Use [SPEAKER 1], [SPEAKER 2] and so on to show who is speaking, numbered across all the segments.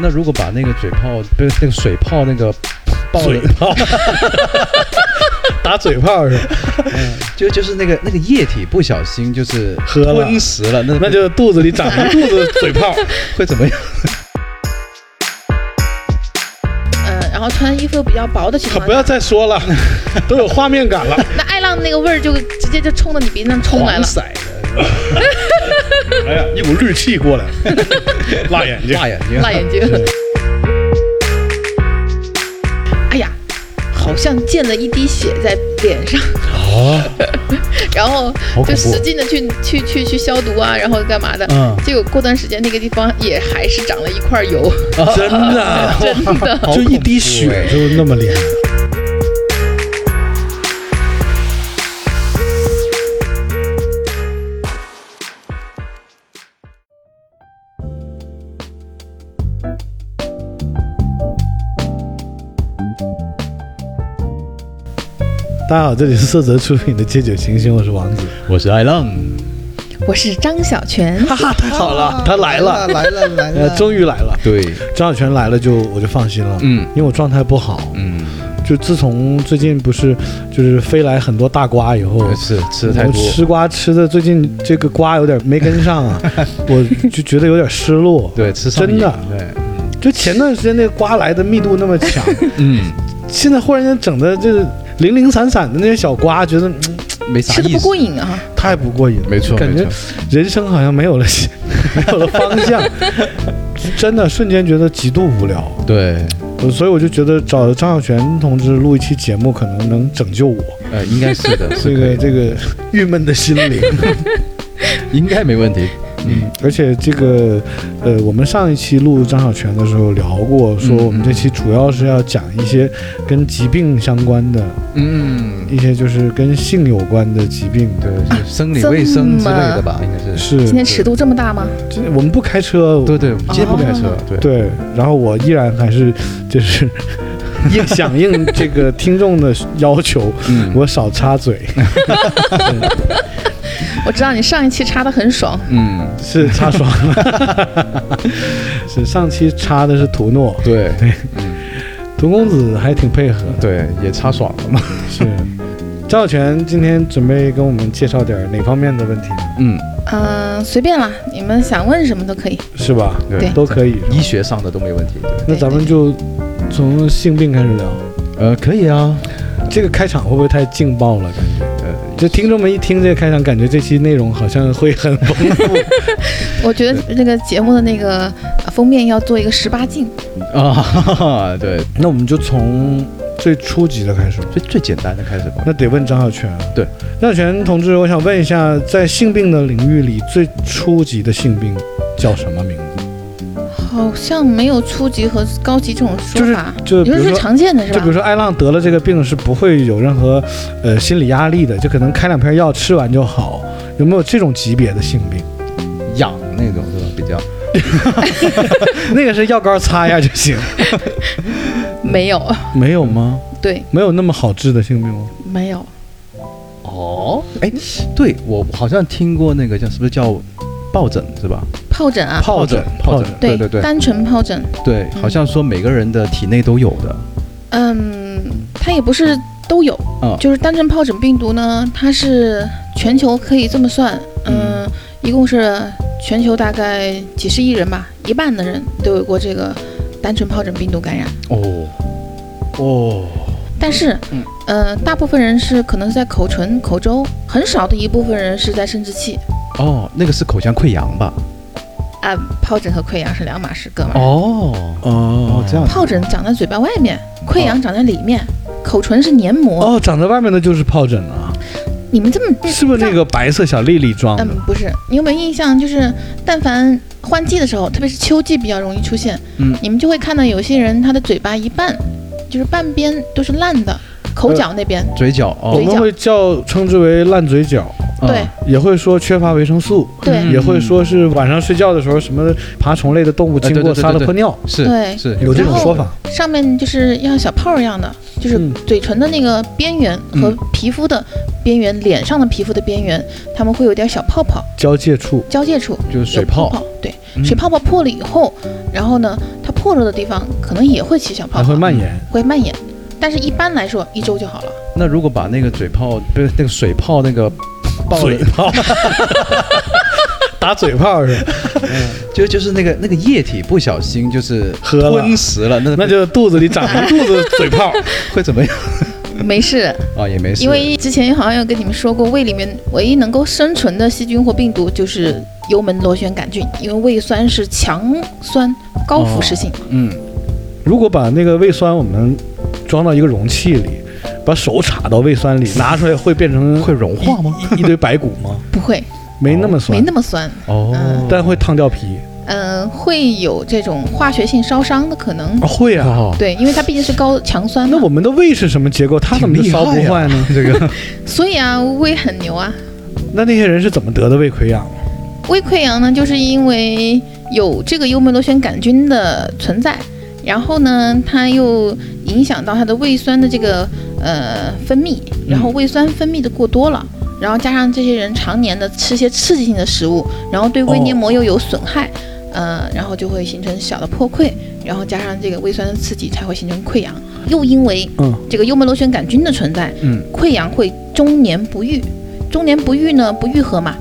[SPEAKER 1] 那如果把那个嘴炮，不是那个水泡那个爆
[SPEAKER 2] 嘴
[SPEAKER 1] 的，
[SPEAKER 2] 炮， 打嘴炮是吧？
[SPEAKER 1] 就就是那个那个液体不小心就是
[SPEAKER 2] 喝了
[SPEAKER 1] 吞食了，那
[SPEAKER 2] 那就肚子里长一肚子嘴炮。
[SPEAKER 1] 会怎 么样？
[SPEAKER 3] 呃，然后穿衣服比较薄的情
[SPEAKER 2] 可
[SPEAKER 3] 况
[SPEAKER 2] 不
[SPEAKER 3] 下，
[SPEAKER 2] 要再说了，都有画面感了。
[SPEAKER 3] 那艾浪那个味儿就直接就冲到你鼻子上冲 来了。
[SPEAKER 1] 色的，
[SPEAKER 2] 哎呀，一股绿气 过来了，辣眼睛。
[SPEAKER 1] 辣眼睛，
[SPEAKER 3] 辣眼睛。哎呀，好像溅了一滴血在脸上，
[SPEAKER 2] 哦，
[SPEAKER 3] 然后
[SPEAKER 1] 好恐
[SPEAKER 3] 就
[SPEAKER 1] 怖啊
[SPEAKER 3] 使劲的去去去去消毒啊，然后干嘛的。
[SPEAKER 2] 嗯
[SPEAKER 3] 结果过段时间那个地方也还是长了一块油，
[SPEAKER 2] 真 的，真的，
[SPEAKER 1] 哎
[SPEAKER 2] 就一滴血就那么厉害。大家好，这里是色泽出品的《借酒行凶》，我是王子。
[SPEAKER 1] 我是艾浪，
[SPEAKER 3] 我是张小泉，
[SPEAKER 2] 哈哈，太好 了，他来了，
[SPEAKER 4] 来了来
[SPEAKER 2] 呃，
[SPEAKER 4] 了，
[SPEAKER 2] 终于来了。
[SPEAKER 1] 对，
[SPEAKER 2] 张小泉来了就我就放心了，
[SPEAKER 1] 嗯
[SPEAKER 2] 因为我状态不好。
[SPEAKER 1] 嗯，
[SPEAKER 2] 就自从最近不是就是飞来很多大瓜以后，
[SPEAKER 1] 是吃的太
[SPEAKER 2] 我
[SPEAKER 1] 多，
[SPEAKER 2] 吃瓜吃的最近这个瓜有点没跟上 啊，我就觉得有点失落。
[SPEAKER 1] 对，吃上
[SPEAKER 2] 真的
[SPEAKER 1] 瘾对，
[SPEAKER 2] 就前段时间那个瓜来的密度那么强，
[SPEAKER 1] 嗯，
[SPEAKER 2] 现在忽然间整的就是零零散散的那些小瓜，觉得、嗯
[SPEAKER 1] 没啥
[SPEAKER 3] 吃的
[SPEAKER 1] 意
[SPEAKER 3] 不
[SPEAKER 1] 思
[SPEAKER 3] 过，瘾啊。
[SPEAKER 2] 太不过瘾了。
[SPEAKER 1] 没错
[SPEAKER 2] 感
[SPEAKER 1] 没
[SPEAKER 2] 觉
[SPEAKER 1] 错，
[SPEAKER 2] 人生好像没有了，没有了方 向，真的瞬间觉得极度无聊。
[SPEAKER 1] 对，
[SPEAKER 2] 我所以我就觉得找张小泉同志录一期节目，可能能拯救我
[SPEAKER 1] 呃，应该是 的，
[SPEAKER 2] 这
[SPEAKER 1] 是可
[SPEAKER 2] 个
[SPEAKER 1] 以，
[SPEAKER 2] 这个郁闷的 心灵。
[SPEAKER 1] 应该没问题，
[SPEAKER 2] 嗯，而且这个，呃，我们上一期录张小泉的时候聊过，说
[SPEAKER 1] 嗯
[SPEAKER 2] 我们这期主要是要讲一些跟疾病相关的，
[SPEAKER 1] 嗯，
[SPEAKER 2] 一些就是跟性有关的疾病的。
[SPEAKER 1] 对，就生理卫生之类的吧，应该是，
[SPEAKER 2] 是，
[SPEAKER 3] 今天尺度这么大吗？
[SPEAKER 2] 这我们不开车，
[SPEAKER 1] 对对，我们今天不开车，啊哦对，
[SPEAKER 2] 对，然后我依然还是就是 应响应这个听众的要求，
[SPEAKER 1] 嗯，
[SPEAKER 2] 我少插 嘴，
[SPEAKER 3] 我知道你上一期插的很爽，
[SPEAKER 1] 嗯，
[SPEAKER 2] 是插爽了， 是上期插的是图诺，
[SPEAKER 1] 对
[SPEAKER 2] 图公子还挺配合的，
[SPEAKER 1] 对，也差爽了嘛，
[SPEAKER 2] 是。张小泉今天准备跟我们介绍点哪方面的问题，
[SPEAKER 1] 嗯，
[SPEAKER 3] 嗯、随便啦，你们想问什么都可以。
[SPEAKER 2] 是吧？
[SPEAKER 1] 对，
[SPEAKER 2] 都可以。
[SPEAKER 1] 医学上的都没问题，对，
[SPEAKER 2] 那咱们就从性病开始聊。
[SPEAKER 1] 呃，可以啊，
[SPEAKER 2] 这个开场会不会太劲爆了？感觉，
[SPEAKER 1] 呃，
[SPEAKER 2] 就听众们一听这个开场，感觉这期内容好像会很丰富。
[SPEAKER 3] 我觉得那个节目的那个呃封面要做一个十八禁，
[SPEAKER 1] 啊， 哈哈哈，对，
[SPEAKER 2] 那我们就从最初级的开始吧。
[SPEAKER 1] 最最简单的开始吧。
[SPEAKER 2] 那得问张小泉。
[SPEAKER 1] 对，
[SPEAKER 2] 张小泉同志，我想问一下，在性病的领域里，最初级的性病叫什么名字？
[SPEAKER 3] 好像没有初级和高级这种说
[SPEAKER 2] 就是
[SPEAKER 3] 法。
[SPEAKER 2] 就
[SPEAKER 3] 你
[SPEAKER 2] 比
[SPEAKER 3] 说
[SPEAKER 2] 如
[SPEAKER 3] 最
[SPEAKER 2] 说，
[SPEAKER 3] 常见的是
[SPEAKER 2] 就
[SPEAKER 3] 吧
[SPEAKER 2] 比如？说艾浪得了这个病是不会有任何呃心理压力的，就可能开两片药吃完就好。有没有这种级别的性病？
[SPEAKER 1] 痒那种是吧？比较
[SPEAKER 2] 那个是药膏擦一下就行，
[SPEAKER 3] 没有，
[SPEAKER 2] 没有吗？
[SPEAKER 3] 对，
[SPEAKER 2] 没有那么好治的性病吗？
[SPEAKER 3] 没有。
[SPEAKER 1] 哦，哎，对我好像听过那个叫是不是叫疱疹是吧？
[SPEAKER 3] 疱疹啊，
[SPEAKER 2] 疱疹
[SPEAKER 1] 疱
[SPEAKER 2] 疱
[SPEAKER 1] 疹
[SPEAKER 2] 疹，
[SPEAKER 1] 对对对
[SPEAKER 3] 单纯疱疹，
[SPEAKER 1] 对，
[SPEAKER 3] 嗯
[SPEAKER 1] 好像说每个人的体内都有的。
[SPEAKER 3] 嗯，它也不是都有，
[SPEAKER 1] 嗯
[SPEAKER 3] 就是单纯疱疹病毒呢，它是全球可以这么算，嗯、一共是全球大概几十亿人吧，一半的人都有过这个单纯疱疹病毒感染。
[SPEAKER 1] 哦哦，
[SPEAKER 3] 但是，
[SPEAKER 1] 嗯
[SPEAKER 3] 呃，大部分人是可能是在口唇、口周，很少的一部分人是在生殖器。
[SPEAKER 1] 哦，那个是口腔溃疡吧？
[SPEAKER 3] 啊、疱疹和溃疡是两码事，哥们儿。
[SPEAKER 1] 哦
[SPEAKER 2] 哦这样。
[SPEAKER 3] 疱疹长在嘴巴外面，溃疡长在里面，口唇是黏膜。
[SPEAKER 2] 哦，长在外面的就是疱疹啊，
[SPEAKER 3] 你们这么
[SPEAKER 2] 是不是那个白色小粒粒状的？
[SPEAKER 3] 嗯，不是，你有没有印象？就是但凡换季的时候，特别是秋季比较容易出现，
[SPEAKER 1] 嗯
[SPEAKER 3] 你们就会看到有些人他的嘴巴一半，就是半
[SPEAKER 2] 呃
[SPEAKER 3] 边都是烂的，口角那边，
[SPEAKER 1] 嘴角
[SPEAKER 2] 我
[SPEAKER 1] 哦
[SPEAKER 3] 对
[SPEAKER 2] 们会叫称之为烂嘴角，啊
[SPEAKER 3] 对
[SPEAKER 2] 也会说缺乏维生素，
[SPEAKER 3] 对
[SPEAKER 1] 嗯
[SPEAKER 2] 也会说是晚上睡觉的时候什么爬虫类的动物
[SPEAKER 1] 啊对
[SPEAKER 2] 经过
[SPEAKER 1] 对对
[SPEAKER 2] 撒了
[SPEAKER 1] 对
[SPEAKER 2] 泼尿，
[SPEAKER 1] 是
[SPEAKER 3] 对
[SPEAKER 1] 是
[SPEAKER 2] 有这
[SPEAKER 3] 然
[SPEAKER 2] 种
[SPEAKER 3] 后
[SPEAKER 2] 说法。
[SPEAKER 3] 上面就是像小泡儿一样的，就是
[SPEAKER 2] 嗯
[SPEAKER 3] 嘴唇的那个边缘和皮肤的边缘，脸上的皮肤的边缘，它们会有点小泡泡
[SPEAKER 2] 交界处，
[SPEAKER 3] 交界处
[SPEAKER 1] 就是
[SPEAKER 3] 有
[SPEAKER 1] 水泡，
[SPEAKER 3] 泡，对，
[SPEAKER 1] 嗯
[SPEAKER 3] 水泡泡破了以后，然后呢，它破了的地方可能也会起小泡
[SPEAKER 2] 还
[SPEAKER 3] 泡，
[SPEAKER 2] 会蔓延。
[SPEAKER 3] 会蔓延，但是一般来说一周就好了。
[SPEAKER 1] 那如果把那个嘴泡，不是那个水泡那个爆了，
[SPEAKER 2] 泡， 打嘴炮是吧？
[SPEAKER 1] 就就是那个那个液体不小心就是
[SPEAKER 2] 喝了
[SPEAKER 1] 吞食了， 那
[SPEAKER 2] 那就肚子里长一肚子嘴泡，
[SPEAKER 1] 会怎么样
[SPEAKER 3] 没事，
[SPEAKER 1] 啊？也没事，
[SPEAKER 3] 因为之前好像有跟你们说过，胃里面唯一能够生存的细菌或病毒就是幽门螺旋杆菌，因为胃酸是强酸高腐蚀性，
[SPEAKER 2] 哦
[SPEAKER 1] 嗯，
[SPEAKER 2] 如果把那个胃酸我们装到一个容器里，把手插到胃酸里，拿出来会变成
[SPEAKER 1] 会融化吗？
[SPEAKER 2] 一一堆白骨吗？
[SPEAKER 3] 不会
[SPEAKER 2] 没那么酸，
[SPEAKER 3] 没那么酸，
[SPEAKER 1] 哦
[SPEAKER 3] 嗯，
[SPEAKER 2] 但会烫掉皮。
[SPEAKER 3] 嗯、会有这种化学性烧伤的可能。
[SPEAKER 2] 啊，会啊。
[SPEAKER 1] 哦，
[SPEAKER 3] 对，因为它毕竟是高强酸嘛
[SPEAKER 2] 那我们的胃是什么结构？它怎么就烧不
[SPEAKER 1] 挺厉害
[SPEAKER 2] 坏呢？这个，
[SPEAKER 3] 所以啊，胃很牛啊。
[SPEAKER 2] 那那些人是怎么得的胃溃疡？
[SPEAKER 3] 胃溃疡呢，就是因为有这个幽门螺旋杆菌的存在，然后呢，它又影响到它的胃酸的这个呃分泌，然后胃酸分泌的过多了。然后加上这些人常年的吃些刺激性的食物，然后对胃黏膜又有损害，呃，然后就会形成小的破溃，然后加上这个胃酸的刺激才会形成溃疡。又因为
[SPEAKER 2] 嗯
[SPEAKER 3] 这个幽门螺旋杆菌的存在，
[SPEAKER 1] 嗯，
[SPEAKER 3] 溃疡会中年不愈，中年不愈呢不愈合嘛，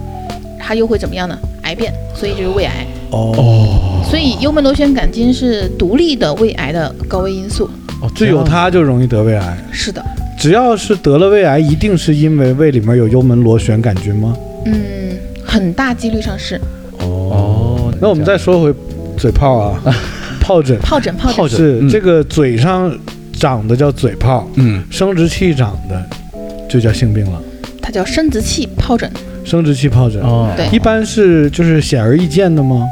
[SPEAKER 3] 它又会怎么样呢？癌变，所以就是胃癌。
[SPEAKER 2] 哦，
[SPEAKER 3] 所以幽门螺旋杆菌是独立的胃癌的高危因素。
[SPEAKER 1] 哦，
[SPEAKER 2] 就有它就容易得胃癌。
[SPEAKER 3] 是的，
[SPEAKER 2] 只要是得了胃癌，一定是因为胃里面有幽门螺旋杆菌吗？
[SPEAKER 3] 嗯，很大几率上是
[SPEAKER 1] 哦，
[SPEAKER 2] 那我们再说回嘴泡啊，疱疹
[SPEAKER 3] 疱疹，疱疹
[SPEAKER 1] 疱。疹
[SPEAKER 2] 是、
[SPEAKER 1] 嗯
[SPEAKER 2] 这个嘴上长的叫嘴泡，
[SPEAKER 1] 嗯，
[SPEAKER 2] 生殖器长的就叫性病了，
[SPEAKER 3] 它叫生殖器疱疹，
[SPEAKER 2] 生殖器疱疹。
[SPEAKER 1] 哦，
[SPEAKER 3] 对
[SPEAKER 2] 一般是就是显而易见的吗？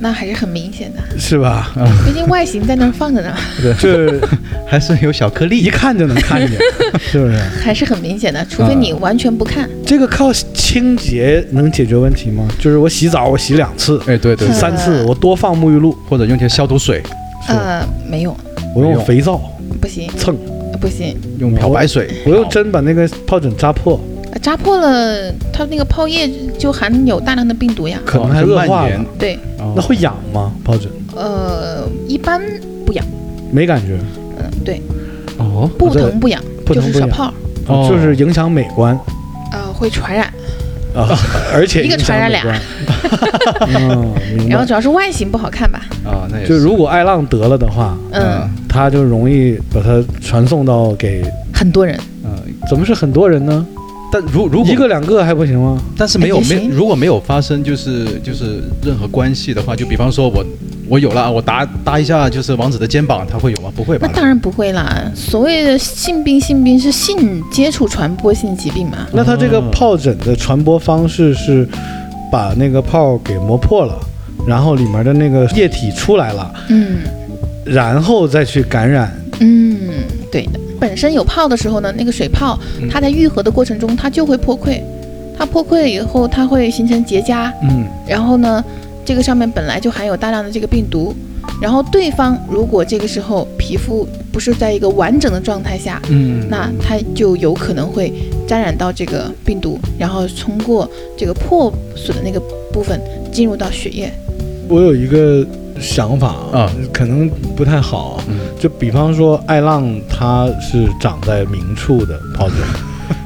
[SPEAKER 3] 那还是很明显的，
[SPEAKER 2] 是吧？
[SPEAKER 3] 毕竟外形在那儿放着呢，
[SPEAKER 2] 这
[SPEAKER 1] 还是有小颗
[SPEAKER 2] 一
[SPEAKER 1] 粒，
[SPEAKER 2] 看就能看 见，是不是？
[SPEAKER 3] 还是很明显的，除非你完全不看。
[SPEAKER 2] 这个靠清洁能解决问题吗？就是我洗澡，我洗两次、
[SPEAKER 1] 哎，对对
[SPEAKER 3] 嗯
[SPEAKER 1] 对，
[SPEAKER 2] 三次，我多放沐浴露，
[SPEAKER 1] 或者用些消毒水，
[SPEAKER 2] 嗯是
[SPEAKER 3] 呃，没有，
[SPEAKER 2] 我
[SPEAKER 1] 没
[SPEAKER 2] 用
[SPEAKER 1] 用
[SPEAKER 2] 肥皂
[SPEAKER 3] 不行，
[SPEAKER 2] 蹭，
[SPEAKER 3] 不行，
[SPEAKER 1] 用哦漂白水，哦
[SPEAKER 2] 我用针把那个疱疹扎破，
[SPEAKER 3] 呃扎破了它那个泡液就含有大量的病毒呀。
[SPEAKER 2] 可能还恶化了。
[SPEAKER 3] 对，
[SPEAKER 2] 那
[SPEAKER 1] 那
[SPEAKER 2] 会痒吗？疱疹
[SPEAKER 3] 呃，一般
[SPEAKER 2] 没感觉，
[SPEAKER 3] 嗯、对，
[SPEAKER 1] 哦，
[SPEAKER 3] 不
[SPEAKER 2] 我这
[SPEAKER 3] 疼不痒，
[SPEAKER 2] 不
[SPEAKER 3] 就
[SPEAKER 2] 疼
[SPEAKER 3] 是
[SPEAKER 2] 不
[SPEAKER 3] 小
[SPEAKER 2] 痒，
[SPEAKER 3] 泡儿，
[SPEAKER 1] 哦
[SPEAKER 2] 就是影响美观
[SPEAKER 3] 呃，会传染，
[SPEAKER 2] 啊， 而且
[SPEAKER 3] 一个
[SPEAKER 2] 影响
[SPEAKER 3] 传染
[SPEAKER 2] 美
[SPEAKER 3] 俩
[SPEAKER 2] 观。 嗯，明
[SPEAKER 3] 然后
[SPEAKER 2] 白。
[SPEAKER 3] 主要是外形不好看吧，
[SPEAKER 1] 啊，那也
[SPEAKER 2] 就是如果艾浪得了的话，
[SPEAKER 3] 嗯，
[SPEAKER 2] 他就容易把它传送到给，
[SPEAKER 3] 很多人
[SPEAKER 1] 嗯，
[SPEAKER 2] 怎么是很多人呢？
[SPEAKER 1] 但如如果
[SPEAKER 2] 一个两个还不行吗？
[SPEAKER 1] 但是没有
[SPEAKER 3] 也
[SPEAKER 1] 没
[SPEAKER 3] 行
[SPEAKER 1] 如果没有发生就是就是任何关系的话，就比方说我我有了，我搭搭一下就是王子的肩膀，他会有吗？不会
[SPEAKER 3] 那
[SPEAKER 1] 吧？
[SPEAKER 3] 当然不会啦。所谓的性病，性病是性接触传播性疾病嘛，
[SPEAKER 2] 那它这
[SPEAKER 3] 嗯
[SPEAKER 2] 个疱疹的传播方式是把那个泡给磨破了，然后里面的那个液体出来了，
[SPEAKER 3] 嗯
[SPEAKER 2] 然后再去感染。
[SPEAKER 3] 嗯，对的。本身有泡的时候呢，那个水泡
[SPEAKER 1] 嗯
[SPEAKER 3] 它在愈合的过程中，它就会破溃，它破溃以后它会形成结痂，
[SPEAKER 1] 嗯，
[SPEAKER 3] 然后呢，这个上面本来就含有大量的这个病毒，然后对方如果这个时候皮肤不是在一个完整的状态下，
[SPEAKER 1] 嗯
[SPEAKER 3] 那它就有可能会沾染到这个病毒，然后通过这个破损的那个部分进入到血液。
[SPEAKER 2] 我有一个想法
[SPEAKER 1] 啊，
[SPEAKER 2] 可能不太好。啊
[SPEAKER 1] 嗯
[SPEAKER 2] 就比方说，艾浪它是长在明处的 疱疹，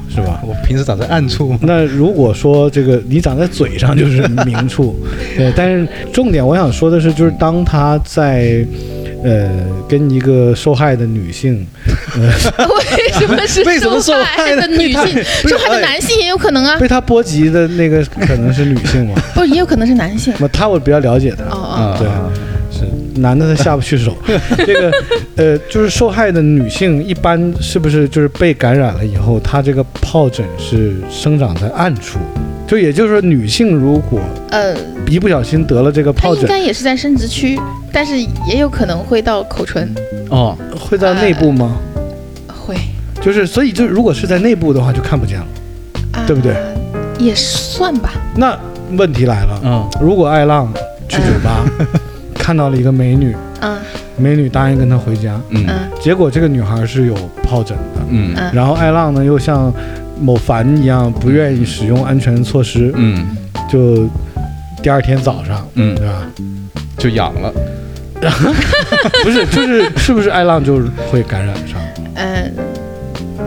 [SPEAKER 2] 是吧？
[SPEAKER 1] 我平时长在暗处，
[SPEAKER 2] 那如果说这个你长在嘴上就是明 处，对，但是重点我想说的是，就是当他在呃跟一个受害的女性，
[SPEAKER 3] 为什么是
[SPEAKER 1] 为什么受害
[SPEAKER 3] 害
[SPEAKER 1] 的
[SPEAKER 3] 的
[SPEAKER 1] 被
[SPEAKER 3] 女性？受害的男性也有可能啊，
[SPEAKER 2] 被他波及的那个可能是女性 嘛，
[SPEAKER 3] 不是也有可能是男性。
[SPEAKER 2] 那他我比较了解他，
[SPEAKER 3] 哦哦，
[SPEAKER 1] 啊
[SPEAKER 2] 对
[SPEAKER 1] 啊
[SPEAKER 2] 是男的他下不 去手，这个呃就是受害的女性一般是不是就是被感染了以后，她这个疱疹是生长在暗处，就也就是说女性如果
[SPEAKER 3] 呃，
[SPEAKER 2] 一不小心得了这个
[SPEAKER 3] 它
[SPEAKER 2] 疱
[SPEAKER 3] 应
[SPEAKER 2] 疹，
[SPEAKER 3] 该也是在生殖区，但是也有可能会到口唇，
[SPEAKER 1] 哦，
[SPEAKER 2] 会在内部吗？
[SPEAKER 3] 会
[SPEAKER 2] 就是，所以就如果是在内部的话，就看不见了。
[SPEAKER 3] 啊，
[SPEAKER 2] 对不对？
[SPEAKER 3] 也算吧。
[SPEAKER 2] 那问题来了，
[SPEAKER 1] 嗯，
[SPEAKER 2] 如果艾浪去酒吧、看到了一个美女，
[SPEAKER 3] 嗯
[SPEAKER 2] 美女答应跟他回家，
[SPEAKER 1] 嗯
[SPEAKER 3] 嗯
[SPEAKER 2] 结果这个女孩是有疱疹的，
[SPEAKER 1] 嗯
[SPEAKER 3] 嗯
[SPEAKER 2] 然后艾浪呢又像某凡一样不愿意使用安全措施，
[SPEAKER 1] 嗯
[SPEAKER 2] 就第二天早上，
[SPEAKER 1] 嗯
[SPEAKER 2] 对 吧？
[SPEAKER 1] 就痒了，
[SPEAKER 2] 不是，就是是不是艾浪就会感染上？
[SPEAKER 3] 嗯，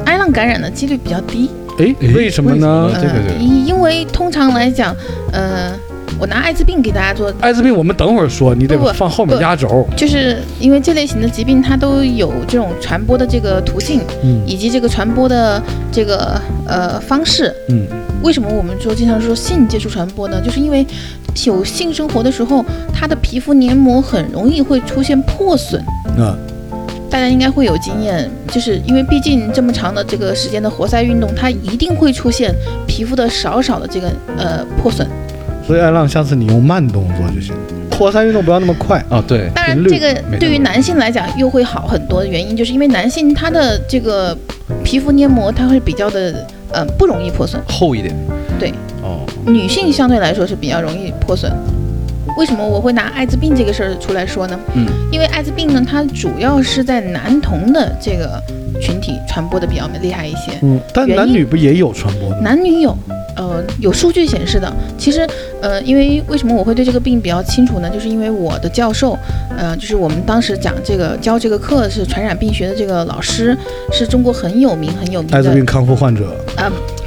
[SPEAKER 3] 艾浪感染的几率比较低。
[SPEAKER 2] 哎
[SPEAKER 1] 诶，
[SPEAKER 2] 为什么呢
[SPEAKER 1] 为啊什？么呢这个
[SPEAKER 3] 呃
[SPEAKER 1] 是
[SPEAKER 3] 因因为通常来讲，呃，我拿艾滋病给大家做，
[SPEAKER 2] 艾滋病我们等会儿说，你得
[SPEAKER 3] 不不
[SPEAKER 2] 放后面
[SPEAKER 3] 不
[SPEAKER 2] 压轴。
[SPEAKER 3] 就是因为这类型的疾病它都有这种传播的这个途径，
[SPEAKER 2] 嗯
[SPEAKER 3] 以及这个传播的这个呃方式。
[SPEAKER 2] 嗯
[SPEAKER 3] 为什么我们说经常说性接触传播呢？就是因为有性生活的时候，它的皮肤黏膜很容易会出现破损。
[SPEAKER 2] 啊
[SPEAKER 3] 大家应该会有经验，就是因为毕竟这么长的这个时间的活塞运动，它一定会出现皮肤的少少的这个呃破损。
[SPEAKER 2] 所以艾浪，下次你用慢动作就行，活塞运动不要那么快。
[SPEAKER 1] 哦对，
[SPEAKER 3] 当然
[SPEAKER 2] 频，率
[SPEAKER 3] 这个
[SPEAKER 1] 没
[SPEAKER 3] 对于
[SPEAKER 1] 那么
[SPEAKER 3] 男性来讲又会好很多的原因，就是因为男性他的这个皮肤黏膜它会比较的呃不容易破损，
[SPEAKER 1] 厚一点，
[SPEAKER 3] 对，
[SPEAKER 1] 哦，
[SPEAKER 3] 女性相对来说是比较容易破损。为什么我会拿艾滋病这个事儿出来说呢？
[SPEAKER 1] 嗯，
[SPEAKER 3] 因为艾滋病呢，它主要是在男童的这个群体传播的比较厉害一些。
[SPEAKER 2] 嗯，但
[SPEAKER 3] 原因
[SPEAKER 2] 男女不也有传播的吗？
[SPEAKER 3] 男女有，呃，有数据显示的。其实，呃，因为为什么我会对这个病比较清楚呢？就是因为我的教授，呃，就是我们当时讲这个教这个课是传染病学的这个老师，是中国很有名很有名的
[SPEAKER 2] 艾滋病康复患者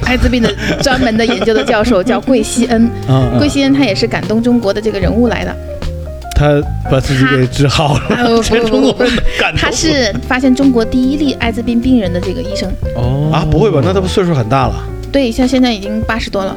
[SPEAKER 3] 艾滋病的专门的研究的教授，叫桂希恩。
[SPEAKER 2] 啊，
[SPEAKER 3] 桂希恩他也是感动中国的这个人物来的。
[SPEAKER 2] 他把自己给治好了，
[SPEAKER 3] 啊 不
[SPEAKER 2] 全
[SPEAKER 3] 不
[SPEAKER 2] 中国
[SPEAKER 3] 不不
[SPEAKER 2] 人感动
[SPEAKER 3] 他是发现中国第一例艾滋病病人的这个医生，
[SPEAKER 1] 哦
[SPEAKER 2] 啊，不会吧？那他不岁数很大了
[SPEAKER 3] 对，像现在已经八十多了。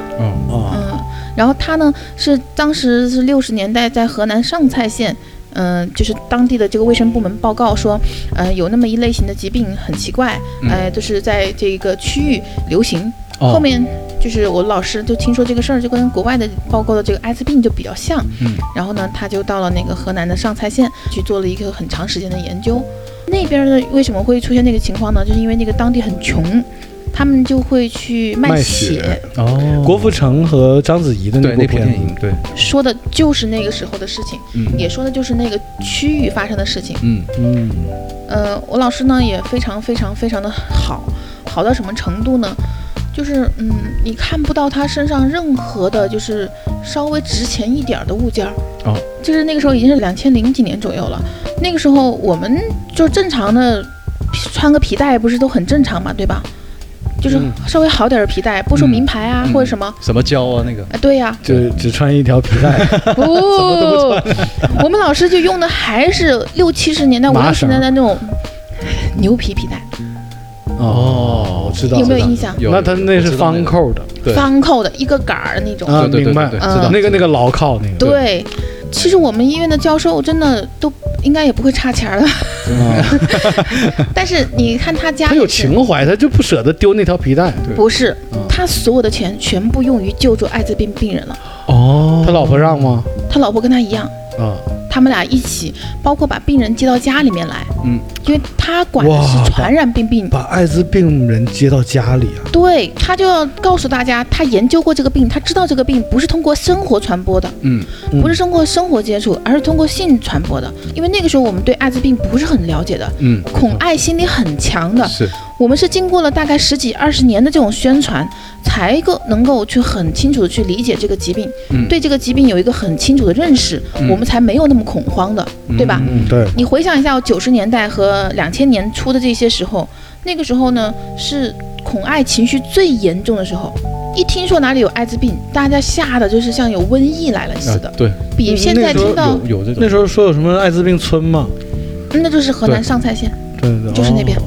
[SPEAKER 1] 哦
[SPEAKER 2] 啊？
[SPEAKER 3] 嗯，然后他呢是当时是六十年代在河南上蔡县，嗯、就是当地的这个卫生部门报告说，呃，有那么一类型的疾病很奇怪，
[SPEAKER 1] 嗯
[SPEAKER 3] 呃，就是在这个区域流行。
[SPEAKER 1] 哦
[SPEAKER 3] 后面就是我老师就听说这个事儿，就跟国外的报告的这个艾滋病就比较像。
[SPEAKER 1] 嗯
[SPEAKER 3] 然后呢，他就到了那个河南的上蔡县去做了一个很长时间的研究。那边的为什么会出现这个情况呢？就是因为那个当地很穷，他们就会去卖
[SPEAKER 2] 卖
[SPEAKER 3] 血，
[SPEAKER 2] 血
[SPEAKER 1] 哦
[SPEAKER 2] 郭富城和章子怡的那
[SPEAKER 1] 对
[SPEAKER 2] 部
[SPEAKER 1] 那部
[SPEAKER 2] 片
[SPEAKER 1] 电
[SPEAKER 2] 子
[SPEAKER 1] 影，对，
[SPEAKER 3] 说的就是那个时候的事情，
[SPEAKER 1] 嗯
[SPEAKER 3] 也说的就是那个区域发生的事情。
[SPEAKER 1] 嗯
[SPEAKER 2] 嗯，
[SPEAKER 3] 呃，我老师呢也非常非常非常的好，好到什么程度呢？就是嗯，你看不到他身上任何的，就是稍微值钱一点儿的物件儿。
[SPEAKER 1] 哦，
[SPEAKER 3] 就是那个时候已经是两千零几年左右了。那个时候我们就正常的穿个皮带不是都很正常嘛，对吧？就是
[SPEAKER 2] 嗯
[SPEAKER 3] 稍微好点儿的皮带，不说
[SPEAKER 1] 嗯
[SPEAKER 3] 名牌啊、
[SPEAKER 1] 嗯
[SPEAKER 3] 或者什么，
[SPEAKER 1] 什么胶啊那个，
[SPEAKER 3] 啊，对呀、
[SPEAKER 2] 就只穿一条皮带，
[SPEAKER 3] 哦，我们老师就用的还是六七十年代、五
[SPEAKER 2] 麻
[SPEAKER 3] 六十
[SPEAKER 2] 绳
[SPEAKER 3] 年代那种牛皮皮带，
[SPEAKER 1] 哦
[SPEAKER 2] 我知道，
[SPEAKER 3] 有没有
[SPEAKER 2] 知道
[SPEAKER 3] 印象？
[SPEAKER 1] 有
[SPEAKER 2] 那他那是方，扣的
[SPEAKER 1] 对
[SPEAKER 3] 方扣的一个杆儿那种。
[SPEAKER 2] 啊，
[SPEAKER 1] 对对对
[SPEAKER 2] 明白，
[SPEAKER 1] 对
[SPEAKER 3] 对知道
[SPEAKER 2] 那个那个牢靠那个，
[SPEAKER 3] 对，其实我们医院的教授真的都应该也不会差钱 儿的，
[SPEAKER 2] 啊
[SPEAKER 3] 但是你看他家
[SPEAKER 2] 他
[SPEAKER 3] 也
[SPEAKER 2] 有
[SPEAKER 3] 是
[SPEAKER 2] 情怀，他就不舍得丢那条皮带。
[SPEAKER 1] 对
[SPEAKER 3] 不是
[SPEAKER 2] 嗯？
[SPEAKER 3] 他所有的钱全部用于救助艾滋病病人了。
[SPEAKER 1] 哦
[SPEAKER 2] 他老婆让吗？
[SPEAKER 3] 他老婆跟他一样，
[SPEAKER 2] 啊，
[SPEAKER 3] 他们俩一起，包括把病人接到家里面来，
[SPEAKER 1] 嗯，
[SPEAKER 3] 因为他管的
[SPEAKER 2] 哇
[SPEAKER 3] 是传染病病
[SPEAKER 2] 把艾滋病人接到家里啊，
[SPEAKER 3] 对他就要告诉大家，他研究过这个病，他知道这个病不是通过生活传播的，
[SPEAKER 1] 嗯
[SPEAKER 2] 嗯
[SPEAKER 3] 不是通过生活接触，而是通过性传播的。因为那个时候我们对艾滋病不是很了解的，
[SPEAKER 1] 嗯，
[SPEAKER 3] 恐艾心理很强的，
[SPEAKER 1] 是
[SPEAKER 3] 我们是经过了大概十几二十年的这种宣传，才够能够去很清楚的去理解这个疾病，
[SPEAKER 1] 嗯
[SPEAKER 3] 对这个疾病有一个很清楚的认识，
[SPEAKER 1] 嗯
[SPEAKER 3] 我们才没有那么恐慌的，对吧？
[SPEAKER 2] 嗯，对，
[SPEAKER 3] 你回想一下九十年代和两千年初的这些时候，那个时候呢是恐艾情绪最严重的时候。一听说哪里有艾滋病，大家吓得就是像有瘟疫来了似的，
[SPEAKER 1] 啊对，
[SPEAKER 3] 比现在
[SPEAKER 2] 啊那时候
[SPEAKER 3] 听到
[SPEAKER 1] 有有这
[SPEAKER 2] 那
[SPEAKER 1] 种，
[SPEAKER 2] 时候说有什么艾滋病村嘛，
[SPEAKER 3] 那就是河南
[SPEAKER 1] 对
[SPEAKER 3] 上蔡县，
[SPEAKER 2] 对对，对
[SPEAKER 3] 就是那边
[SPEAKER 2] 哦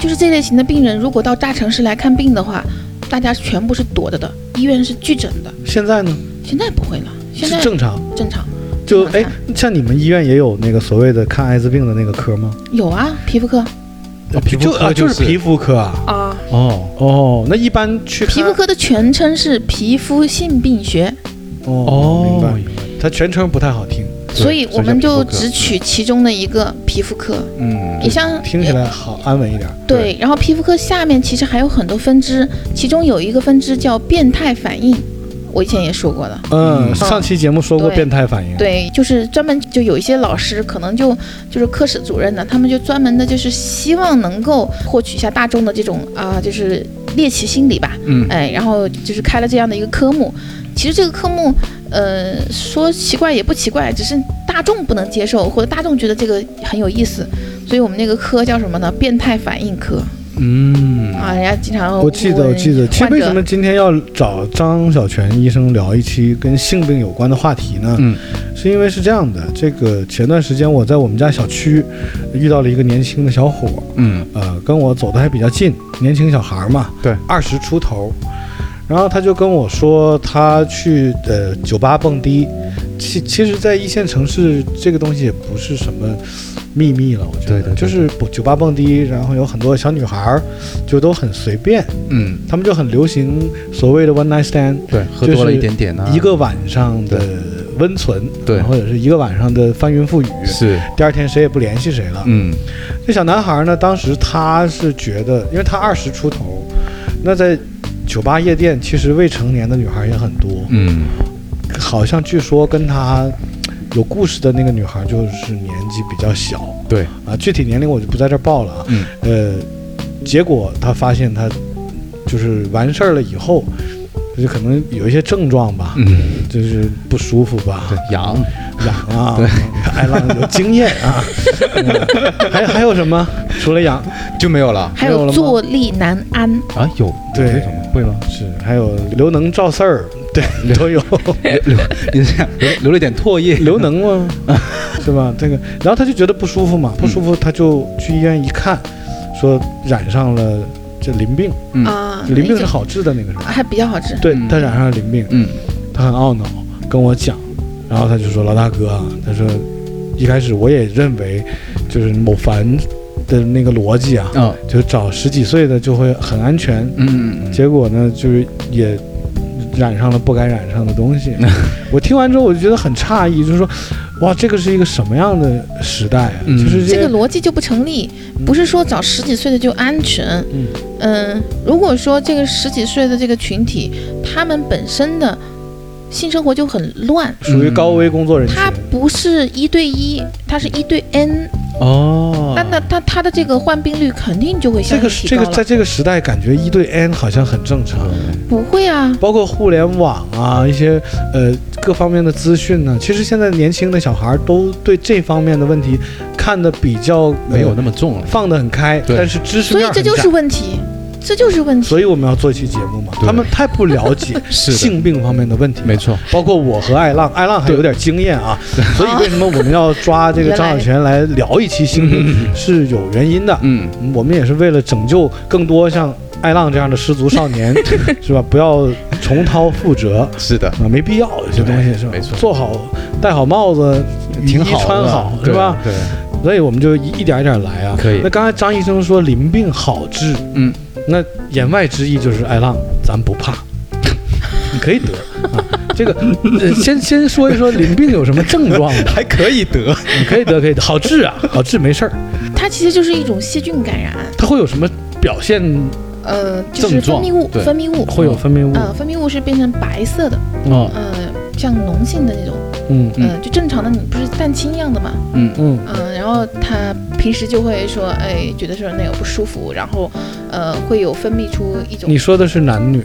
[SPEAKER 3] 就是这类型的病人，如果到大城市来看病的话，大家全部是躲着的，医院是拒诊的。
[SPEAKER 2] 现在呢
[SPEAKER 3] 现在不会了，现
[SPEAKER 2] 是
[SPEAKER 3] 在
[SPEAKER 2] 正常，
[SPEAKER 3] 正常。
[SPEAKER 2] 就
[SPEAKER 3] 正
[SPEAKER 2] 哎
[SPEAKER 3] 常，
[SPEAKER 2] 像你们医院也有那个所谓的看艾滋病的那个科吗？
[SPEAKER 3] 有啊，皮肤科
[SPEAKER 1] 哦皮肤
[SPEAKER 2] 就啊
[SPEAKER 1] 科
[SPEAKER 2] 就是是皮肤科啊。
[SPEAKER 3] 啊，
[SPEAKER 1] 哦
[SPEAKER 2] 哦，那一般去看
[SPEAKER 3] 皮肤科的全称是皮肤性病学，
[SPEAKER 2] 哦，明白。它全称不太好听，
[SPEAKER 3] 所以我们就
[SPEAKER 2] 嗯
[SPEAKER 3] 只
[SPEAKER 1] 取
[SPEAKER 3] 取其中的一个皮肤科。
[SPEAKER 1] 嗯
[SPEAKER 3] 你像呃
[SPEAKER 2] 听起来好安稳一点。
[SPEAKER 1] 对
[SPEAKER 3] 对，然后皮肤科下面其实还有很多分支，其中有一个分支叫变态反应，我以前也说过了。
[SPEAKER 2] 嗯，
[SPEAKER 1] 嗯
[SPEAKER 2] 上期节目说过
[SPEAKER 3] 对
[SPEAKER 2] 变态反应，
[SPEAKER 3] 对，就是专门就有一些老师，可能就就是科室主任呢，他们就专门的就是希望能够获取一下大众的这种啊、就是猎奇心理吧，
[SPEAKER 1] 嗯
[SPEAKER 3] 哎，然后就是开了这样的一个科目。其实这个科目，呃，说奇怪也不奇怪，只是大众不能接受，或者大众觉得这个很有意思，所以我们那个科叫什么呢？变态反应科
[SPEAKER 1] 嗯
[SPEAKER 3] 啊，人家经常
[SPEAKER 2] 我记得，
[SPEAKER 3] 问
[SPEAKER 2] 我记得。其实
[SPEAKER 3] 患
[SPEAKER 2] 为
[SPEAKER 3] 者
[SPEAKER 2] 什么今天要找张小泉医生聊一期跟性病有关的话题呢？
[SPEAKER 1] 嗯，
[SPEAKER 2] 是因为是这样的，这个前段时间我在我们家小区遇到了一个年轻的小伙，
[SPEAKER 1] 嗯
[SPEAKER 2] 呃，跟我走的还比较近，年轻小孩儿嘛，
[SPEAKER 1] 对，
[SPEAKER 2] 二十出头。然后他就跟我说，他去呃酒吧蹦迪，其其实，在一线城市这个东西也不是什么秘密了，我觉
[SPEAKER 1] 对
[SPEAKER 2] 得
[SPEAKER 1] 对对
[SPEAKER 2] 就是不酒吧蹦迪，然后有很多小女孩儿就都很随便，
[SPEAKER 1] 嗯，
[SPEAKER 2] 他们就很流行所谓的 one night stand，
[SPEAKER 1] 对，喝多了一点点呢，
[SPEAKER 2] 一个晚上的温存，
[SPEAKER 1] 啊对
[SPEAKER 2] 或者是一个晚上的翻云覆雨，
[SPEAKER 1] 是
[SPEAKER 2] 第二天谁也不联系谁了。
[SPEAKER 1] 嗯
[SPEAKER 2] 这小男孩呢，当时他是觉得，因为他二十出头，那在酒吧夜店，其实未成年的女孩也很多。
[SPEAKER 1] 嗯
[SPEAKER 2] 好像据说跟他有故事的那个女孩，就是年纪比较小
[SPEAKER 1] 对
[SPEAKER 2] 啊，具体年龄我就不在这儿报了啊。
[SPEAKER 1] 嗯
[SPEAKER 2] 呃，结果他发现他就是完事儿了以后，就可能有一些症状吧，
[SPEAKER 1] 嗯
[SPEAKER 2] 就是不舒服吧，
[SPEAKER 1] 对痒
[SPEAKER 2] 痒啊，艾浪有经验 啊，嗯还还有什么？除了痒，
[SPEAKER 1] 就没有了
[SPEAKER 3] 还
[SPEAKER 2] 没有了吗
[SPEAKER 3] 有坐立难安，
[SPEAKER 1] 啊有
[SPEAKER 2] 对
[SPEAKER 1] 有这种会 吗？
[SPEAKER 2] 是还有刘能赵四 儿，对，都有
[SPEAKER 1] 流流你这样流流了点唾液，
[SPEAKER 2] 刘能 吗？是吧？这个，然后他就觉得不舒服嘛，不舒
[SPEAKER 1] 嗯
[SPEAKER 2] 服他就去医院一看，说染上了这淋病，
[SPEAKER 1] 嗯
[SPEAKER 3] 啊，
[SPEAKER 2] 淋病
[SPEAKER 3] 那
[SPEAKER 2] 是
[SPEAKER 3] 个
[SPEAKER 2] 好治的那个是吧？
[SPEAKER 3] 还比较好治。
[SPEAKER 2] 对
[SPEAKER 1] 嗯
[SPEAKER 2] 他染上了淋病，
[SPEAKER 1] 嗯
[SPEAKER 2] 他很懊恼跟我讲，然后他就说老大哥啊，他说一开始我也认为就是某凡的那个逻辑啊，
[SPEAKER 1] 啊
[SPEAKER 2] 就找十几岁的就会很安全，
[SPEAKER 1] 嗯嗯
[SPEAKER 2] 结果呢，就是也染上了不该染上的 东西。我听完之后，我就觉得很诧异，就是说，哇，这个是一个什么样的时代啊？
[SPEAKER 1] 嗯
[SPEAKER 2] 就是
[SPEAKER 3] 这
[SPEAKER 2] 些
[SPEAKER 3] 个逻辑就不成立，不是说找十几岁的就安全。
[SPEAKER 2] 嗯
[SPEAKER 3] 嗯，如果说这个十几岁的这个群体，他们本身的性生活就很乱，
[SPEAKER 2] 属于高危工作人群。
[SPEAKER 3] 他不是一对一，他是一对 N，
[SPEAKER 1] 哦
[SPEAKER 3] 那那他他的这个患病率肯定就会
[SPEAKER 2] 这
[SPEAKER 3] 相
[SPEAKER 2] 个
[SPEAKER 3] 应提
[SPEAKER 2] 这
[SPEAKER 3] 高
[SPEAKER 2] 个
[SPEAKER 3] 了。
[SPEAKER 2] 在这个时代，感觉一对 N 好像很正常，
[SPEAKER 1] 嗯
[SPEAKER 3] 不会啊，
[SPEAKER 2] 包括互联网啊，一些呃各方面的资讯呢、其实现在年轻的小孩都对这方面的问题看得比较
[SPEAKER 1] 没有那
[SPEAKER 2] 么
[SPEAKER 1] 么重了，
[SPEAKER 2] 放得很开，
[SPEAKER 1] 对
[SPEAKER 2] 但是知识
[SPEAKER 3] 所以
[SPEAKER 2] 面很
[SPEAKER 3] 这就
[SPEAKER 2] 窄
[SPEAKER 3] 是问题，这就是问题。
[SPEAKER 2] 所以我们要做一期节目嘛，
[SPEAKER 1] 对
[SPEAKER 2] 他们太不了解
[SPEAKER 1] 是的
[SPEAKER 2] 性病方面的问题，
[SPEAKER 1] 没错，
[SPEAKER 2] 包括我和艾浪，艾浪还有点经验啊，所以为什么我们要抓这个
[SPEAKER 3] 原来
[SPEAKER 2] 张小泉来聊一期 性病是有原因的，
[SPEAKER 1] 嗯
[SPEAKER 2] 我们也是为了拯救更多像艾浪这样的失足 少年，是吧？不要重蹈覆辙。
[SPEAKER 1] 是的，
[SPEAKER 2] 啊，没必要，有些东西是吧？
[SPEAKER 1] 没错
[SPEAKER 2] 做好，戴好帽子，雨衣
[SPEAKER 1] 挺好的，
[SPEAKER 2] 穿好，是
[SPEAKER 1] 对
[SPEAKER 2] 吧？
[SPEAKER 1] 对，
[SPEAKER 2] 所以我们就一一点一点来啊。
[SPEAKER 1] 可以
[SPEAKER 2] 那刚才张医生说淋病好治，
[SPEAKER 1] 嗯，
[SPEAKER 2] 那言外之意就是哎爱浪，咱不怕，你可以得啊。这个、呃 先先说一说淋病有什么症状吧，
[SPEAKER 1] 还可以得，
[SPEAKER 2] 你 可以得，可以得，好治啊，好治没事儿。
[SPEAKER 3] 它其实就是一种细菌感染，
[SPEAKER 2] 它会有什么表现？
[SPEAKER 3] 呃，就是
[SPEAKER 1] 症
[SPEAKER 3] 分
[SPEAKER 1] 状
[SPEAKER 3] 泌物，
[SPEAKER 1] 对
[SPEAKER 3] 分泌物，
[SPEAKER 2] 会有分泌物，
[SPEAKER 3] 呃，分泌物是变成白色的，
[SPEAKER 1] 哦
[SPEAKER 3] 呃，像脓性的那种。
[SPEAKER 2] 嗯
[SPEAKER 1] 嗯
[SPEAKER 3] 嗯，就正常的你不是蛋清一样的嘛，
[SPEAKER 1] 嗯
[SPEAKER 2] 嗯
[SPEAKER 3] 嗯，然后他平时就会说，哎，觉得说那有不舒服，然后呃会有分泌出一种
[SPEAKER 2] 你说的是男女，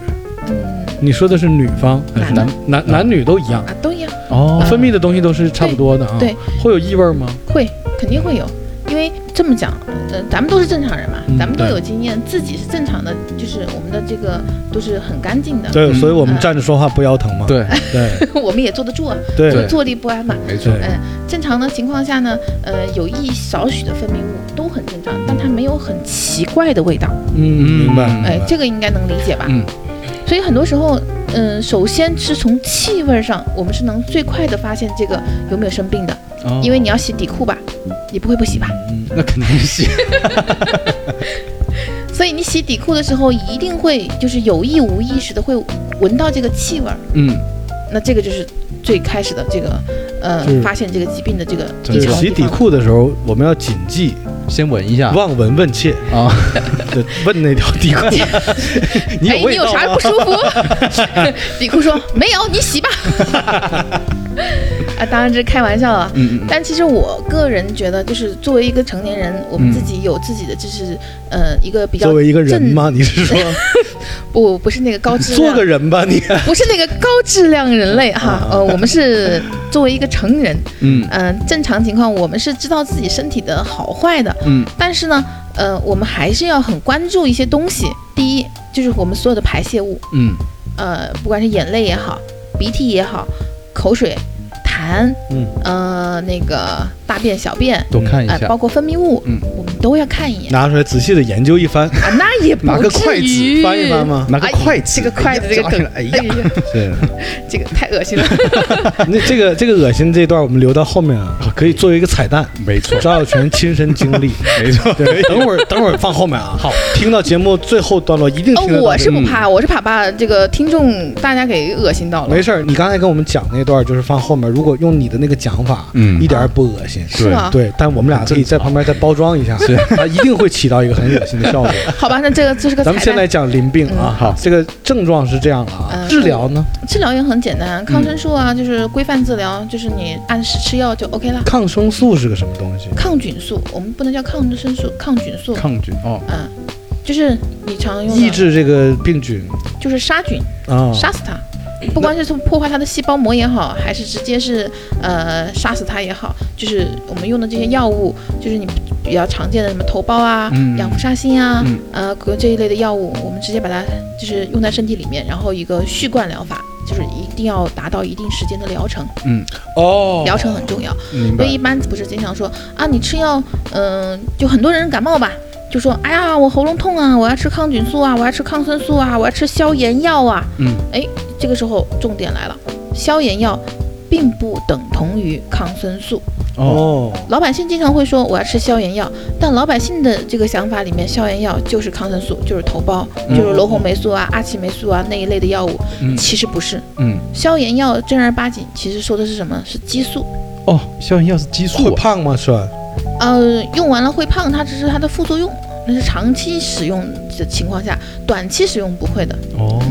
[SPEAKER 3] 嗯
[SPEAKER 2] 你说的是女方还是
[SPEAKER 3] 男
[SPEAKER 2] 男嗯男男女都一样，
[SPEAKER 3] 啊都一样，
[SPEAKER 1] 哦
[SPEAKER 2] 分泌的东西都是差不多的啊。
[SPEAKER 3] 对，
[SPEAKER 2] 会有异味吗？
[SPEAKER 3] 会肯定会有，因为这么讲，呃，咱们都是正常人嘛，
[SPEAKER 2] 嗯
[SPEAKER 3] 咱们都
[SPEAKER 2] 对
[SPEAKER 3] 有经验，自己是正常的，就是我们的这个都是很干净的，
[SPEAKER 2] 对，
[SPEAKER 1] 嗯
[SPEAKER 2] 所以我们站着说话不腰疼嘛。
[SPEAKER 1] 对，
[SPEAKER 2] 对
[SPEAKER 3] 我们也坐得住啊，
[SPEAKER 2] 对
[SPEAKER 1] 对
[SPEAKER 3] 坐立不安嘛。
[SPEAKER 1] 没错，
[SPEAKER 2] 对
[SPEAKER 3] 正常的情况下呢，呃，有一少许的分泌物都很正常，但它没有很奇怪的味道。
[SPEAKER 2] 嗯，明白。
[SPEAKER 1] 嗯
[SPEAKER 3] 哎
[SPEAKER 2] 明白，
[SPEAKER 3] 这个应该能理解吧？
[SPEAKER 1] 嗯。
[SPEAKER 3] 所以很多时候，嗯、首先是从气味上，我们是能最快的发现这个有没有生病的，
[SPEAKER 1] 哦
[SPEAKER 3] 因为你要洗底裤吧，你不会不洗吧？
[SPEAKER 1] 嗯那肯定是，
[SPEAKER 3] 所以你洗底裤的时候，一定会就是有意无意识的会闻到这个气味儿，
[SPEAKER 1] 嗯
[SPEAKER 3] 那这个就是最开始的这个呃
[SPEAKER 2] 就是
[SPEAKER 3] 发现这个疾病的这个
[SPEAKER 1] 就
[SPEAKER 2] 就是
[SPEAKER 3] 地
[SPEAKER 1] 是
[SPEAKER 3] 球
[SPEAKER 2] 洗底裤的时候，我们要谨记
[SPEAKER 1] 先闻一下
[SPEAKER 2] 望闻问切，
[SPEAKER 1] 啊，
[SPEAKER 2] 就问那条 底裤，你
[SPEAKER 3] 哎，
[SPEAKER 2] 有
[SPEAKER 3] 你
[SPEAKER 2] 味
[SPEAKER 3] 有
[SPEAKER 2] 道
[SPEAKER 3] 啥
[SPEAKER 2] 吗
[SPEAKER 3] 不？舒服？ 底裤说没有，你洗吧。 啊，当然这是开玩笑啊。
[SPEAKER 1] 嗯嗯，
[SPEAKER 3] 但其实我个人觉得，就是作为一个成年人，我们
[SPEAKER 1] 嗯
[SPEAKER 3] 自己有自己的，就是呃，一个比较
[SPEAKER 2] 作为一个人
[SPEAKER 3] 正
[SPEAKER 2] 吗？你是说
[SPEAKER 3] 啊不不是那个高质
[SPEAKER 2] 做
[SPEAKER 3] 量
[SPEAKER 2] 个，人吧？你
[SPEAKER 3] 不是那个高质量人类哈。呃，我们是作为一个成人，
[SPEAKER 1] 啊嗯
[SPEAKER 3] 嗯、正常情况我们是知道自己身体的好坏的，
[SPEAKER 1] 嗯
[SPEAKER 3] 但是呢，呃，我们还是要很关注一些东西。第一就是我们所有的排泄物，
[SPEAKER 1] 嗯
[SPEAKER 3] 呃，不管是眼泪也好，鼻涕也好，口水、痰，
[SPEAKER 2] 嗯，
[SPEAKER 3] 呃，那个大便、小便，
[SPEAKER 1] 多看一
[SPEAKER 3] 呃，
[SPEAKER 1] 下
[SPEAKER 3] 包括分泌物，
[SPEAKER 1] 嗯，
[SPEAKER 3] 我们都要看一眼。
[SPEAKER 2] 拿出来仔细的研究一番，
[SPEAKER 3] 啊，那也不
[SPEAKER 1] 拿个筷
[SPEAKER 3] 至
[SPEAKER 1] 子
[SPEAKER 3] 于。
[SPEAKER 2] 翻一翻吗？
[SPEAKER 1] 拿个
[SPEAKER 3] 哎
[SPEAKER 1] 筷子，
[SPEAKER 3] 这个筷子
[SPEAKER 1] 哎呀
[SPEAKER 3] 这个
[SPEAKER 1] 夹起
[SPEAKER 3] 梗
[SPEAKER 1] 来哎呀，
[SPEAKER 3] 哎呀，
[SPEAKER 2] 对，
[SPEAKER 3] 这个太恶心了。
[SPEAKER 2] 那这个这个恶心这一段我们留到后面啊，可以作为一个彩蛋。
[SPEAKER 1] 没错
[SPEAKER 2] 赵小泉亲身经历，
[SPEAKER 1] 没错，
[SPEAKER 2] 对，等会儿等会儿放后面啊。好，听到节目最后段落一定
[SPEAKER 3] 哦
[SPEAKER 2] 听得，到嗯
[SPEAKER 3] 我
[SPEAKER 2] 这
[SPEAKER 3] 是
[SPEAKER 2] 个
[SPEAKER 3] 不怕，我是怕把这个听众大家给恶心到了
[SPEAKER 2] 没。事儿，你刚才跟我们讲那段就是放后面，如果用你的那个讲法，
[SPEAKER 1] 嗯
[SPEAKER 2] 一点儿也不恶心。
[SPEAKER 3] 是吗？
[SPEAKER 2] 对，但我们俩可以在旁边再包装一下，是它一定会起到一个很恶心的效果。
[SPEAKER 3] 好吧，那这个这是个
[SPEAKER 2] 咱们
[SPEAKER 3] 彩
[SPEAKER 2] 先
[SPEAKER 3] 蛋
[SPEAKER 2] 来。讲淋病
[SPEAKER 1] 嗯，
[SPEAKER 2] 啊
[SPEAKER 1] 好
[SPEAKER 2] 这个症状是这样的啊，
[SPEAKER 3] 嗯
[SPEAKER 2] 治疗呢，
[SPEAKER 3] 治疗也很简单，抗
[SPEAKER 2] 嗯
[SPEAKER 3] 生素啊，就是规范治疗，就是你按时吃药就 OK 了。
[SPEAKER 2] 抗生素是个什么东西？
[SPEAKER 3] 抗菌素，我们不能叫抗生素，抗菌素，
[SPEAKER 1] 抗菌哦，
[SPEAKER 3] 嗯，就是你常用
[SPEAKER 2] 抑
[SPEAKER 3] 的，
[SPEAKER 2] 制这个病菌
[SPEAKER 3] 就是杀菌，
[SPEAKER 2] 啊，
[SPEAKER 1] 嗯
[SPEAKER 3] 杀死它。不光是从破坏它的细胞膜也好，还是直接是呃杀死它也好，就是我们用的这些药物，就是你比较常见的什么头孢啊、
[SPEAKER 1] 嗯
[SPEAKER 3] 氧氟沙星啊、
[SPEAKER 1] 嗯
[SPEAKER 3] 呃这一类的药物，我们直接把它就是用在身体里面，然后一个序贯疗法，就是一定要达到一定时间的疗程，
[SPEAKER 2] 哦
[SPEAKER 3] 疗程很重要。
[SPEAKER 1] 明
[SPEAKER 3] 所
[SPEAKER 1] 白
[SPEAKER 3] 以一般不是经常说啊，你吃药，嗯、就很多人感冒吧，就说哎呀，我喉咙痛啊，我要吃抗菌素啊，我要吃抗生素啊，我要吃消炎药啊。
[SPEAKER 1] 嗯，
[SPEAKER 3] 哎，这个时候重点来了，消炎药并不等同于抗生素。
[SPEAKER 1] 哦，
[SPEAKER 2] 哦，
[SPEAKER 3] 老百姓经常会说我要吃消炎药，但老百姓的这个想法里面，消炎药就是抗生素，就是头孢，
[SPEAKER 1] 嗯
[SPEAKER 3] 就是罗红霉素啊、阿奇霉素啊那一类的药物。
[SPEAKER 1] 嗯
[SPEAKER 3] 其实不是，
[SPEAKER 1] 嗯
[SPEAKER 3] 消炎药正儿八经其实说的是什么？是激素。
[SPEAKER 1] 哦，消炎药是激
[SPEAKER 2] 会
[SPEAKER 1] 素啊，
[SPEAKER 2] 胖吗？吃完？
[SPEAKER 3] 呃，用完了会胖，它只是它的副作用，那是长期使用的情况下，短期使用不会的。
[SPEAKER 1] 哦，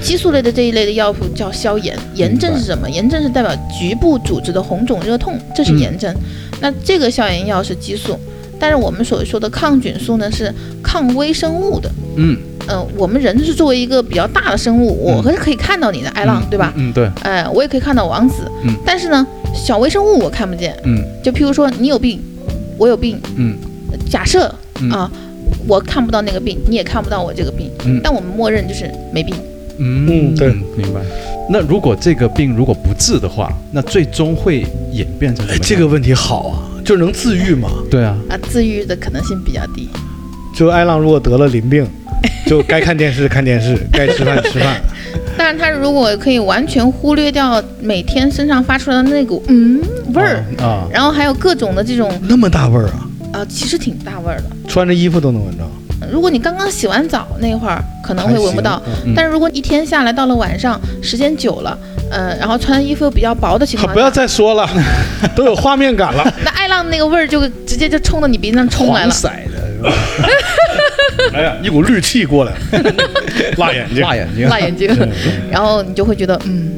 [SPEAKER 3] 激素类的这一类的药物叫消炎，炎症是什么？炎症是代表局部组织的红肿热痛，这是炎症。
[SPEAKER 1] 嗯
[SPEAKER 3] 那这个消炎药是激素，但是我们所说的抗菌素呢是抗微生物的。
[SPEAKER 1] 嗯，
[SPEAKER 3] 嗯、我们人是作为一个比较大的生物，我
[SPEAKER 1] 嗯
[SPEAKER 3] 还是可以看到你的，艾浪，
[SPEAKER 1] 嗯
[SPEAKER 3] 对吧？
[SPEAKER 1] 嗯，对，
[SPEAKER 3] 哎、我也可以看到王子，
[SPEAKER 1] 嗯
[SPEAKER 3] 但是呢，小微生物我看不见。
[SPEAKER 1] 嗯
[SPEAKER 3] 就譬如说你有病，我有病，
[SPEAKER 1] 嗯，
[SPEAKER 3] 假设、
[SPEAKER 1] 嗯
[SPEAKER 3] 啊，我看不到那个病，你也看不到我这个病，
[SPEAKER 1] 嗯
[SPEAKER 3] 但我们默认就是没病。
[SPEAKER 1] 嗯
[SPEAKER 2] 嗯对
[SPEAKER 1] 明白。那如果这个病如果不治的话，那最终会演变成什么
[SPEAKER 2] 哎
[SPEAKER 1] 样？
[SPEAKER 2] 这个问题好啊，就是能自愈吗？
[SPEAKER 1] 对啊，
[SPEAKER 3] 啊，自愈的可能性比较低。
[SPEAKER 2] 就艾浪如果得了淋病，就该看电视看电视，该吃饭吃饭。
[SPEAKER 3] 但是他如果可以完全忽略掉每天身上发出来的那股嗯味儿，
[SPEAKER 2] 哦
[SPEAKER 1] 啊，
[SPEAKER 3] 然后还有各种的这种
[SPEAKER 2] 那么大味儿啊，
[SPEAKER 3] 啊、其实挺大味儿的。
[SPEAKER 2] 穿着衣服都能闻着，
[SPEAKER 3] 如果你刚刚洗完澡那会儿，可能会闻不到
[SPEAKER 2] 还。行。嗯
[SPEAKER 1] 嗯
[SPEAKER 3] 但是如果一天下来到了晚上，时间久了，呃，然后穿衣服又比较薄的情
[SPEAKER 2] 好，
[SPEAKER 3] 况
[SPEAKER 2] 啊不
[SPEAKER 3] 下
[SPEAKER 2] 要，再说了，都有画面感了，
[SPEAKER 3] 那艾浪那个味儿就直接就冲到你鼻子上冲来
[SPEAKER 2] 黄。
[SPEAKER 3] 了
[SPEAKER 2] 色的是吧，哎呀，一股绿气过来了，辣眼睛，
[SPEAKER 1] 辣眼睛，
[SPEAKER 3] 辣眼睛，然后你就会觉得，嗯，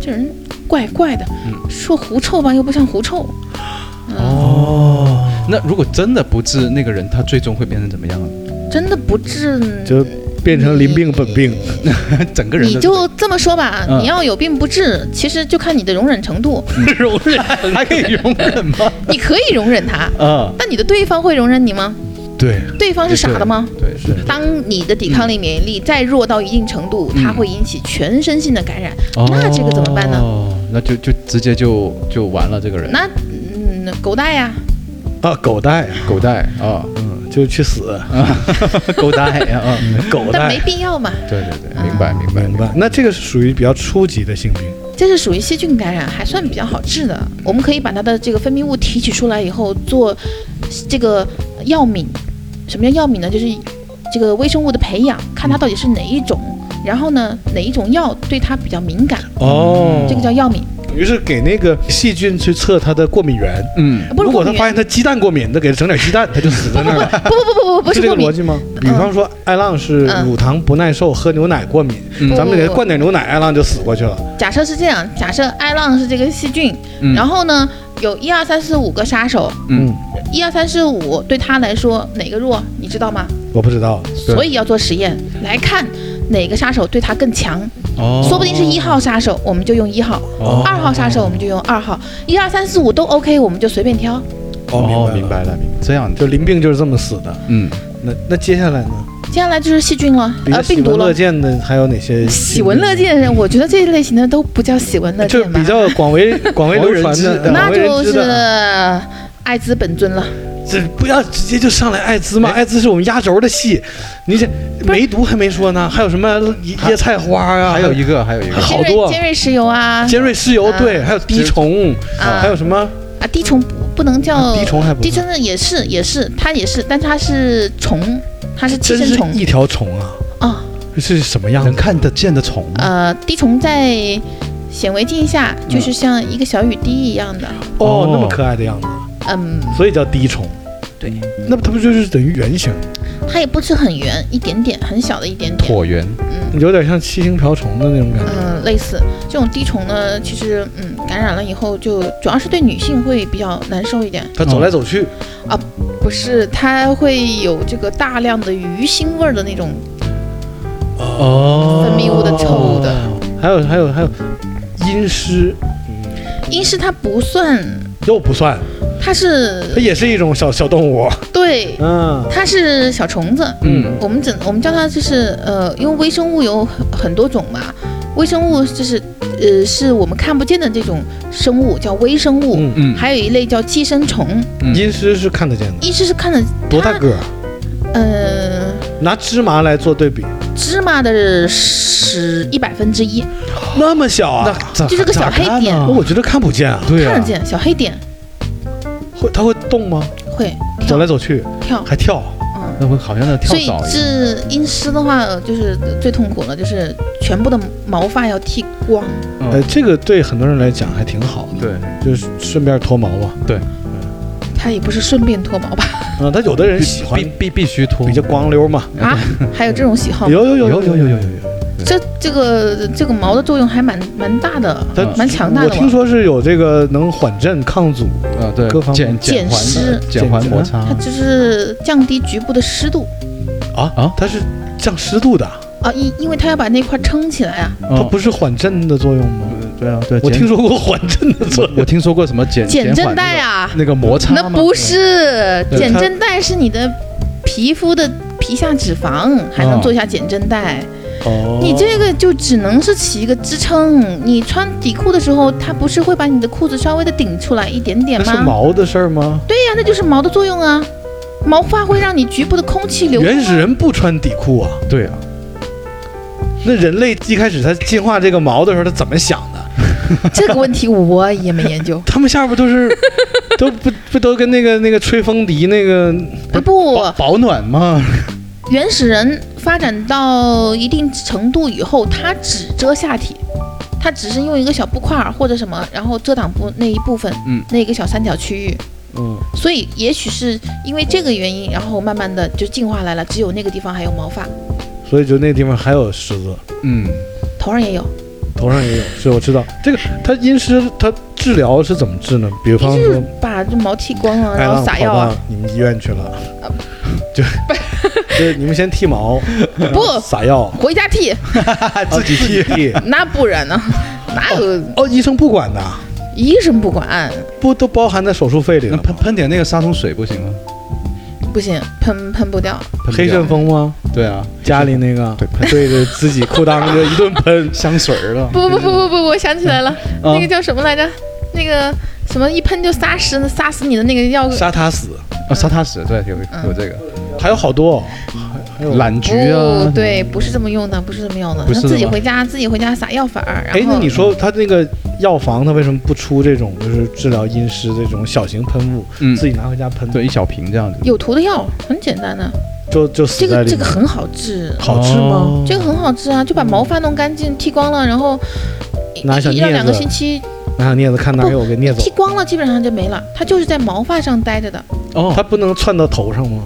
[SPEAKER 3] 这人怪怪的，说狐臭吧又不像狐臭，
[SPEAKER 1] 哦，那如果真的不治那个人，他最终会变成怎么样？
[SPEAKER 3] 真的不治。
[SPEAKER 2] 就变成淋病本病。
[SPEAKER 1] 整个人
[SPEAKER 3] 你
[SPEAKER 1] 都
[SPEAKER 3] 就这么说吧，
[SPEAKER 1] 嗯
[SPEAKER 3] 你要有病不治，其实就看你的容忍程度，
[SPEAKER 1] 容忍，还可以容忍吗？
[SPEAKER 3] 你可以容忍他，
[SPEAKER 1] 啊，
[SPEAKER 3] 但你的对方会容忍你吗？
[SPEAKER 2] 对，
[SPEAKER 3] 对方是傻的吗？
[SPEAKER 1] 对，是
[SPEAKER 3] 当你的抵抗力、免疫力再弱到一定程度，它
[SPEAKER 1] 嗯
[SPEAKER 3] 会引起全身性的感染，那这个怎么办呢？
[SPEAKER 1] 哦，那就就直接就就完了这个人，
[SPEAKER 3] 那嗯，狗带呀、
[SPEAKER 2] 啊，狗带啊，
[SPEAKER 1] 狗 带啊，
[SPEAKER 2] 嗯，就去死，
[SPEAKER 1] 狗 带啊，
[SPEAKER 2] 狗带
[SPEAKER 3] 但没。必要嘛。
[SPEAKER 1] 对对对，明白明白
[SPEAKER 2] 明白，那这个是属于比较初级的性病，
[SPEAKER 3] 这是属于细菌感染，还算比较好治的。我们可以把它的这个分泌物提取出来以后做这个药敏。什么叫药敏呢？就是这个微生物的培养，看它到底是哪一种，然后呢哪一种药对它比较敏感，
[SPEAKER 2] 哦
[SPEAKER 3] 这个叫药敏。
[SPEAKER 2] 于是给那个细菌去测它的过敏源。
[SPEAKER 1] 嗯，
[SPEAKER 3] 不是
[SPEAKER 2] 如果
[SPEAKER 3] 过
[SPEAKER 2] 他
[SPEAKER 3] 敏
[SPEAKER 2] 发现
[SPEAKER 3] 源，
[SPEAKER 2] 他鸡蛋过敏，那给他整点鸡蛋，他就死在那儿了。
[SPEAKER 3] 不不不不不
[SPEAKER 2] 是
[SPEAKER 3] 是
[SPEAKER 2] 这
[SPEAKER 3] 过
[SPEAKER 2] 个逻
[SPEAKER 3] 敏，
[SPEAKER 2] 辑吗？比方说，艾浪是
[SPEAKER 3] 嗯
[SPEAKER 2] 乳糖不耐受，喝牛奶过敏，
[SPEAKER 1] 嗯
[SPEAKER 2] 咱们给
[SPEAKER 3] 不不
[SPEAKER 2] 他
[SPEAKER 3] 不
[SPEAKER 2] 灌点牛奶，艾浪就死过去了。
[SPEAKER 3] 假设是这样，假设艾浪是这个细菌，
[SPEAKER 1] 嗯
[SPEAKER 3] 然后呢有一二三四五个杀手，
[SPEAKER 1] 嗯，
[SPEAKER 3] 一二三四五对他来说哪个弱，你知道吗？
[SPEAKER 2] 我不知道，对
[SPEAKER 3] 所以要做实验来看哪个杀手对他更强，
[SPEAKER 1] 哦，
[SPEAKER 3] 说不定是一号杀手，我们就用一号；
[SPEAKER 1] 哦
[SPEAKER 3] 二号杀手我们就用二号，一二三四五都 OK，我们就随便挑。
[SPEAKER 1] 哦
[SPEAKER 2] 哦，
[SPEAKER 1] 明
[SPEAKER 2] 明
[SPEAKER 1] 白
[SPEAKER 2] 白了，明白了。
[SPEAKER 1] 这样的，
[SPEAKER 2] 就淋病就是这么死的。
[SPEAKER 1] 嗯，
[SPEAKER 2] 那那接下来呢？
[SPEAKER 3] 接下来就是细菌了，
[SPEAKER 2] 比较
[SPEAKER 3] 呃，
[SPEAKER 2] 喜
[SPEAKER 3] 啊病
[SPEAKER 2] 闻
[SPEAKER 3] 毒
[SPEAKER 2] 乐
[SPEAKER 3] 了。
[SPEAKER 2] 见的还有哪些？
[SPEAKER 3] 喜闻乐。见的人，我觉得这一类型的都不叫喜闻乐
[SPEAKER 2] 就是
[SPEAKER 3] 见吧
[SPEAKER 2] 比，较 广为广为流传的，
[SPEAKER 1] 广
[SPEAKER 3] 那
[SPEAKER 2] 广为人
[SPEAKER 3] 就
[SPEAKER 2] 知
[SPEAKER 3] 是
[SPEAKER 2] 的。
[SPEAKER 3] 艾滋本尊了。
[SPEAKER 2] 这不要直接就上来艾滋嘛，
[SPEAKER 1] 哎
[SPEAKER 2] 艾滋是我们压轴的戏。你这梅毒还没说呢，还有什么椰
[SPEAKER 1] 还
[SPEAKER 2] 椰菜花啊？
[SPEAKER 1] 还有一个，还有一个，
[SPEAKER 2] 好
[SPEAKER 3] 尖锐
[SPEAKER 2] 多
[SPEAKER 3] 尖锐石油啊
[SPEAKER 2] 尖锐湿疣，
[SPEAKER 3] 啊
[SPEAKER 2] 对，还有滴虫，
[SPEAKER 3] 啊
[SPEAKER 2] 还有什么
[SPEAKER 3] 啊，滴虫不不能叫
[SPEAKER 2] 啊滴虫还不
[SPEAKER 3] 滴虫也是也是，它也是，但它是虫，它是寄
[SPEAKER 2] 真
[SPEAKER 3] 生
[SPEAKER 2] 是
[SPEAKER 3] 虫
[SPEAKER 2] 一条虫啊，
[SPEAKER 3] 啊。
[SPEAKER 2] 是什么样
[SPEAKER 1] 能
[SPEAKER 2] 子？
[SPEAKER 1] 看得见的虫吗，
[SPEAKER 3] 呃，滴虫在显微镜下就是像一个小雨滴一样的，
[SPEAKER 1] 哦
[SPEAKER 2] 哦，那么可爱的样子，
[SPEAKER 3] 嗯，
[SPEAKER 2] 所以叫滴虫。
[SPEAKER 3] 对，
[SPEAKER 2] 那它不就是等于圆形，
[SPEAKER 3] 它也不是很圆，一点点，很小的一点点，
[SPEAKER 1] 椭圆，
[SPEAKER 2] 有点像七星瓢虫的那种感觉。
[SPEAKER 3] 嗯，类似这种滴虫呢，其实嗯，感染了以后就主要是对女性会比较难受一点，
[SPEAKER 2] 它走来走去，
[SPEAKER 3] 不是它会有这个大量的鱼腥味儿的那种，
[SPEAKER 1] 哦
[SPEAKER 3] 分泌物的臭的
[SPEAKER 2] 哦还有还有还有阴湿，
[SPEAKER 3] 因是它不算，
[SPEAKER 2] 又不算，
[SPEAKER 3] 它
[SPEAKER 2] 它
[SPEAKER 3] 是
[SPEAKER 2] 也是一种小小动物。
[SPEAKER 3] 对，
[SPEAKER 2] 嗯
[SPEAKER 3] 它是小虫子，
[SPEAKER 1] 嗯，
[SPEAKER 3] 我们整我们叫它就是呃，因为微生物有很很多种嘛，微生物就是呃是我们看不见的这种生物叫微生物，
[SPEAKER 2] 嗯，
[SPEAKER 1] 嗯，
[SPEAKER 3] 还有一类叫寄生虫，
[SPEAKER 1] 嗯
[SPEAKER 2] 阴湿是看得见的，
[SPEAKER 3] 一只是看着
[SPEAKER 2] 多大个儿？啊
[SPEAKER 3] 呃
[SPEAKER 2] 拿芝麻来做对比，
[SPEAKER 3] 芝麻的十一百分之一，
[SPEAKER 2] 那么小啊？
[SPEAKER 1] 那
[SPEAKER 3] 就是个小黑点
[SPEAKER 2] 那我觉得看不见啊，
[SPEAKER 1] 对
[SPEAKER 3] 看
[SPEAKER 1] 啊
[SPEAKER 3] 得，见小黑点
[SPEAKER 2] 会它会动吗？
[SPEAKER 3] 会
[SPEAKER 2] 走
[SPEAKER 3] 跳
[SPEAKER 2] 来走去，
[SPEAKER 3] 跳，
[SPEAKER 2] 还跳，
[SPEAKER 3] 嗯。
[SPEAKER 1] 那会好像在跳
[SPEAKER 3] 所以
[SPEAKER 1] 蚤一样，
[SPEAKER 3] 治阴湿的话，呃就是最痛苦了，就是全部的毛发要剃光。
[SPEAKER 2] 呃，这个对很多人来讲还挺好的，
[SPEAKER 1] 嗯对，
[SPEAKER 2] 就是顺便脱毛嘛。
[SPEAKER 3] 它也不是顺便脱毛吧？
[SPEAKER 2] 嗯，他有的人喜欢
[SPEAKER 1] 必必必须脱，
[SPEAKER 2] 比较光溜嘛，
[SPEAKER 3] 啊， 还有这种喜好吗？
[SPEAKER 2] 有有有
[SPEAKER 1] 有有有有有
[SPEAKER 2] 有，
[SPEAKER 1] 有，
[SPEAKER 3] 这这个这个毛的作用还蛮蛮大的，
[SPEAKER 2] 它
[SPEAKER 3] 蛮强
[SPEAKER 2] 嗯
[SPEAKER 3] 大
[SPEAKER 2] 我
[SPEAKER 3] 的。
[SPEAKER 2] 听说是有这个能缓震、抗阻，
[SPEAKER 1] 啊对
[SPEAKER 2] 各，方
[SPEAKER 1] 减
[SPEAKER 2] 面
[SPEAKER 1] 减
[SPEAKER 3] 减
[SPEAKER 1] 环
[SPEAKER 3] 湿
[SPEAKER 1] 减嗯环摩擦
[SPEAKER 3] 它就是降低局部的湿度
[SPEAKER 1] 啊啊，
[SPEAKER 2] 它是降湿度的，
[SPEAKER 3] 啊，因因为它要把那块撑起来啊。
[SPEAKER 2] 它
[SPEAKER 1] 哦
[SPEAKER 2] 不是缓震的作用吗？
[SPEAKER 1] 对啊对，
[SPEAKER 2] 我
[SPEAKER 1] 减
[SPEAKER 2] 听说过缓震的作
[SPEAKER 1] 我
[SPEAKER 2] 用，
[SPEAKER 1] 听说过什么减
[SPEAKER 3] 减
[SPEAKER 1] 缓
[SPEAKER 3] 震带
[SPEAKER 1] 那个
[SPEAKER 3] 啊，
[SPEAKER 1] 那个摩擦
[SPEAKER 3] 那
[SPEAKER 1] 吗
[SPEAKER 3] 不是
[SPEAKER 2] 对
[SPEAKER 3] 减
[SPEAKER 2] 它
[SPEAKER 3] 震带，是你的皮肤的皮下脂肪还能做一下减震带。
[SPEAKER 2] 啊哦
[SPEAKER 3] 你这个就只能是起一个支撑。你穿底裤的时候，它不是会把你的裤子稍微的顶出来一点点
[SPEAKER 2] 那
[SPEAKER 3] 吗？
[SPEAKER 2] 是毛的事儿吗？
[SPEAKER 3] 对呀、那就是毛的作用啊。毛发会让你局部的空气流通啊。
[SPEAKER 2] 原始人不穿底裤啊，
[SPEAKER 1] 对啊，
[SPEAKER 2] 那人类一开始他进化这个毛的时候，他怎么想的？。
[SPEAKER 3] 这个问题我也没研究
[SPEAKER 2] 他们下边都是都不不都跟那个那个吹风笛那个
[SPEAKER 3] 不不
[SPEAKER 1] 保，保暖嘛，
[SPEAKER 3] 原始人发展到一定程度以后，他只遮下体，他只是用一个小布块儿或者什么，然后遮挡部那一部分，
[SPEAKER 1] 嗯，
[SPEAKER 3] 那个小三角区域。
[SPEAKER 2] 嗯
[SPEAKER 3] 所以也许是因为这个原因，然后慢慢的就进化来了，只有那个地方还有毛发，
[SPEAKER 2] 所以就那地方还有虱子，
[SPEAKER 1] 嗯，
[SPEAKER 3] 头上也有。
[SPEAKER 2] 头上也有，是我知道这个。它阴湿，它治疗是怎么治呢？比
[SPEAKER 3] 你
[SPEAKER 2] 方
[SPEAKER 3] 就是
[SPEAKER 2] 说，
[SPEAKER 3] 把这毛剃光了，
[SPEAKER 2] 艾
[SPEAKER 3] 然后
[SPEAKER 2] 浪
[SPEAKER 3] 撒
[SPEAKER 2] 跑
[SPEAKER 3] 药啊呃
[SPEAKER 2] 到？你们医院去了，就就你们先剃毛，
[SPEAKER 3] 不，
[SPEAKER 2] 撒药，
[SPEAKER 3] 回家剃，
[SPEAKER 2] 自己剃。
[SPEAKER 3] 那不然呢？哪有
[SPEAKER 2] 哦，医生不管的，
[SPEAKER 3] 医生不管？
[SPEAKER 2] 不都包含在手术费里
[SPEAKER 1] 那
[SPEAKER 2] 了
[SPEAKER 1] 喷
[SPEAKER 2] 吗？
[SPEAKER 1] 喷点那个杀虫水不行吗？
[SPEAKER 3] 不行，喷喷不掉。
[SPEAKER 1] 喷不
[SPEAKER 2] 黑
[SPEAKER 1] 掉
[SPEAKER 2] 旋风吗？
[SPEAKER 1] 对 啊，
[SPEAKER 2] 家里那个
[SPEAKER 1] 对喷，
[SPEAKER 2] 对着自己裤裆就一顿 喷
[SPEAKER 1] 香水儿
[SPEAKER 2] 啊
[SPEAKER 1] 了，
[SPEAKER 3] 不不不不不，我想起来了，
[SPEAKER 1] 嗯
[SPEAKER 3] 那个叫什么来着？那个什么一喷就杀死杀死你的那个药，
[SPEAKER 2] 杀他死。
[SPEAKER 1] 啊，杀他死，对，有
[SPEAKER 3] 嗯
[SPEAKER 1] 有这个
[SPEAKER 2] 还有好多、哦，还还有。
[SPEAKER 1] 懒菊啊
[SPEAKER 3] 不，哦对，不是这么用的，不是这么用的，
[SPEAKER 1] 不是
[SPEAKER 3] 他自己
[SPEAKER 1] 的吗
[SPEAKER 3] 回家自己回家撒药粉儿，然
[SPEAKER 2] 哎，那
[SPEAKER 3] 后
[SPEAKER 2] 你说他那个药房，他为什么不出这种就是治疗阴湿的这种小型喷雾，
[SPEAKER 1] 嗯
[SPEAKER 2] 自己拿回家喷，
[SPEAKER 1] 对，一小瓶这样子，
[SPEAKER 3] 有涂的药很简单的，
[SPEAKER 2] 就就
[SPEAKER 3] 这
[SPEAKER 2] 死在
[SPEAKER 3] 个
[SPEAKER 2] 里
[SPEAKER 3] 这
[SPEAKER 2] 面。
[SPEAKER 3] 个很好治，
[SPEAKER 2] 好吃吗？
[SPEAKER 1] 哦
[SPEAKER 3] 这个很好治啊，就把毛发弄干净剃光了，然后一
[SPEAKER 2] 拿小
[SPEAKER 3] 一到
[SPEAKER 2] 镊
[SPEAKER 3] 两个
[SPEAKER 2] 子
[SPEAKER 3] 星期
[SPEAKER 2] 拿啊小镊子看哪有给镊走
[SPEAKER 3] 剃。光了基本上就没了，它就是在毛发上待着的，
[SPEAKER 1] 哦，
[SPEAKER 2] 它不能窜到头上吗？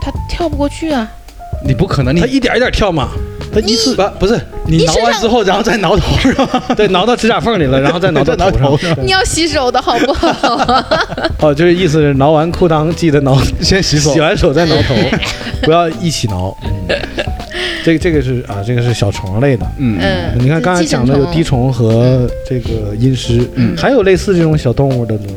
[SPEAKER 3] 它跳不过去啊。
[SPEAKER 1] 你不可能，你
[SPEAKER 2] 它一点一点跳嘛，它一次
[SPEAKER 1] 不不是你
[SPEAKER 3] 你
[SPEAKER 1] 挠
[SPEAKER 3] 身
[SPEAKER 1] 完
[SPEAKER 3] 上
[SPEAKER 1] 之后，然后再挠头是吧？
[SPEAKER 2] 对挠到指甲缝里了，然后再挠到
[SPEAKER 1] 再挠
[SPEAKER 2] 头
[SPEAKER 1] 头
[SPEAKER 2] 上。
[SPEAKER 3] 你要洗手的好不好？
[SPEAKER 2] 哦，就是意思是挠完裤裆记得挠，
[SPEAKER 1] 先洗手
[SPEAKER 2] 洗。完手再挠头，不要一起挠。嗯这个这个是啊，这个是小虫类的。
[SPEAKER 1] 嗯，
[SPEAKER 3] 嗯，
[SPEAKER 2] 你看刚才
[SPEAKER 3] 寄生
[SPEAKER 2] 讲的有
[SPEAKER 3] 虫
[SPEAKER 2] 滴虫和这个阴虱，
[SPEAKER 1] 嗯
[SPEAKER 2] 还有类似这种小动物的呢。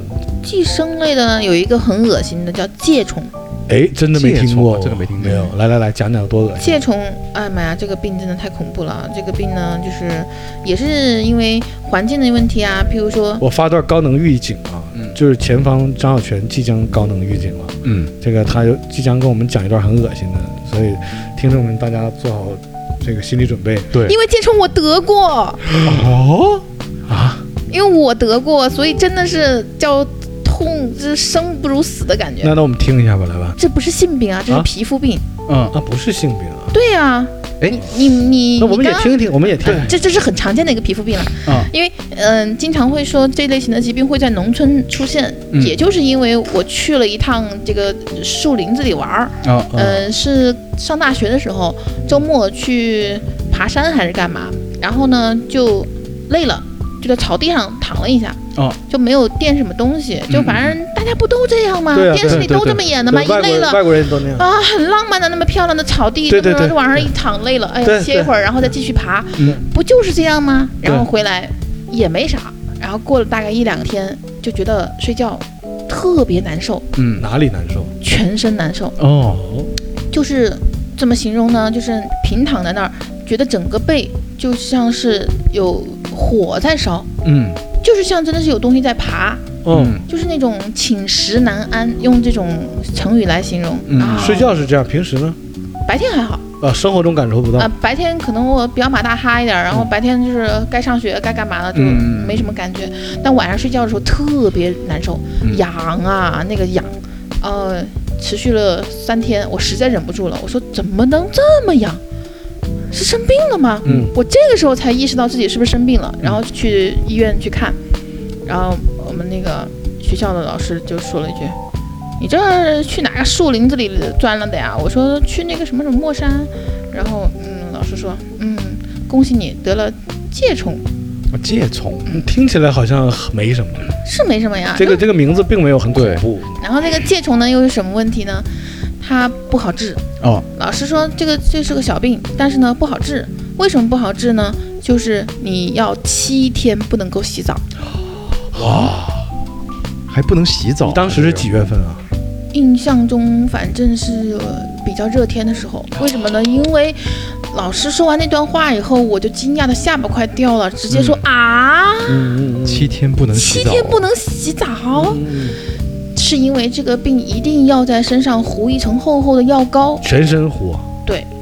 [SPEAKER 3] 寄生类的呢，有一个很恶心的叫疥虫，
[SPEAKER 2] 哎，真的没
[SPEAKER 1] 疥
[SPEAKER 2] 听
[SPEAKER 1] 虫
[SPEAKER 2] 过，
[SPEAKER 1] 这个没听过
[SPEAKER 2] 没有，来来来，讲讲多恶心。
[SPEAKER 3] 疥虫，哎妈呀，这个病真的太恐怖了。这个病呢，就是也是因为环境的问题啊，譬如说，
[SPEAKER 2] 我发段高能预警啊，
[SPEAKER 1] 嗯
[SPEAKER 2] 就是前方张小泉即将高能预警了。
[SPEAKER 1] 嗯，
[SPEAKER 2] 这个他就即将跟我们讲一段很恶心的，所以听众们大家做好这个心理准备。
[SPEAKER 1] 对
[SPEAKER 3] 因为疥虫我得过，
[SPEAKER 2] 哦啊，
[SPEAKER 3] 因为我得过，所以真的是叫痛，就是生不如死的感觉。
[SPEAKER 2] 那那我们听一下吧，来吧。
[SPEAKER 3] 这不是性病啊，这
[SPEAKER 2] 啊
[SPEAKER 3] 是皮肤病。
[SPEAKER 1] 嗯，
[SPEAKER 2] 啊，不是性病啊，
[SPEAKER 3] 对啊，
[SPEAKER 1] 哎
[SPEAKER 3] 你你你，
[SPEAKER 2] 那我们
[SPEAKER 3] 你
[SPEAKER 2] 也
[SPEAKER 3] 刚
[SPEAKER 2] 听一听，我们也听一听。
[SPEAKER 3] 这这是很常见的一个皮肤病了，
[SPEAKER 1] 啊
[SPEAKER 3] 因为嗯、经常会说这类型的疾病会在农村出现，
[SPEAKER 1] 嗯
[SPEAKER 3] 也就是因为我去了一趟这个树林子里玩儿，
[SPEAKER 1] 啊
[SPEAKER 3] 嗯、是上大学的时候，周末去爬山还是干嘛，然后呢就累了，就在草地上躺了一下，
[SPEAKER 1] 哦，
[SPEAKER 3] 就没有垫什么东西，就
[SPEAKER 1] 嗯
[SPEAKER 3] 反正大家不都这样吗？
[SPEAKER 2] 对啊
[SPEAKER 3] 电视
[SPEAKER 1] 对
[SPEAKER 3] 里
[SPEAKER 1] 对
[SPEAKER 3] 都
[SPEAKER 1] 对
[SPEAKER 3] 这么演的吗？一
[SPEAKER 2] 对外国
[SPEAKER 3] 累了
[SPEAKER 2] 人外国人都那样。
[SPEAKER 3] 啊，很浪漫的那么漂亮的草地，
[SPEAKER 2] 对
[SPEAKER 3] 这么
[SPEAKER 2] 对对
[SPEAKER 3] 往上一躺，累了，哎
[SPEAKER 2] 对
[SPEAKER 3] 呀，歇一
[SPEAKER 2] 对
[SPEAKER 3] 会儿，然后再继续爬
[SPEAKER 1] 嗯，
[SPEAKER 3] 不就是这样吗？然后
[SPEAKER 2] 对
[SPEAKER 3] 回来也没啥，然后过了大概一两天，就觉得睡觉特别难受，
[SPEAKER 1] 嗯，
[SPEAKER 2] 哪里难受？
[SPEAKER 3] 全身难受，
[SPEAKER 2] 嗯
[SPEAKER 1] 哦，
[SPEAKER 3] 就是这么形容呢，就是平躺在那儿，觉得整个背就像是有火在烧，
[SPEAKER 1] 嗯
[SPEAKER 3] 就是像真的是有东西在爬，
[SPEAKER 2] 嗯，
[SPEAKER 3] 就是那种寝食难安，用这种成语来形容
[SPEAKER 1] 嗯
[SPEAKER 3] 啊。
[SPEAKER 2] 睡觉是这样，平时呢？
[SPEAKER 3] 白天还好。
[SPEAKER 2] 啊，生活中感受不
[SPEAKER 3] 啊、
[SPEAKER 2] 到。
[SPEAKER 3] 白天可能我比较马大哈一点儿，然后白天就是该上学该干嘛了，就
[SPEAKER 1] 嗯
[SPEAKER 3] 没什么感觉。但晚上睡觉的时候特别难受，
[SPEAKER 1] 嗯
[SPEAKER 3] 痒啊，那个痒，呃，持续了三天，我实在忍不住了，我说怎么能这么痒？是生病了吗？
[SPEAKER 2] 嗯
[SPEAKER 3] 我这个时候才意识到自己是不是生病了，然后去医院去看，然后我们那个学校的老师就说了一句：“你这儿去哪个树林子里钻了的呀？”我说：“去那个什么什么墨山。”然后嗯，老师说：“嗯，恭喜你得了疥虫，
[SPEAKER 1] 疥虫，
[SPEAKER 2] 听起来好像没什么，
[SPEAKER 3] 是没什么呀。
[SPEAKER 2] 这个这个名字并没有很恐
[SPEAKER 1] 对
[SPEAKER 2] 怖。
[SPEAKER 3] 然后这个疥虫呢又是什么问题呢？它不好治。
[SPEAKER 1] 哦，
[SPEAKER 3] 老师说这个这是个小病，但是呢不好治。为什么不好治呢？就是你要七天不能够洗澡，
[SPEAKER 1] 还不能洗澡
[SPEAKER 2] 你。当时是几月份啊？
[SPEAKER 3] 印象中反正是呃比较热天的时候，为什么呢？因为老师说完那段话以后，我就惊讶的下巴快掉了，直接说、啊，
[SPEAKER 2] 嗯嗯
[SPEAKER 1] 七天不能洗
[SPEAKER 3] 七
[SPEAKER 1] 澡，
[SPEAKER 3] 天不能洗澡，
[SPEAKER 2] 嗯，
[SPEAKER 3] 是因为这个病一定要在身上糊一层厚厚的药膏，
[SPEAKER 2] 全身糊，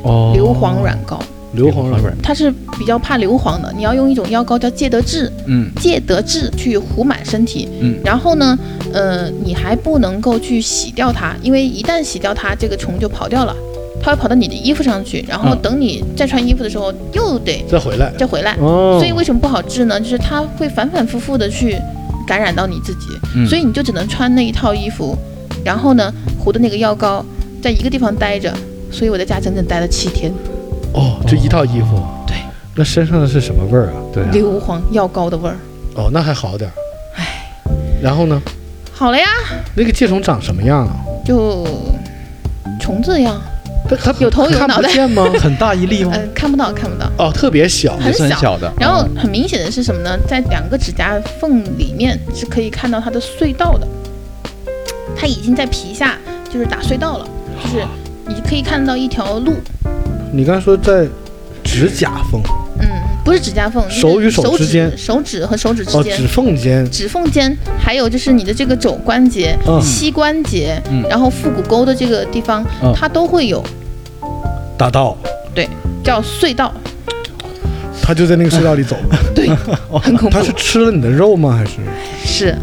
[SPEAKER 1] 哦，
[SPEAKER 3] 硫磺软膏，
[SPEAKER 2] 硫磺软。
[SPEAKER 1] 软，
[SPEAKER 3] 它是比较怕硫磺的，你要用一种药膏叫芥德治，
[SPEAKER 1] 嗯
[SPEAKER 3] 芥德治去糊满身体，
[SPEAKER 1] 嗯
[SPEAKER 3] 然后呢，呃，你还不能够去洗掉它，因为一旦洗掉它，这个虫就跑掉了，它会跑到你的衣服上去，然后
[SPEAKER 1] 嗯
[SPEAKER 3] 等你再穿衣服的时候又得
[SPEAKER 2] 再回来。
[SPEAKER 3] 再回来，
[SPEAKER 2] 哦，
[SPEAKER 3] 所以为什么不好治呢？就是它会反反复复的去感染到你自己，
[SPEAKER 1] 嗯
[SPEAKER 3] 所以你就只能穿那一套衣服，然后呢，糊的那个药膏，在一个地方待着，所以我在家整整待了七天，
[SPEAKER 2] 哦，就一套衣服。
[SPEAKER 3] 对，
[SPEAKER 2] 那身上的是什么味儿啊？对啊，
[SPEAKER 3] 硫磺药膏的味儿。
[SPEAKER 2] 哦，那还好点儿。然后呢？
[SPEAKER 3] 好了呀，
[SPEAKER 2] 那个疥虫长什么样啊？
[SPEAKER 3] 就虫子样，
[SPEAKER 2] 它它
[SPEAKER 3] 有头有
[SPEAKER 2] 看
[SPEAKER 3] 脑
[SPEAKER 2] 不
[SPEAKER 3] 袋
[SPEAKER 2] 见吗？
[SPEAKER 1] 很大一粒吗
[SPEAKER 3] 嗯、？看不到，看不到。
[SPEAKER 2] 哦，特别小。
[SPEAKER 1] 也
[SPEAKER 3] 呃很
[SPEAKER 1] 是很
[SPEAKER 3] 小
[SPEAKER 1] 小的，
[SPEAKER 3] 然后很明显的是什么呢？在两个指甲缝里面是可以看到它的隧道的，它已经在皮下就是打隧道了，就是你可以看到一条路，
[SPEAKER 2] 你刚才说在指甲缝
[SPEAKER 3] 嗯，不是指甲缝，就是
[SPEAKER 2] 手与手
[SPEAKER 3] 手
[SPEAKER 2] 之间
[SPEAKER 3] 指、手指和手指之
[SPEAKER 2] 哦，
[SPEAKER 3] 间。
[SPEAKER 2] 指缝间
[SPEAKER 3] 指缝间，还有就是你的这个肘关节、
[SPEAKER 2] 嗯
[SPEAKER 3] 膝关节，
[SPEAKER 1] 嗯
[SPEAKER 3] 然后腹股沟的这个地方，
[SPEAKER 1] 嗯
[SPEAKER 3] 它都会有
[SPEAKER 2] 打到，
[SPEAKER 3] 叫隧道，
[SPEAKER 2] 它就在那个隧道里 走。
[SPEAKER 3] 对，很恐怖
[SPEAKER 2] 哦它，是吃了你的肉吗？还是
[SPEAKER 3] 哎是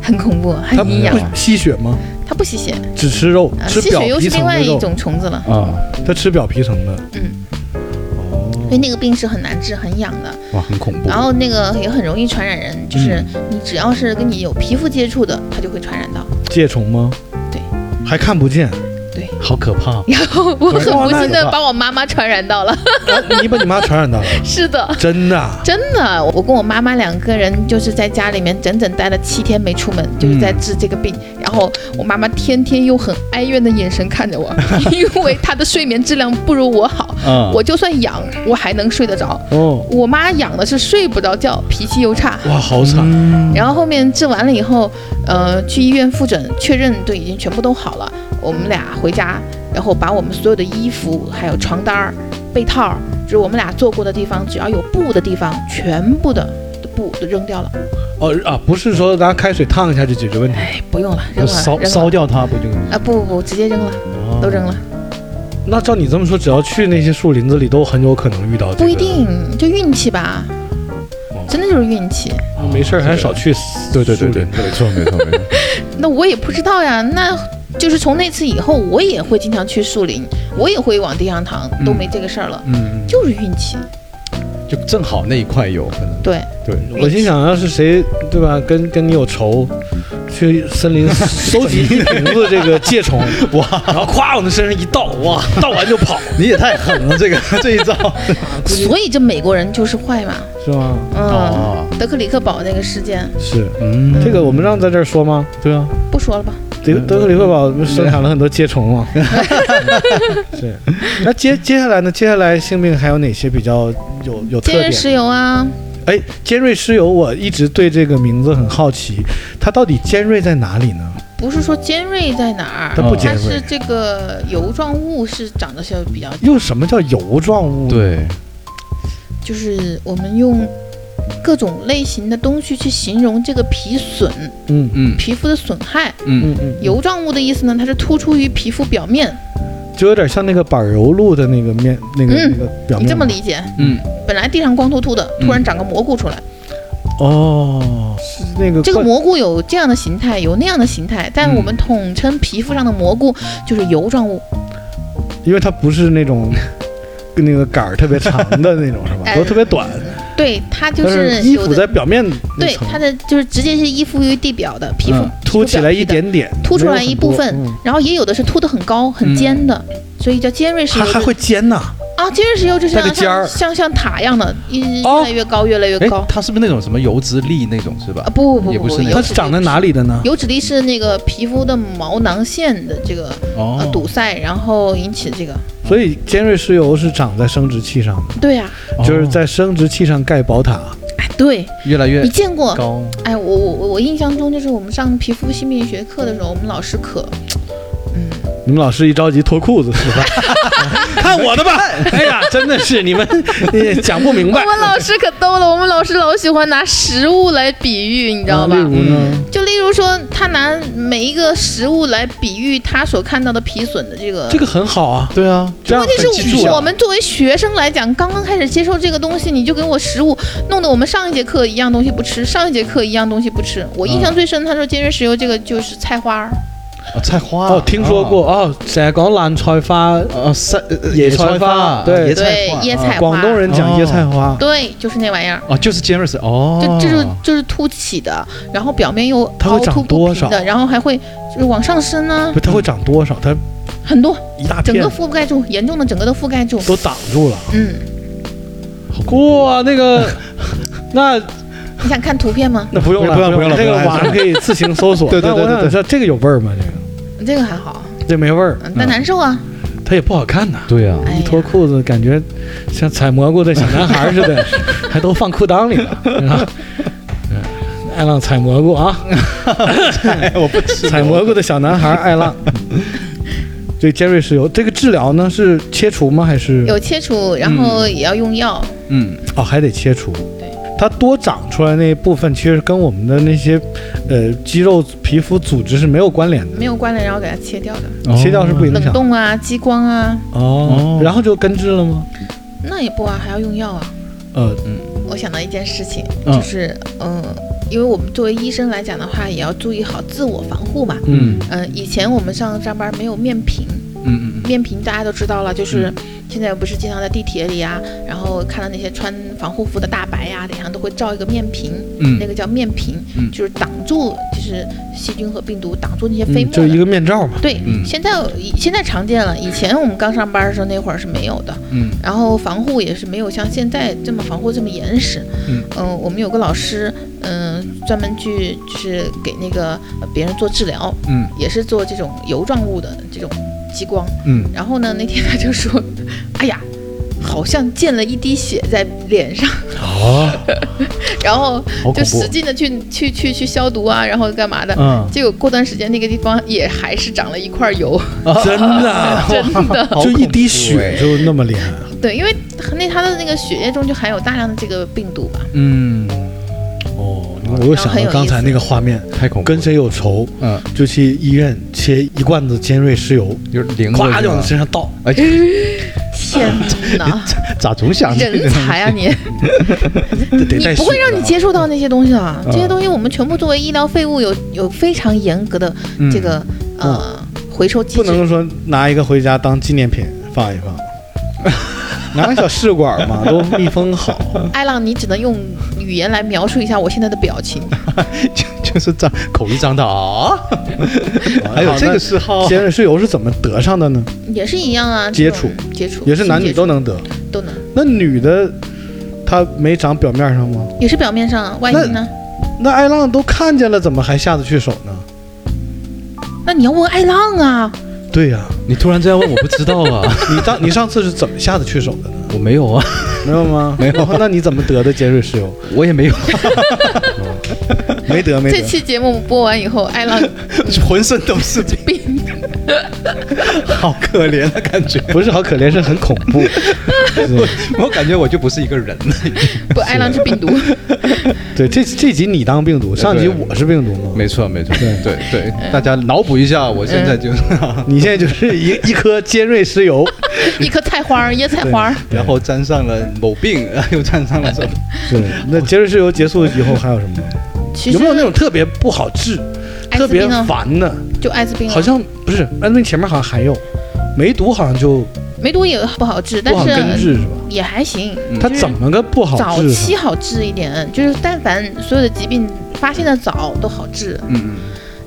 [SPEAKER 3] 很恐怖，很
[SPEAKER 2] 它
[SPEAKER 3] 营养，
[SPEAKER 2] 不吸血吗？
[SPEAKER 3] 它不吸血，
[SPEAKER 2] 只吃肉，
[SPEAKER 3] 啊
[SPEAKER 2] 吃
[SPEAKER 3] 吸
[SPEAKER 2] 表
[SPEAKER 3] 血又
[SPEAKER 2] 皮
[SPEAKER 3] 是
[SPEAKER 2] 层
[SPEAKER 3] 另
[SPEAKER 2] 的
[SPEAKER 3] 外一
[SPEAKER 1] 嗯
[SPEAKER 2] 肉。
[SPEAKER 3] 种虫子了。
[SPEAKER 1] 啊，
[SPEAKER 2] 它吃表皮层的。
[SPEAKER 3] 嗯
[SPEAKER 2] 哦，
[SPEAKER 3] 因为那个病是很难治、很痒的，
[SPEAKER 1] 哇，很恐怖。
[SPEAKER 3] 然后那个也很容易传染人，就是
[SPEAKER 2] 嗯
[SPEAKER 3] 你只要是跟你有皮肤接触的，它就会传染到。
[SPEAKER 2] 疥虫吗？
[SPEAKER 3] 对，
[SPEAKER 2] 还看不见。
[SPEAKER 1] 好可怕，
[SPEAKER 3] 然后我很不幸
[SPEAKER 2] 哇那
[SPEAKER 3] 的把我妈妈传染到了，
[SPEAKER 2] 啊你把你妈传染到了，
[SPEAKER 3] 是的。
[SPEAKER 2] 真的啊？
[SPEAKER 3] 真的，我跟我妈妈两个人就是在家里面整整待了七天没出门，就是
[SPEAKER 2] 嗯
[SPEAKER 3] 在治这个病。然后我妈妈天天用很哀怨的眼神看着我， 因为她的睡眠质量不如我好。
[SPEAKER 1] 嗯，
[SPEAKER 2] 啊
[SPEAKER 3] 我就算痒，我还能睡得着。
[SPEAKER 2] 哦，
[SPEAKER 3] 我妈痒的是睡不着觉，脾气又差。
[SPEAKER 1] 哇，好惨，
[SPEAKER 2] 嗯
[SPEAKER 3] 然后后面治完了以后，呃，去医院复诊确认都已经全部都好了，我们俩回家，然后把我们所有的衣服、还有床单儿、被套儿，就是我们俩坐过的地方，只要有布的地方，全部的布都扔掉了。
[SPEAKER 2] 哦啊，不是说拿开水烫一下就解决问题，
[SPEAKER 3] 哎，不用了，扔
[SPEAKER 1] 就
[SPEAKER 3] 了，
[SPEAKER 1] 烧
[SPEAKER 3] 扔了
[SPEAKER 1] 烧掉啊它不就？
[SPEAKER 3] 啊！不不不，直接扔了，都扔了。
[SPEAKER 2] 那照你这么说，只要去那些树林子里，都很有可能遇到、这个。
[SPEAKER 3] 不一定，就运气吧，
[SPEAKER 1] 哦
[SPEAKER 3] 真的就是运气。
[SPEAKER 2] 啊，没事儿，还少去树
[SPEAKER 4] 对
[SPEAKER 2] 林
[SPEAKER 4] 对对对，
[SPEAKER 2] 子
[SPEAKER 4] 没错没错没错。
[SPEAKER 3] 那我也不知道呀，那就是从那次以后，我也会经常去树林，我也会往地上躺，都没这个事儿了，
[SPEAKER 1] 嗯，
[SPEAKER 3] 就是运气。
[SPEAKER 1] 就正好那一块有可能。
[SPEAKER 3] 对，
[SPEAKER 1] 对，
[SPEAKER 2] 我心想，要是谁对吧，跟跟你有仇，去森林收集一瓶子这个疥虫，哇，然后咵往他身上一倒， 哇，倒完就跑，
[SPEAKER 1] 你也太狠了，这 个这一招。
[SPEAKER 3] 所以这美国人就是坏嘛。
[SPEAKER 2] 是吗？
[SPEAKER 3] 嗯，
[SPEAKER 1] 哦
[SPEAKER 3] 德克里克堡那个事件
[SPEAKER 2] 是，
[SPEAKER 1] 嗯
[SPEAKER 2] 这个我们让在这儿说吗？对啊，
[SPEAKER 3] 不说了吧？
[SPEAKER 2] 德德克里克堡不是生产了很多疥虫嘛。是，那接接下来呢？接下来性病还有哪些比较有有特
[SPEAKER 3] 坚
[SPEAKER 2] 点
[SPEAKER 3] 韧
[SPEAKER 2] 的？
[SPEAKER 3] 石油啊，
[SPEAKER 2] 哎，尖锐湿疣，我一直对这个名字很好奇，它到底尖锐在哪里呢？
[SPEAKER 3] 不是说尖锐在哪儿，
[SPEAKER 2] 它
[SPEAKER 1] 不
[SPEAKER 2] 尖锐
[SPEAKER 3] 是这个油状物是长得是比较，
[SPEAKER 2] 又什么叫油状物？，
[SPEAKER 1] 对，
[SPEAKER 3] 就是我们用各种类型的东西去形容这个皮损，
[SPEAKER 2] 嗯
[SPEAKER 1] 嗯
[SPEAKER 3] 皮肤的损害。
[SPEAKER 1] 嗯
[SPEAKER 2] 嗯嗯，
[SPEAKER 3] 油状物的意思呢，它是突出于皮肤表面，
[SPEAKER 2] 就有点像那个板油路的那个面，那个、
[SPEAKER 3] 嗯
[SPEAKER 2] 那个表面。
[SPEAKER 3] 你这么理解？
[SPEAKER 1] 嗯，
[SPEAKER 3] 本来地上光秃秃的，
[SPEAKER 1] 嗯
[SPEAKER 3] 突然长个蘑菇出来。
[SPEAKER 2] 哦，是那个
[SPEAKER 3] 这个
[SPEAKER 2] 怪
[SPEAKER 3] 蘑菇有这样的形态，有那样的形态，但我
[SPEAKER 2] 嗯
[SPEAKER 3] 们统称皮肤上的蘑菇就是油状物。
[SPEAKER 2] 因为它不是那种跟那个杆儿特别长的那 种，是
[SPEAKER 1] 嗯
[SPEAKER 2] 吧？
[SPEAKER 3] 哎
[SPEAKER 2] 都特别短，
[SPEAKER 3] 对，它就
[SPEAKER 2] 但
[SPEAKER 3] 是
[SPEAKER 2] 衣
[SPEAKER 3] 有
[SPEAKER 2] 服
[SPEAKER 3] 的
[SPEAKER 2] 在表面那
[SPEAKER 3] 对
[SPEAKER 2] 层
[SPEAKER 3] 它的就是直接是依附于地表的皮肤
[SPEAKER 1] 嗯，
[SPEAKER 2] 凸起来一
[SPEAKER 3] 皮肤表皮
[SPEAKER 2] 点
[SPEAKER 3] 的，
[SPEAKER 2] 点，
[SPEAKER 3] 凸出来
[SPEAKER 2] 没有很
[SPEAKER 3] 一部分
[SPEAKER 2] 多嗯嗯
[SPEAKER 3] 然后也有的是凸得很高很尖的，所以叫尖锐石
[SPEAKER 2] 它
[SPEAKER 3] 油。
[SPEAKER 2] 还会尖呐、
[SPEAKER 3] 啊，尖锐石油就是
[SPEAKER 2] 带
[SPEAKER 3] 像
[SPEAKER 2] 个尖儿
[SPEAKER 3] 像像像塔一样的，一
[SPEAKER 2] 哦
[SPEAKER 3] 越来越高，越来越
[SPEAKER 1] 哎
[SPEAKER 3] 高，。
[SPEAKER 1] 它是不是那种什么油脂粒那种是吧
[SPEAKER 3] 啊？不不
[SPEAKER 1] 也
[SPEAKER 3] 不
[SPEAKER 1] 不
[SPEAKER 3] 不，
[SPEAKER 1] 是那
[SPEAKER 3] 油
[SPEAKER 1] 种
[SPEAKER 2] 它
[SPEAKER 3] 脂
[SPEAKER 2] 是长在哪里的呢？
[SPEAKER 3] 油脂粒是那个皮肤的毛囊腺的这个呃
[SPEAKER 1] 哦，
[SPEAKER 3] 堵塞，然后引起这个。
[SPEAKER 2] 所以尖锐湿疣是长在生殖器上的，
[SPEAKER 3] 对呀、啊
[SPEAKER 1] 哦
[SPEAKER 2] 就是在生殖器上盖宝塔。
[SPEAKER 3] 哎，对
[SPEAKER 1] 越来越
[SPEAKER 3] 你见过
[SPEAKER 1] 高。
[SPEAKER 3] 哎，我我我我印象中就是我们上皮肤性病学课的时候，我们老师可，嗯，
[SPEAKER 2] 你们老师一着急脱裤子是 吧？看我的吧！ 哎呀，真的是 你们呃讲不明
[SPEAKER 3] 我
[SPEAKER 2] 白。
[SPEAKER 3] 们老师可逗了，我们老师老喜欢拿食物来比喻，你知道吧？
[SPEAKER 2] 啊例如呢
[SPEAKER 1] 嗯？
[SPEAKER 3] 就例如说，他拿每一个食物来比喻他所看到的皮损的这个。
[SPEAKER 2] 这个很好啊，
[SPEAKER 1] 对啊，
[SPEAKER 2] 这样
[SPEAKER 3] 问题
[SPEAKER 2] 很具
[SPEAKER 3] 是
[SPEAKER 2] 象
[SPEAKER 3] 我们作为学生来讲，刚刚开始接受这个东西，你就给我食物，弄得我们上一节课一样东西不吃，上一节课一样东西不吃。我印象最深，他说尖锐石油这个就是菜花儿，
[SPEAKER 1] 啊菜花
[SPEAKER 2] 哦，听说过哦，成日讲烂菜花，
[SPEAKER 1] 啊，啊菜呃
[SPEAKER 2] 野菜
[SPEAKER 1] 菜
[SPEAKER 2] 花
[SPEAKER 1] 花，
[SPEAKER 2] 对
[SPEAKER 1] 野
[SPEAKER 3] 对
[SPEAKER 1] 菜花，，
[SPEAKER 3] 椰菜花，哦
[SPEAKER 2] 广东人讲椰菜花，
[SPEAKER 3] 对，就是那玩意儿。
[SPEAKER 1] 哦，就是尖锐石哦，
[SPEAKER 3] 就这就就是凸起的，然后表面又
[SPEAKER 2] 它
[SPEAKER 3] 凹
[SPEAKER 2] 会长
[SPEAKER 3] 凸
[SPEAKER 2] 多
[SPEAKER 3] 不平
[SPEAKER 2] 少
[SPEAKER 3] 的，然后还会就是往上升呢、
[SPEAKER 2] 不它会长多少？它
[SPEAKER 3] 很多，
[SPEAKER 2] 一大
[SPEAKER 3] 整
[SPEAKER 2] 片
[SPEAKER 3] 个覆盖住，严重的整个都覆盖住。
[SPEAKER 2] 都挡住了。
[SPEAKER 3] 嗯，
[SPEAKER 2] 哇，那个 那
[SPEAKER 3] 你想看图片吗？
[SPEAKER 2] 那不用了，
[SPEAKER 1] 不用不用了
[SPEAKER 2] 这个
[SPEAKER 1] 不用了
[SPEAKER 2] 网上可以自行 搜索。
[SPEAKER 1] 对对对
[SPEAKER 2] 但我想
[SPEAKER 1] 对对
[SPEAKER 2] 知道这个有味儿吗？这个
[SPEAKER 3] 这个还好，
[SPEAKER 2] 这没味儿，
[SPEAKER 3] 嗯但难受啊。
[SPEAKER 2] 它也不好看呐。
[SPEAKER 1] 对啊，
[SPEAKER 3] 哎
[SPEAKER 2] 一
[SPEAKER 3] 呀
[SPEAKER 2] 脱裤子，感觉像采蘑菇的小男孩似 的，还都放裤裆里了。嗯爱浪采蘑菇啊，
[SPEAKER 1] 哎，我不吃
[SPEAKER 2] 采蘑菇的小男孩爱浪。对，尖锐石油这个治疗呢是切除吗？还是
[SPEAKER 3] 有切除，然后也要用药。
[SPEAKER 1] 嗯，
[SPEAKER 2] 哦还得切除
[SPEAKER 3] 对？
[SPEAKER 2] 它多长出来那一部分，其实跟我们的那些呃肌肉、皮肤组织是没有关联的，
[SPEAKER 3] 没有关联，然后给它切掉的，
[SPEAKER 2] 切掉是不影
[SPEAKER 3] 冷
[SPEAKER 2] 响。
[SPEAKER 3] 冻啊，激光啊，
[SPEAKER 2] 哦
[SPEAKER 1] 哦，
[SPEAKER 2] 然后就根治了吗？
[SPEAKER 3] 那也不啊，还要用药啊。
[SPEAKER 2] 呃，
[SPEAKER 3] 我想到一件事情，
[SPEAKER 1] 嗯
[SPEAKER 3] 就是嗯，因为我们作为医生来讲的话，也要注意好自我防护嘛。
[SPEAKER 2] 嗯
[SPEAKER 3] 嗯，以前我们上上班没有面屏，
[SPEAKER 1] 嗯嗯嗯，
[SPEAKER 3] 面屏大家都知道了，就是现在不是经常在地铁里啊，然后看到那些穿防护服的大白呀、脸上都会罩一个面屏，
[SPEAKER 1] 嗯
[SPEAKER 3] 那个叫面屏，
[SPEAKER 1] 嗯
[SPEAKER 3] 就是挡住就是细菌和病毒，挡住那些飞
[SPEAKER 2] 嗯，
[SPEAKER 3] 沫
[SPEAKER 2] 就
[SPEAKER 3] 的。
[SPEAKER 2] 一个面罩嘛。
[SPEAKER 3] 对，
[SPEAKER 1] 嗯
[SPEAKER 3] 现在现在常见了，以前我们刚上班的时候那会儿是没有的，
[SPEAKER 1] 嗯，
[SPEAKER 3] 然后防护也是没有像现在这么防护这么严实，
[SPEAKER 1] 嗯
[SPEAKER 3] 呃我们有个老师，嗯、专门去就是给那个呃别人做治疗，
[SPEAKER 1] 嗯，
[SPEAKER 3] 也是做这种油状物的这种激光，
[SPEAKER 1] 嗯，
[SPEAKER 3] 然后呢，那天他就说， 哎呀，好像溅了一滴血在脸上，
[SPEAKER 2] 啊，
[SPEAKER 3] 然后
[SPEAKER 1] 哦好恐
[SPEAKER 3] 就
[SPEAKER 1] 怖啊
[SPEAKER 3] 使，劲的去去去去消毒啊，然后干嘛的。
[SPEAKER 1] 嗯，
[SPEAKER 3] 结果过段时间那个地方也还是长了一块油，
[SPEAKER 1] 嗯
[SPEAKER 2] 真的，
[SPEAKER 3] 真的。
[SPEAKER 1] 好
[SPEAKER 2] 就一
[SPEAKER 1] 恐
[SPEAKER 2] 滴
[SPEAKER 1] 怖
[SPEAKER 2] 血
[SPEAKER 1] 哎
[SPEAKER 2] 就那么厉害。
[SPEAKER 3] 对，因为那它的那个血液中就含有大量的这个病 毒吧。
[SPEAKER 1] 嗯，
[SPEAKER 2] 哦，我又想
[SPEAKER 3] 很有
[SPEAKER 2] 到
[SPEAKER 3] 意
[SPEAKER 2] 刚才
[SPEAKER 3] 思
[SPEAKER 2] 那个画面，
[SPEAKER 1] 太恐怖，
[SPEAKER 2] 跟，谁有仇
[SPEAKER 1] 嗯，
[SPEAKER 2] 就去医院切一罐子尖锐石油，
[SPEAKER 1] 就是零
[SPEAKER 2] 咵就往身上倒。
[SPEAKER 1] 哎，
[SPEAKER 3] 天哪，
[SPEAKER 1] 咋总想这
[SPEAKER 3] 人
[SPEAKER 1] 个？
[SPEAKER 3] 才啊你！
[SPEAKER 2] 这得带
[SPEAKER 3] 嗯你不会
[SPEAKER 2] 血
[SPEAKER 3] 让
[SPEAKER 2] 的
[SPEAKER 3] 你
[SPEAKER 2] 啊
[SPEAKER 3] 接触到那些东西啊！
[SPEAKER 2] 嗯
[SPEAKER 3] 这些东西我们全部作为医疗废物有有非常严格的
[SPEAKER 1] 嗯
[SPEAKER 3] 这个呃回收机
[SPEAKER 2] 不
[SPEAKER 3] 制。
[SPEAKER 2] 能说拿一个回家当纪念品放一放，拿个小试管嘛，都密封好。
[SPEAKER 3] 艾浪，你只能用语言来描述一下我现在的 表情。
[SPEAKER 1] 就就是张口一张的啊，
[SPEAKER 2] 哎
[SPEAKER 1] 还哎有这个嗜好，
[SPEAKER 2] 尖锐石油是怎么得上的呢？
[SPEAKER 3] 也是一样啊，
[SPEAKER 2] 接触
[SPEAKER 3] 这种接触
[SPEAKER 2] 也是男女都
[SPEAKER 3] 性
[SPEAKER 2] 能得。
[SPEAKER 3] 接触都能，
[SPEAKER 2] 那女的她没长表面上吗？
[SPEAKER 3] 也是表面上啊，外阴呢？
[SPEAKER 2] 那艾浪都看见了，怎么还下得去手呢？
[SPEAKER 3] 那你要问艾浪啊，
[SPEAKER 2] 对呀、
[SPEAKER 1] 你突然这样问，我不知道啊，
[SPEAKER 2] 你当你上次是怎么下得去手的呢？
[SPEAKER 1] 我没有啊，
[SPEAKER 2] 没有吗？
[SPEAKER 1] 没有
[SPEAKER 2] 然后那你怎么得的尖锐石油？
[SPEAKER 1] 我也没有，
[SPEAKER 2] 没得，没
[SPEAKER 3] 这
[SPEAKER 2] 得。
[SPEAKER 3] 期节目播完以后，艾浪
[SPEAKER 1] 浑身都是病，
[SPEAKER 3] 病
[SPEAKER 1] 好可怜的感觉，
[SPEAKER 2] 不是好可怜，是很恐怖。对
[SPEAKER 1] 我感觉我就不是一个人了，
[SPEAKER 3] 不，艾浪是病毒。
[SPEAKER 2] 对，这这集你当病毒，上集我是病毒嘛。
[SPEAKER 1] 没错没错，
[SPEAKER 2] 对
[SPEAKER 1] 对对，大家脑补一下，我现在就是，
[SPEAKER 3] 嗯
[SPEAKER 2] 你现在就是一 一颗尖锐石油，
[SPEAKER 3] 一颗菜花儿，椰菜花儿，
[SPEAKER 1] 然后沾上了某病， 又沾上了什么，
[SPEAKER 2] 是那尖锐石油结束以后还有什么？
[SPEAKER 3] 其实
[SPEAKER 2] 有没有那种特别不好治、
[SPEAKER 3] 艾
[SPEAKER 2] 特
[SPEAKER 3] 滋
[SPEAKER 2] 别
[SPEAKER 3] 病啊呢？
[SPEAKER 2] 烦的？
[SPEAKER 3] 就艾滋病了，
[SPEAKER 2] 好像不是，那那前面好像还有，梅毒好像就
[SPEAKER 3] 梅毒也不好治，但
[SPEAKER 2] 不好根
[SPEAKER 3] 是
[SPEAKER 2] 治是吧？
[SPEAKER 3] 也还行。
[SPEAKER 1] 嗯
[SPEAKER 2] 它
[SPEAKER 3] 就是
[SPEAKER 2] 怎么个不好
[SPEAKER 3] 早
[SPEAKER 2] 治
[SPEAKER 3] 期
[SPEAKER 2] 法？
[SPEAKER 3] 好治一点？就是但凡所有的疾病发现的早都好治。
[SPEAKER 1] 嗯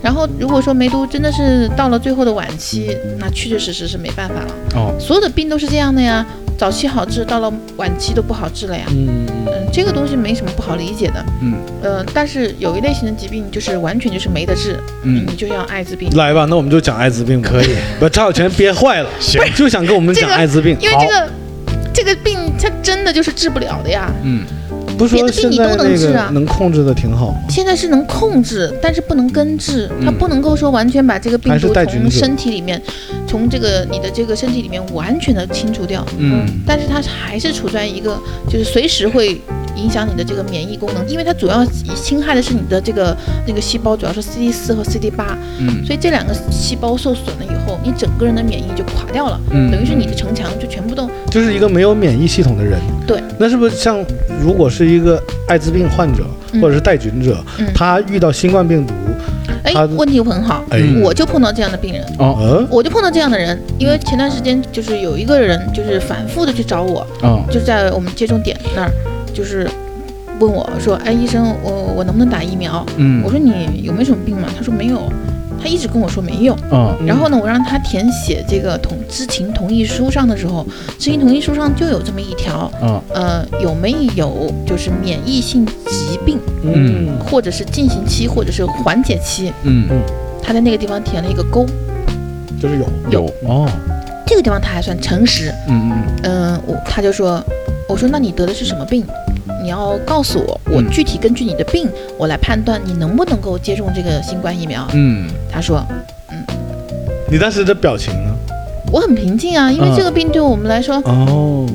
[SPEAKER 3] 然后如果说梅毒真的是到了最后的晚期，那确确实实是没办法了。
[SPEAKER 1] 嗯，哦，
[SPEAKER 3] 所有的病都是这样的呀，早期好治，到了晚期都不好治了呀。
[SPEAKER 2] 嗯，
[SPEAKER 3] 嗯，这个东西没什么不好理解的。
[SPEAKER 1] 嗯
[SPEAKER 3] 呃，但是有一类型的疾病就是完全就是没得治，
[SPEAKER 1] 嗯
[SPEAKER 3] 你就像艾滋病。
[SPEAKER 2] 来吧，那我们就讲艾滋病吧。可以，把张小泉憋坏了，行，就想跟我们
[SPEAKER 3] 这
[SPEAKER 2] 讲
[SPEAKER 3] 个
[SPEAKER 2] 艾滋病。
[SPEAKER 3] 因为
[SPEAKER 2] 好
[SPEAKER 3] 这个这个病它真的就是治不了的呀。
[SPEAKER 1] 嗯
[SPEAKER 2] 不是
[SPEAKER 3] 别
[SPEAKER 2] 说
[SPEAKER 3] 的病
[SPEAKER 2] 现
[SPEAKER 3] 你
[SPEAKER 2] 在
[SPEAKER 3] 都能
[SPEAKER 2] 那
[SPEAKER 3] 治
[SPEAKER 2] 个
[SPEAKER 3] 啊
[SPEAKER 2] 能控制的挺好吗？
[SPEAKER 3] 现在是能控制，但是不能根治，它
[SPEAKER 1] 嗯
[SPEAKER 3] 不能够说完全把这个病
[SPEAKER 2] 还是
[SPEAKER 3] 毒
[SPEAKER 2] 带菌
[SPEAKER 3] 从
[SPEAKER 2] 者
[SPEAKER 3] 身体里面，从这个你的这个身体里面完全的清除掉。
[SPEAKER 1] 嗯
[SPEAKER 3] 但是它还是处在一个就是随时会影响你的这个免疫功能，因为它主要侵害的是你的这个那个细胞，主要是 CD 四和 CD 八，
[SPEAKER 1] 嗯
[SPEAKER 3] 所以这两个细胞受损了以后，你整个人的免疫就垮掉了，
[SPEAKER 1] 嗯，
[SPEAKER 3] 等于是你的城墙就全部都
[SPEAKER 2] 就是一个没有免疫系统的人。
[SPEAKER 3] 对，
[SPEAKER 2] 那是不是像如果是一个艾滋病患者
[SPEAKER 3] 嗯
[SPEAKER 2] 或者是带菌者，
[SPEAKER 3] 嗯
[SPEAKER 2] 他遇到新冠病毒，
[SPEAKER 3] 哎
[SPEAKER 2] 它，
[SPEAKER 3] 问题很好，
[SPEAKER 2] 哎，
[SPEAKER 1] 嗯
[SPEAKER 3] 我就碰到这样的病人。
[SPEAKER 1] 哦
[SPEAKER 2] 嗯，
[SPEAKER 3] 我就碰到这样的人，因为前段时间就是有一个人就是反复的去找我，
[SPEAKER 2] 嗯
[SPEAKER 1] 哦
[SPEAKER 3] 就在我们接种点那儿，就是问我说：“哎，医生，我我能不能打疫苗？”
[SPEAKER 1] 嗯，
[SPEAKER 3] 我说：“你有没有什么病嘛？”他说：“没有。”他一直跟我说没
[SPEAKER 2] 嗯
[SPEAKER 3] 有。
[SPEAKER 1] 哦
[SPEAKER 3] 然后呢，我让他填写这个同知情同意书上的时候，知情同意书上就有这么一条，
[SPEAKER 1] 哦
[SPEAKER 3] 呃，有没有就是免疫性疾病，
[SPEAKER 1] 嗯
[SPEAKER 2] 嗯，
[SPEAKER 3] 或者是进行期，或者是缓解期，
[SPEAKER 1] 嗯
[SPEAKER 3] 他在那个地方填了一个勾。
[SPEAKER 2] 就是有
[SPEAKER 1] 有哦
[SPEAKER 3] 这个地方他还算诚实，
[SPEAKER 1] 嗯嗯
[SPEAKER 3] 嗯，我他就说，我说那你得的是什么病？你要告诉我，我
[SPEAKER 1] 嗯
[SPEAKER 3] 具体根据你的病，我来判断你能不能够接种这个新冠疫苗。
[SPEAKER 1] 嗯
[SPEAKER 3] 他说
[SPEAKER 2] 你当时的表情呢？
[SPEAKER 3] 我很平静啊，因为
[SPEAKER 1] 啊
[SPEAKER 3] 这个病对我们来说，
[SPEAKER 2] 哦，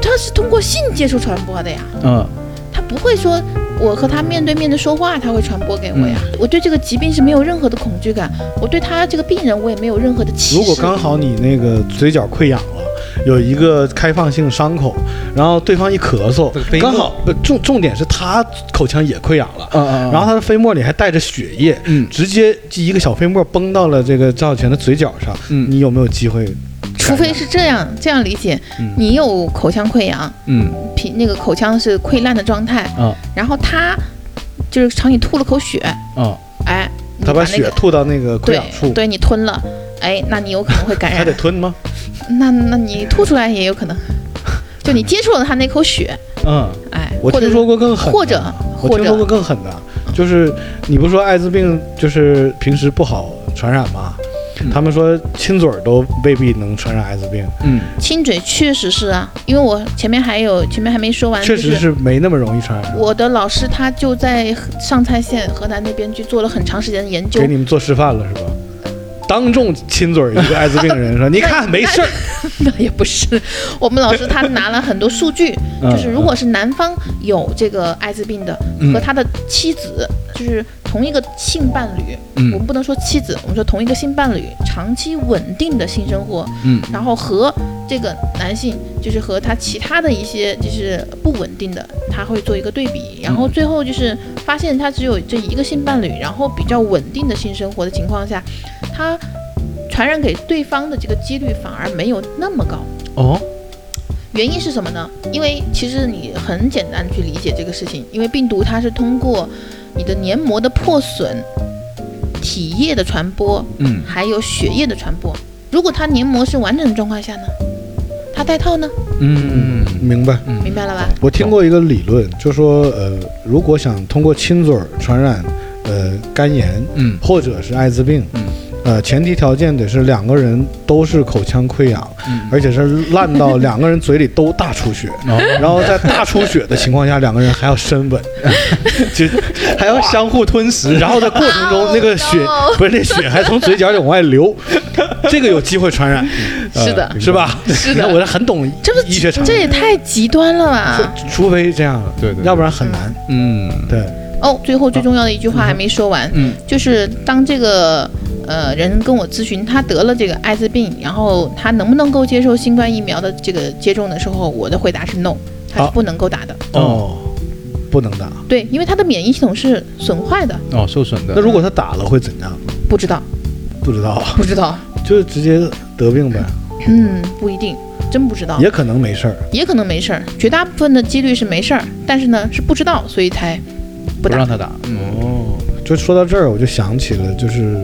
[SPEAKER 3] 它是通过性接触传播的呀，
[SPEAKER 1] 嗯
[SPEAKER 3] 它不会说我和他面对面的说话，他会传播给我呀。我对这个疾病是没有任何的恐惧感，我对他这个病人我也没有任何的歧视。
[SPEAKER 2] 如果刚好你那个嘴角溃疡了，有一个开放性伤口，然后对方一咳嗽
[SPEAKER 1] 这个飞，沫
[SPEAKER 2] 刚好呃重重点是他口腔也溃疡了，
[SPEAKER 1] 嗯嗯嗯
[SPEAKER 2] 然后他的飞沫里还带着血液，
[SPEAKER 1] 嗯
[SPEAKER 2] 直接一个小飞沫崩到了这个赵小泉的嘴角上，
[SPEAKER 1] 嗯
[SPEAKER 2] 你有没有机会？
[SPEAKER 3] 除非是这样这样理解，
[SPEAKER 1] 嗯
[SPEAKER 3] 你有口腔溃疡，
[SPEAKER 1] 嗯
[SPEAKER 3] 皮那个口腔是溃烂的状态，
[SPEAKER 1] 啊
[SPEAKER 3] 然后他就是朝你吐了口血，
[SPEAKER 1] 啊，
[SPEAKER 3] 哎，你
[SPEAKER 2] 他把
[SPEAKER 3] 那
[SPEAKER 2] 血
[SPEAKER 3] 个
[SPEAKER 2] 吐到那个溃
[SPEAKER 3] 对
[SPEAKER 2] 疡处，
[SPEAKER 3] 对你吞了，哎，那你有可能会感
[SPEAKER 2] 还得
[SPEAKER 3] 染，
[SPEAKER 2] 吞吗？
[SPEAKER 3] 那那你吐出来也有 可能，就你接触了他那口血，
[SPEAKER 1] 嗯
[SPEAKER 3] 哎，
[SPEAKER 2] 我
[SPEAKER 3] 或者
[SPEAKER 2] 听说过更狠的，
[SPEAKER 3] 或者
[SPEAKER 2] 我
[SPEAKER 3] 或
[SPEAKER 2] 听说过
[SPEAKER 3] 者
[SPEAKER 2] 更狠的，就是你不是说艾滋病就是平时不好传染吗？
[SPEAKER 1] 嗯
[SPEAKER 2] 他们说亲嘴儿都未必能传染艾滋病，
[SPEAKER 1] 嗯
[SPEAKER 3] 亲嘴确实是啊，因为我前面还有前面还没说完，
[SPEAKER 2] 确
[SPEAKER 3] 就
[SPEAKER 2] 实
[SPEAKER 3] 是
[SPEAKER 2] 是没那么容易传染。
[SPEAKER 3] 我的老师他就在上蔡县河南那边去做了很长时间的研究
[SPEAKER 2] 给，你们做示范了是吧？当众亲嘴儿一个艾滋病人说：“你看没事儿。
[SPEAKER 3] 那也不是，我们老师他拿了很多数据，
[SPEAKER 1] 嗯
[SPEAKER 3] 就是如果是男方有这个艾滋病的
[SPEAKER 1] 嗯
[SPEAKER 3] 和他的妻子，就是同一个性伴侣，我
[SPEAKER 1] 嗯
[SPEAKER 3] 们不能说妻子，我们说同一个性伴侣长期稳定的性生活，
[SPEAKER 1] 嗯
[SPEAKER 3] 然后和这个男性就是和他其他的一些就是不稳定的，他会做一个对比，然后最后就是发现他只有这一个性伴侣，然后比较稳定的性生活的情况下，他传染给对方的这个几率反而没有那么高。
[SPEAKER 1] 哦
[SPEAKER 3] 原因是什么呢？因为其实你很简单去理解这个事情，因为病毒它是通过你的黏膜的破损、体液的传播，
[SPEAKER 1] 嗯
[SPEAKER 3] 还有血液的传播。如果它黏膜是完整的状况下呢？它带套呢？
[SPEAKER 1] 嗯”
[SPEAKER 2] 明白。
[SPEAKER 1] 嗯，
[SPEAKER 3] 明白了吧？
[SPEAKER 2] 我听过一个理论，就说呃，如果想通过亲嘴儿传染呃肝炎
[SPEAKER 1] 嗯
[SPEAKER 2] 或者是艾滋病，
[SPEAKER 1] 嗯
[SPEAKER 2] 呃，前提条件得是两个人都是口腔溃疡，
[SPEAKER 1] 嗯
[SPEAKER 2] 而且是烂到两个人嘴里都大出血，
[SPEAKER 1] 哦
[SPEAKER 2] 然后在大出血的情况下，两个人还要深吻， 就
[SPEAKER 1] 还要相互吞食，
[SPEAKER 2] 然后在过程中那个血
[SPEAKER 3] no
[SPEAKER 2] 不是那血还从嘴角里往外流，这个有机会传染， 呃
[SPEAKER 3] 是的，
[SPEAKER 2] 是吧？
[SPEAKER 3] 是
[SPEAKER 2] 那
[SPEAKER 3] 的
[SPEAKER 2] 我这很懂
[SPEAKER 3] 这不
[SPEAKER 2] 医学常
[SPEAKER 3] 这
[SPEAKER 2] 识，
[SPEAKER 3] 也太极端了吧？
[SPEAKER 2] 除非这样了，
[SPEAKER 1] 对对对
[SPEAKER 2] 要不然很难。
[SPEAKER 1] 嗯
[SPEAKER 2] 对，
[SPEAKER 3] 哦，最后最重要的一句话还没说完，
[SPEAKER 1] 嗯
[SPEAKER 3] 就是当这个呃人跟我咨询他得了这个艾滋病，然后他能不能够接受新冠疫苗的这个接种的时候，我的回答是 no，他
[SPEAKER 2] 啊
[SPEAKER 3] 是不能够打的。
[SPEAKER 2] 哦，不能打。
[SPEAKER 3] 对，因为他的免疫系统是损坏的，
[SPEAKER 1] 哦受损
[SPEAKER 2] 那
[SPEAKER 1] 的
[SPEAKER 2] 如果他打了会怎样？
[SPEAKER 3] 不知道，
[SPEAKER 2] 不知道，啊
[SPEAKER 3] 不知道，
[SPEAKER 2] 就直接得病呗，
[SPEAKER 3] 嗯，不一定，真不知道，
[SPEAKER 2] 也可能没事儿。
[SPEAKER 3] 也可能没事儿，绝大部分的几率是没事儿，但是呢是不知道，所以才不
[SPEAKER 1] 不
[SPEAKER 3] 打
[SPEAKER 1] 让。他打，嗯
[SPEAKER 2] 哦，就说到这儿，我就想起了，就是，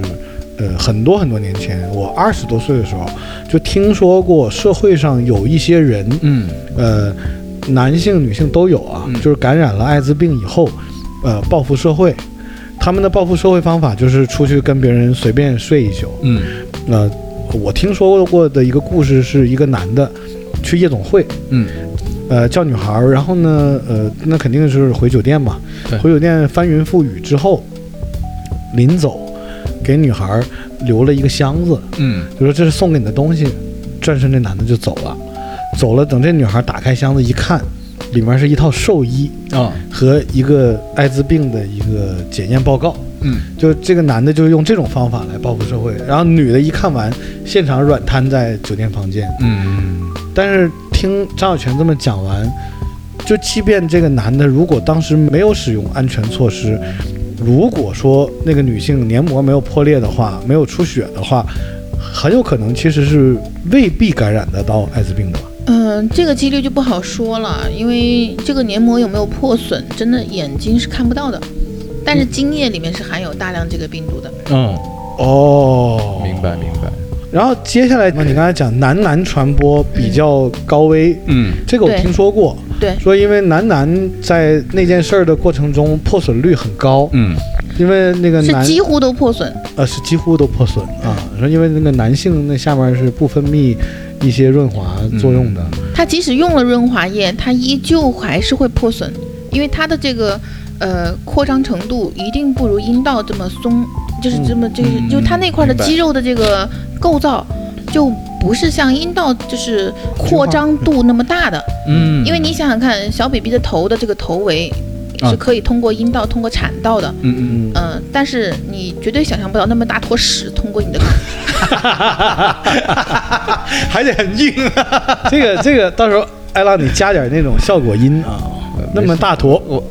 [SPEAKER 2] 呃，很多很多年前，我二十多岁的时候，就听说过社会上有一些人，
[SPEAKER 1] 嗯
[SPEAKER 2] 呃，男性、女性都有啊，
[SPEAKER 1] 嗯
[SPEAKER 2] 就是感染了艾滋病以后，呃，报复社会。他们的报复社会方法就是出去跟别人随便睡一宿。
[SPEAKER 1] 嗯
[SPEAKER 2] 呃，我听说过的一个故事是一个男的去夜总会，
[SPEAKER 1] 嗯
[SPEAKER 2] 呃，叫女孩儿，然后呢，呃，那肯定是回酒店嘛
[SPEAKER 1] 对。
[SPEAKER 2] 回酒店翻云覆雨之后，临走给女孩儿留了一个箱子，
[SPEAKER 1] 嗯
[SPEAKER 2] 就说这是送给你的东西。转身这男的就走了，走了。等这女孩打开箱子一看，里面是一套寿衣
[SPEAKER 1] 啊
[SPEAKER 2] 和一个艾滋病的一个检验报告。
[SPEAKER 1] 嗯
[SPEAKER 2] 就这个男的就用这种方法来报复社会，然后女的一看完，现场软瘫在酒店房间。
[SPEAKER 1] 嗯
[SPEAKER 2] 但是听张小泉这么讲完，就即便这个男的如果当时没有使用安全措施，如果说那个女性黏膜没有破裂的话，没有出血的话，很有可能其实是未必感染得到艾滋病的吧。
[SPEAKER 3] 嗯，这个几率就不好说了，因为这个黏膜有没有破损，真的眼睛是看不到的，但是精液里面是含有大量这个病毒的。
[SPEAKER 1] 嗯，
[SPEAKER 2] 哦
[SPEAKER 1] 明。白明白，
[SPEAKER 2] 然后接下来你刚才讲男男传播比较高危，
[SPEAKER 1] 嗯
[SPEAKER 2] 这个我
[SPEAKER 3] 对
[SPEAKER 2] 听说过，
[SPEAKER 3] 对，
[SPEAKER 2] 说因为男男在那件事儿的过程中破损率很高，
[SPEAKER 1] 嗯
[SPEAKER 2] 因为那个
[SPEAKER 3] 是
[SPEAKER 2] 男
[SPEAKER 3] 几乎都破损。
[SPEAKER 2] 呃，是几乎都破损啊。说因为那个男性那下面是不分泌一些润滑
[SPEAKER 1] 嗯
[SPEAKER 2] 作用的，
[SPEAKER 3] 它即使用了润滑液，它依旧还是会破损，因为它的这个呃扩张程度一定不如阴道这么松，就是这么这个，
[SPEAKER 1] 嗯
[SPEAKER 3] 就是它那块的
[SPEAKER 1] 明白
[SPEAKER 3] 肌肉的这个构造就不是像阴道就是扩张度那么大的。
[SPEAKER 1] 嗯，
[SPEAKER 3] 因为你想想看，小 baby 的头的这个头围
[SPEAKER 1] 啊
[SPEAKER 3] 是可以通过阴道、通过产道的，
[SPEAKER 1] 嗯嗯
[SPEAKER 2] 嗯，
[SPEAKER 3] 嗯、但是你绝对想象不到那么大坨屎通过你的
[SPEAKER 1] 还得很硬啊。
[SPEAKER 2] 这个这个到时候艾拉你加点那种效果音啊，那么大坨
[SPEAKER 1] 呃我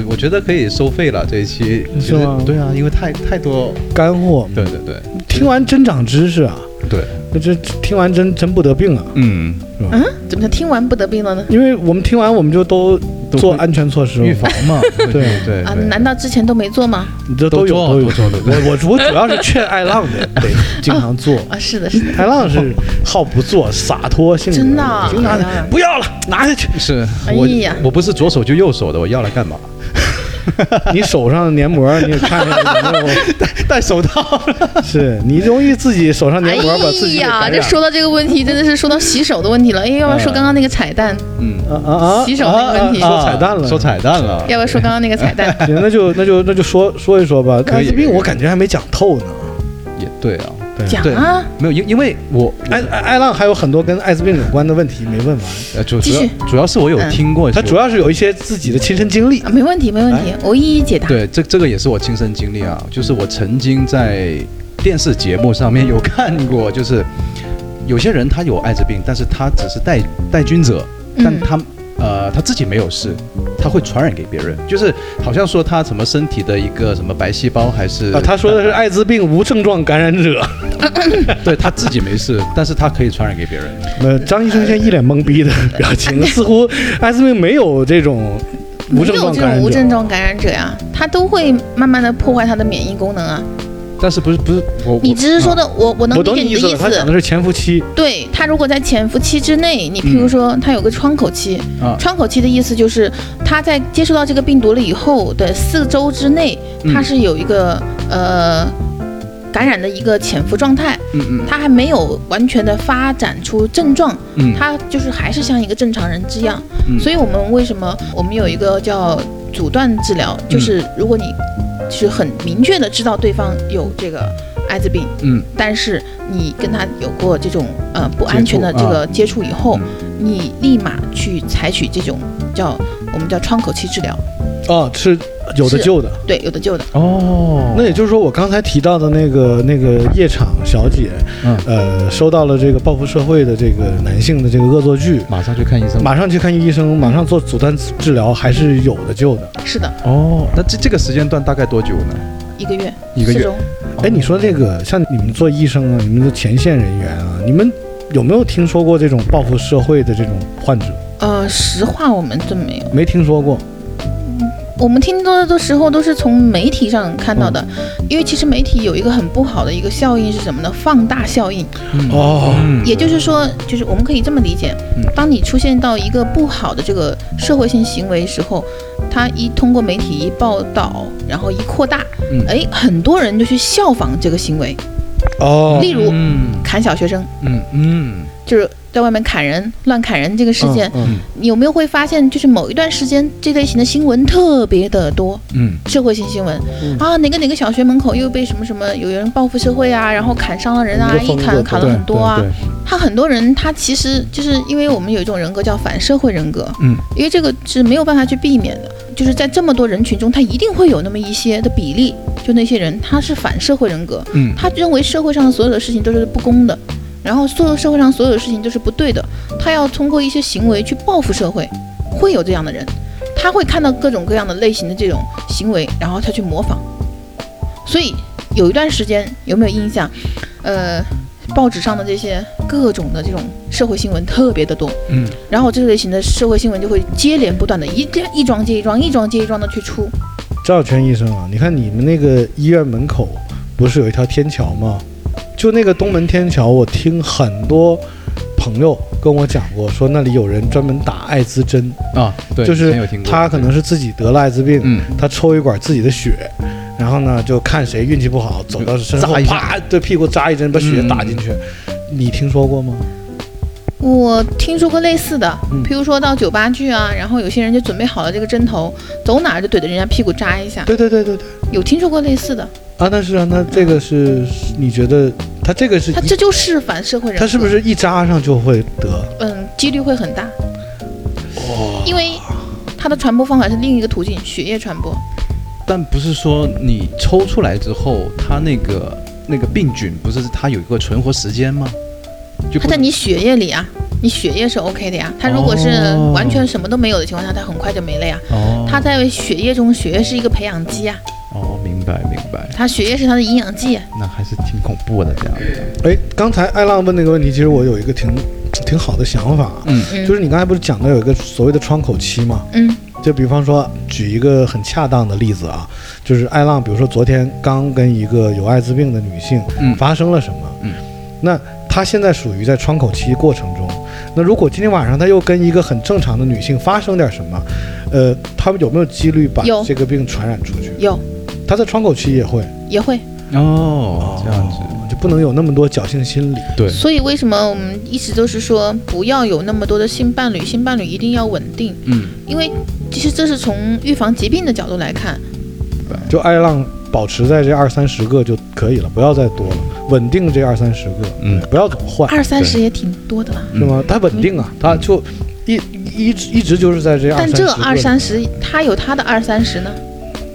[SPEAKER 1] 我我觉得可以收费了这一期，其实
[SPEAKER 2] 是吗
[SPEAKER 1] 对啊，因为太太多，
[SPEAKER 2] 干
[SPEAKER 3] 嗯
[SPEAKER 2] 货，
[SPEAKER 1] 对对对
[SPEAKER 2] 听完真长知识啊，
[SPEAKER 1] 对，
[SPEAKER 2] 这这听完真真不得病啊，
[SPEAKER 1] 嗯，
[SPEAKER 3] 嗯，怎么就听完不得病了呢？
[SPEAKER 2] 因为我们听完我们就都
[SPEAKER 1] 都
[SPEAKER 2] 做安全措施了，
[SPEAKER 1] 预防 嘛，对
[SPEAKER 2] 对
[SPEAKER 1] 对
[SPEAKER 3] 啊，
[SPEAKER 1] 对
[SPEAKER 3] 难道之前都没做吗？
[SPEAKER 2] 你这有
[SPEAKER 1] 都做
[SPEAKER 2] 都有
[SPEAKER 1] 都做都做
[SPEAKER 2] 我我主我主要是劝艾浪的， 得经常做。
[SPEAKER 3] 啊，是的，是的，
[SPEAKER 2] 艾浪是好不做洒脱性格，
[SPEAKER 3] 真的啊
[SPEAKER 2] 经常
[SPEAKER 3] 哎呀
[SPEAKER 2] 不要了，拿下去。
[SPEAKER 1] 是
[SPEAKER 3] 哎
[SPEAKER 1] 我
[SPEAKER 3] 呀
[SPEAKER 1] 我不是左手就右手的，我要来 干嘛？
[SPEAKER 2] 你手上的黏膜，你也看看有没有？
[SPEAKER 1] 戴手套，
[SPEAKER 2] 是你容易自己手上
[SPEAKER 3] 哎
[SPEAKER 2] 黏膜把自己给
[SPEAKER 3] 呀，
[SPEAKER 2] 感
[SPEAKER 3] 这
[SPEAKER 2] 染。
[SPEAKER 3] 说到这个问题，真的是说到洗手的问题了。哎，要不要说刚刚那个彩蛋？
[SPEAKER 1] 嗯，
[SPEAKER 2] 啊啊啊！
[SPEAKER 3] 洗手那个问题
[SPEAKER 2] 啊啊啊说 彩蛋了，
[SPEAKER 1] 说彩蛋了，
[SPEAKER 3] 要不要说刚刚那个 彩蛋？
[SPEAKER 2] 行，那就那就那就说说一说吧。
[SPEAKER 1] 可以
[SPEAKER 2] 艾滋病我感觉还没讲透呢。
[SPEAKER 1] 也对啊，
[SPEAKER 3] 讲啊，
[SPEAKER 1] 没有，因因为我
[SPEAKER 2] 艾艾艾浪还有很多跟艾滋病有关的问嗯题没问完，
[SPEAKER 1] 呃主主
[SPEAKER 3] 继续
[SPEAKER 1] 要主要是我有
[SPEAKER 3] 嗯
[SPEAKER 1] 听过，
[SPEAKER 2] 他主
[SPEAKER 1] 要
[SPEAKER 2] 要是有一些自己的亲身经历
[SPEAKER 3] 啊，没问题，没问
[SPEAKER 2] 哎
[SPEAKER 3] 题，我一一解答。
[SPEAKER 1] 对这这个也是我亲身经历啊，就是我曾经在电视节目上
[SPEAKER 2] 嗯
[SPEAKER 1] 面有看过，就是有些人他有艾滋病，但是他只是带带菌者，但
[SPEAKER 3] 嗯
[SPEAKER 1] 他、呃他自己没有事，他会传染给别人，就是好像说他什么身体的一个什么白细胞还是
[SPEAKER 2] 啊。他说的是艾滋病无症状感染者。
[SPEAKER 1] 对他自己没事，但是他可以传染给别人。
[SPEAKER 2] 呃，张医生现在一脸懵逼的表情， 似乎艾滋病没有这种
[SPEAKER 3] 没
[SPEAKER 2] 无
[SPEAKER 3] 有
[SPEAKER 2] 症
[SPEAKER 3] 这
[SPEAKER 2] 状
[SPEAKER 3] 种
[SPEAKER 2] 感染
[SPEAKER 3] 无
[SPEAKER 2] 者
[SPEAKER 3] 症状感染者呀，他都会慢慢的破坏他的免疫功能啊。
[SPEAKER 1] 但是不是不是我
[SPEAKER 3] 你只是说
[SPEAKER 1] 的
[SPEAKER 3] 的，我我
[SPEAKER 2] 嗯
[SPEAKER 3] 能
[SPEAKER 2] 我
[SPEAKER 3] 理
[SPEAKER 2] 懂
[SPEAKER 3] 解
[SPEAKER 2] 你
[SPEAKER 3] 你的
[SPEAKER 2] 思
[SPEAKER 3] 意
[SPEAKER 2] 了，他讲
[SPEAKER 3] 思
[SPEAKER 2] 的。是潜伏期，
[SPEAKER 3] 对他如果在潜伏期之内，你譬如
[SPEAKER 1] 嗯
[SPEAKER 3] 说他有个窗口期，
[SPEAKER 1] 啊
[SPEAKER 3] 窗口期的意思就是他在接触到这个病毒了以后的四周之内，
[SPEAKER 2] 嗯
[SPEAKER 3] 他是有一个、呃感染的一个潜伏状态，
[SPEAKER 1] 嗯嗯
[SPEAKER 3] 他还没有完全的发展出症状，
[SPEAKER 1] 嗯
[SPEAKER 3] 他就是还是像一个正常人这样。
[SPEAKER 1] 嗯
[SPEAKER 3] 所以我们为什么我们有一个叫阻断治疗，
[SPEAKER 1] 嗯
[SPEAKER 3] 就是如果你是很明确的知道对方有这个艾滋病，
[SPEAKER 1] 嗯
[SPEAKER 3] 但是你跟他有过这种呃不安全的这
[SPEAKER 1] 啊
[SPEAKER 3] 个接触以
[SPEAKER 1] 嗯
[SPEAKER 3] 后，你立马去采取这种叫我们叫窗口期治疗，
[SPEAKER 2] 哦，是有的
[SPEAKER 3] 是
[SPEAKER 2] 救的。
[SPEAKER 3] 对，有的救的，
[SPEAKER 1] 哦
[SPEAKER 2] 那也就是说，我刚才提到的那个那个夜场小姐，
[SPEAKER 1] 嗯
[SPEAKER 2] 呃，收到了这个报复社会的这个男性的这个恶作剧，
[SPEAKER 1] 马上去看医生吧。
[SPEAKER 2] 马上去看医生，马上做阻断治疗，还是有的救的。
[SPEAKER 3] 是的，
[SPEAKER 1] 哦，那这这个时间段大概多久呢？
[SPEAKER 3] 一个月，
[SPEAKER 1] 一个月
[SPEAKER 3] 四周
[SPEAKER 2] 哎，你说这个像你们做医生啊，你们的前线人员啊，你们有没有听说过这种报复社会的这种患者？
[SPEAKER 3] 呃，实话我们真没有，
[SPEAKER 2] 没听说过。
[SPEAKER 3] 嗯我们听到的时候都是从媒体上看到的，
[SPEAKER 1] 嗯
[SPEAKER 3] 因为其实媒体有一个很不好的一个效应是什么呢？放大效应。
[SPEAKER 2] 哦
[SPEAKER 1] 嗯
[SPEAKER 3] 也就是说，就是我们可以这么理解
[SPEAKER 1] 嗯，
[SPEAKER 3] 当你出现到一个不好的这个社会性行为时候，它一通过媒体一报道，然后一扩大
[SPEAKER 1] 嗯，
[SPEAKER 3] 哎，很多人就去效仿这个行为，
[SPEAKER 2] 哦
[SPEAKER 3] 例如
[SPEAKER 1] 嗯
[SPEAKER 3] 砍小学生，
[SPEAKER 1] 嗯嗯，
[SPEAKER 3] 就是在外面砍人、乱砍人这个事件，
[SPEAKER 2] 嗯
[SPEAKER 3] 你有没有会发现，就是某一段时间这类型的新闻特别的多？
[SPEAKER 1] 嗯
[SPEAKER 3] 社会性新闻、
[SPEAKER 2] 嗯
[SPEAKER 3] 啊，哪个哪个小学门口又被什么什么有人报复社会啊，然后砍伤了人啊，
[SPEAKER 2] 一个
[SPEAKER 3] 一
[SPEAKER 2] 疯子
[SPEAKER 3] 砍砍了
[SPEAKER 1] 对
[SPEAKER 3] 很多啊，
[SPEAKER 1] 对对
[SPEAKER 3] 他很多人，他其实就是因为我们有一种人格叫反社会人格，
[SPEAKER 1] 嗯，
[SPEAKER 3] 因为这个是没有办法去避免的，就是在这么多人群中，他一定会有那么一些的比例，就那些人他是反社会人格，
[SPEAKER 1] 嗯
[SPEAKER 3] 他认为社会上的所有的事情都是不公的，然后所有社会上所有的事情都是不对的，他要通过一些行为去报复社会，会有这样的人，他会看到各种各样的类型的这种行为，然后他去模仿，所以有一段时间有没有印象？呃，报纸上的这些各种的这种社会新闻特别的多，
[SPEAKER 1] 嗯
[SPEAKER 3] 然后这类型的社会新闻就会接连不断的一件一桩接一桩，一桩接一桩的去出，
[SPEAKER 2] 赵小泉医生啊，你看你们那个医院门口不是有一条天桥吗？就那个东门天桥，我听很多朋友跟我讲过，说那里有人专门打艾滋针，
[SPEAKER 1] 啊，对，
[SPEAKER 2] 就
[SPEAKER 1] 以
[SPEAKER 2] 是
[SPEAKER 1] 前有听过
[SPEAKER 2] 他可能是自己得了艾滋病，
[SPEAKER 1] 嗯
[SPEAKER 2] 他抽一管自己的血，然后呢就看谁运气不好，走到身后
[SPEAKER 1] 扎一下
[SPEAKER 2] 啪对屁股扎一针，把血打进去。你听说过吗？
[SPEAKER 3] 我听说过类似的
[SPEAKER 2] 嗯，
[SPEAKER 3] 譬如说到酒吧去啊，然后有些人就准备好了这个针头，走哪儿就怼着人家屁股扎一下，
[SPEAKER 2] 对对对对对
[SPEAKER 3] 有听说过类似的，
[SPEAKER 2] 啊，那是啊，那这个是你觉得他这个是
[SPEAKER 3] 他
[SPEAKER 2] 一
[SPEAKER 3] 这就是反社会人格，
[SPEAKER 2] 他是不是一扎上就会得？
[SPEAKER 3] 嗯，几率会很大。因为它的传播方法是另一个途径，血液传播。
[SPEAKER 1] 但不是说你抽出来之后，它那个那个病菌不是它有一个存活时间吗？就
[SPEAKER 3] 它
[SPEAKER 1] 不
[SPEAKER 3] 在你血液里啊，你血液是 OK 的呀。它如果是
[SPEAKER 1] 哦
[SPEAKER 3] 完全什么都没有的情况下，它很快就没了呀。
[SPEAKER 1] 哦，
[SPEAKER 3] 它在血液中，血液是一个培养基啊，
[SPEAKER 1] 哦，明白明白，
[SPEAKER 3] 它血液是它的营养剂啊。
[SPEAKER 1] 那还是挺恐怖的这样子。
[SPEAKER 2] 哎，刚才艾浪问那个问题，其实我有一个挺挺好的想法，啊
[SPEAKER 1] 嗯
[SPEAKER 3] 嗯
[SPEAKER 2] 就是你刚才不是讲到有一个所谓的窗口期嘛？
[SPEAKER 3] 嗯
[SPEAKER 2] 就比方说，举一个很恰当的例子啊，就是艾浪，比如说昨天刚跟一个有艾滋病的女性
[SPEAKER 1] 嗯
[SPEAKER 2] 发生了什么，
[SPEAKER 1] 嗯
[SPEAKER 2] 那她现在属于在窗口期过程中。那如果今天晚上她又跟一个很正常的女性发生点什么，呃，她们有没有几率把
[SPEAKER 3] 有
[SPEAKER 2] 这个病传染出去？
[SPEAKER 3] 有
[SPEAKER 2] 她在窗口期也会
[SPEAKER 3] 也会。
[SPEAKER 1] 哦，这样子，
[SPEAKER 2] 就不能有那么多侥幸心理。
[SPEAKER 1] 对，
[SPEAKER 3] 所以为什么我们一直都是说不要有那么多的性伴侣，性伴侣一定要稳定，
[SPEAKER 1] 嗯，
[SPEAKER 3] 因为其实这是从预防疾病的角度来看，
[SPEAKER 2] 就艾浪保持在这二三十个就可以了，不要再多了，稳定这二三十个，
[SPEAKER 1] 嗯
[SPEAKER 2] 啊对不要总换，
[SPEAKER 3] 二三十也挺多的了。
[SPEAKER 1] 嗯
[SPEAKER 2] 是吗？它稳定啊，它就一一直一直就是在这二
[SPEAKER 3] 但
[SPEAKER 2] 三十
[SPEAKER 3] 这
[SPEAKER 2] 个里面。
[SPEAKER 3] 二三十，他有他的二三十呢，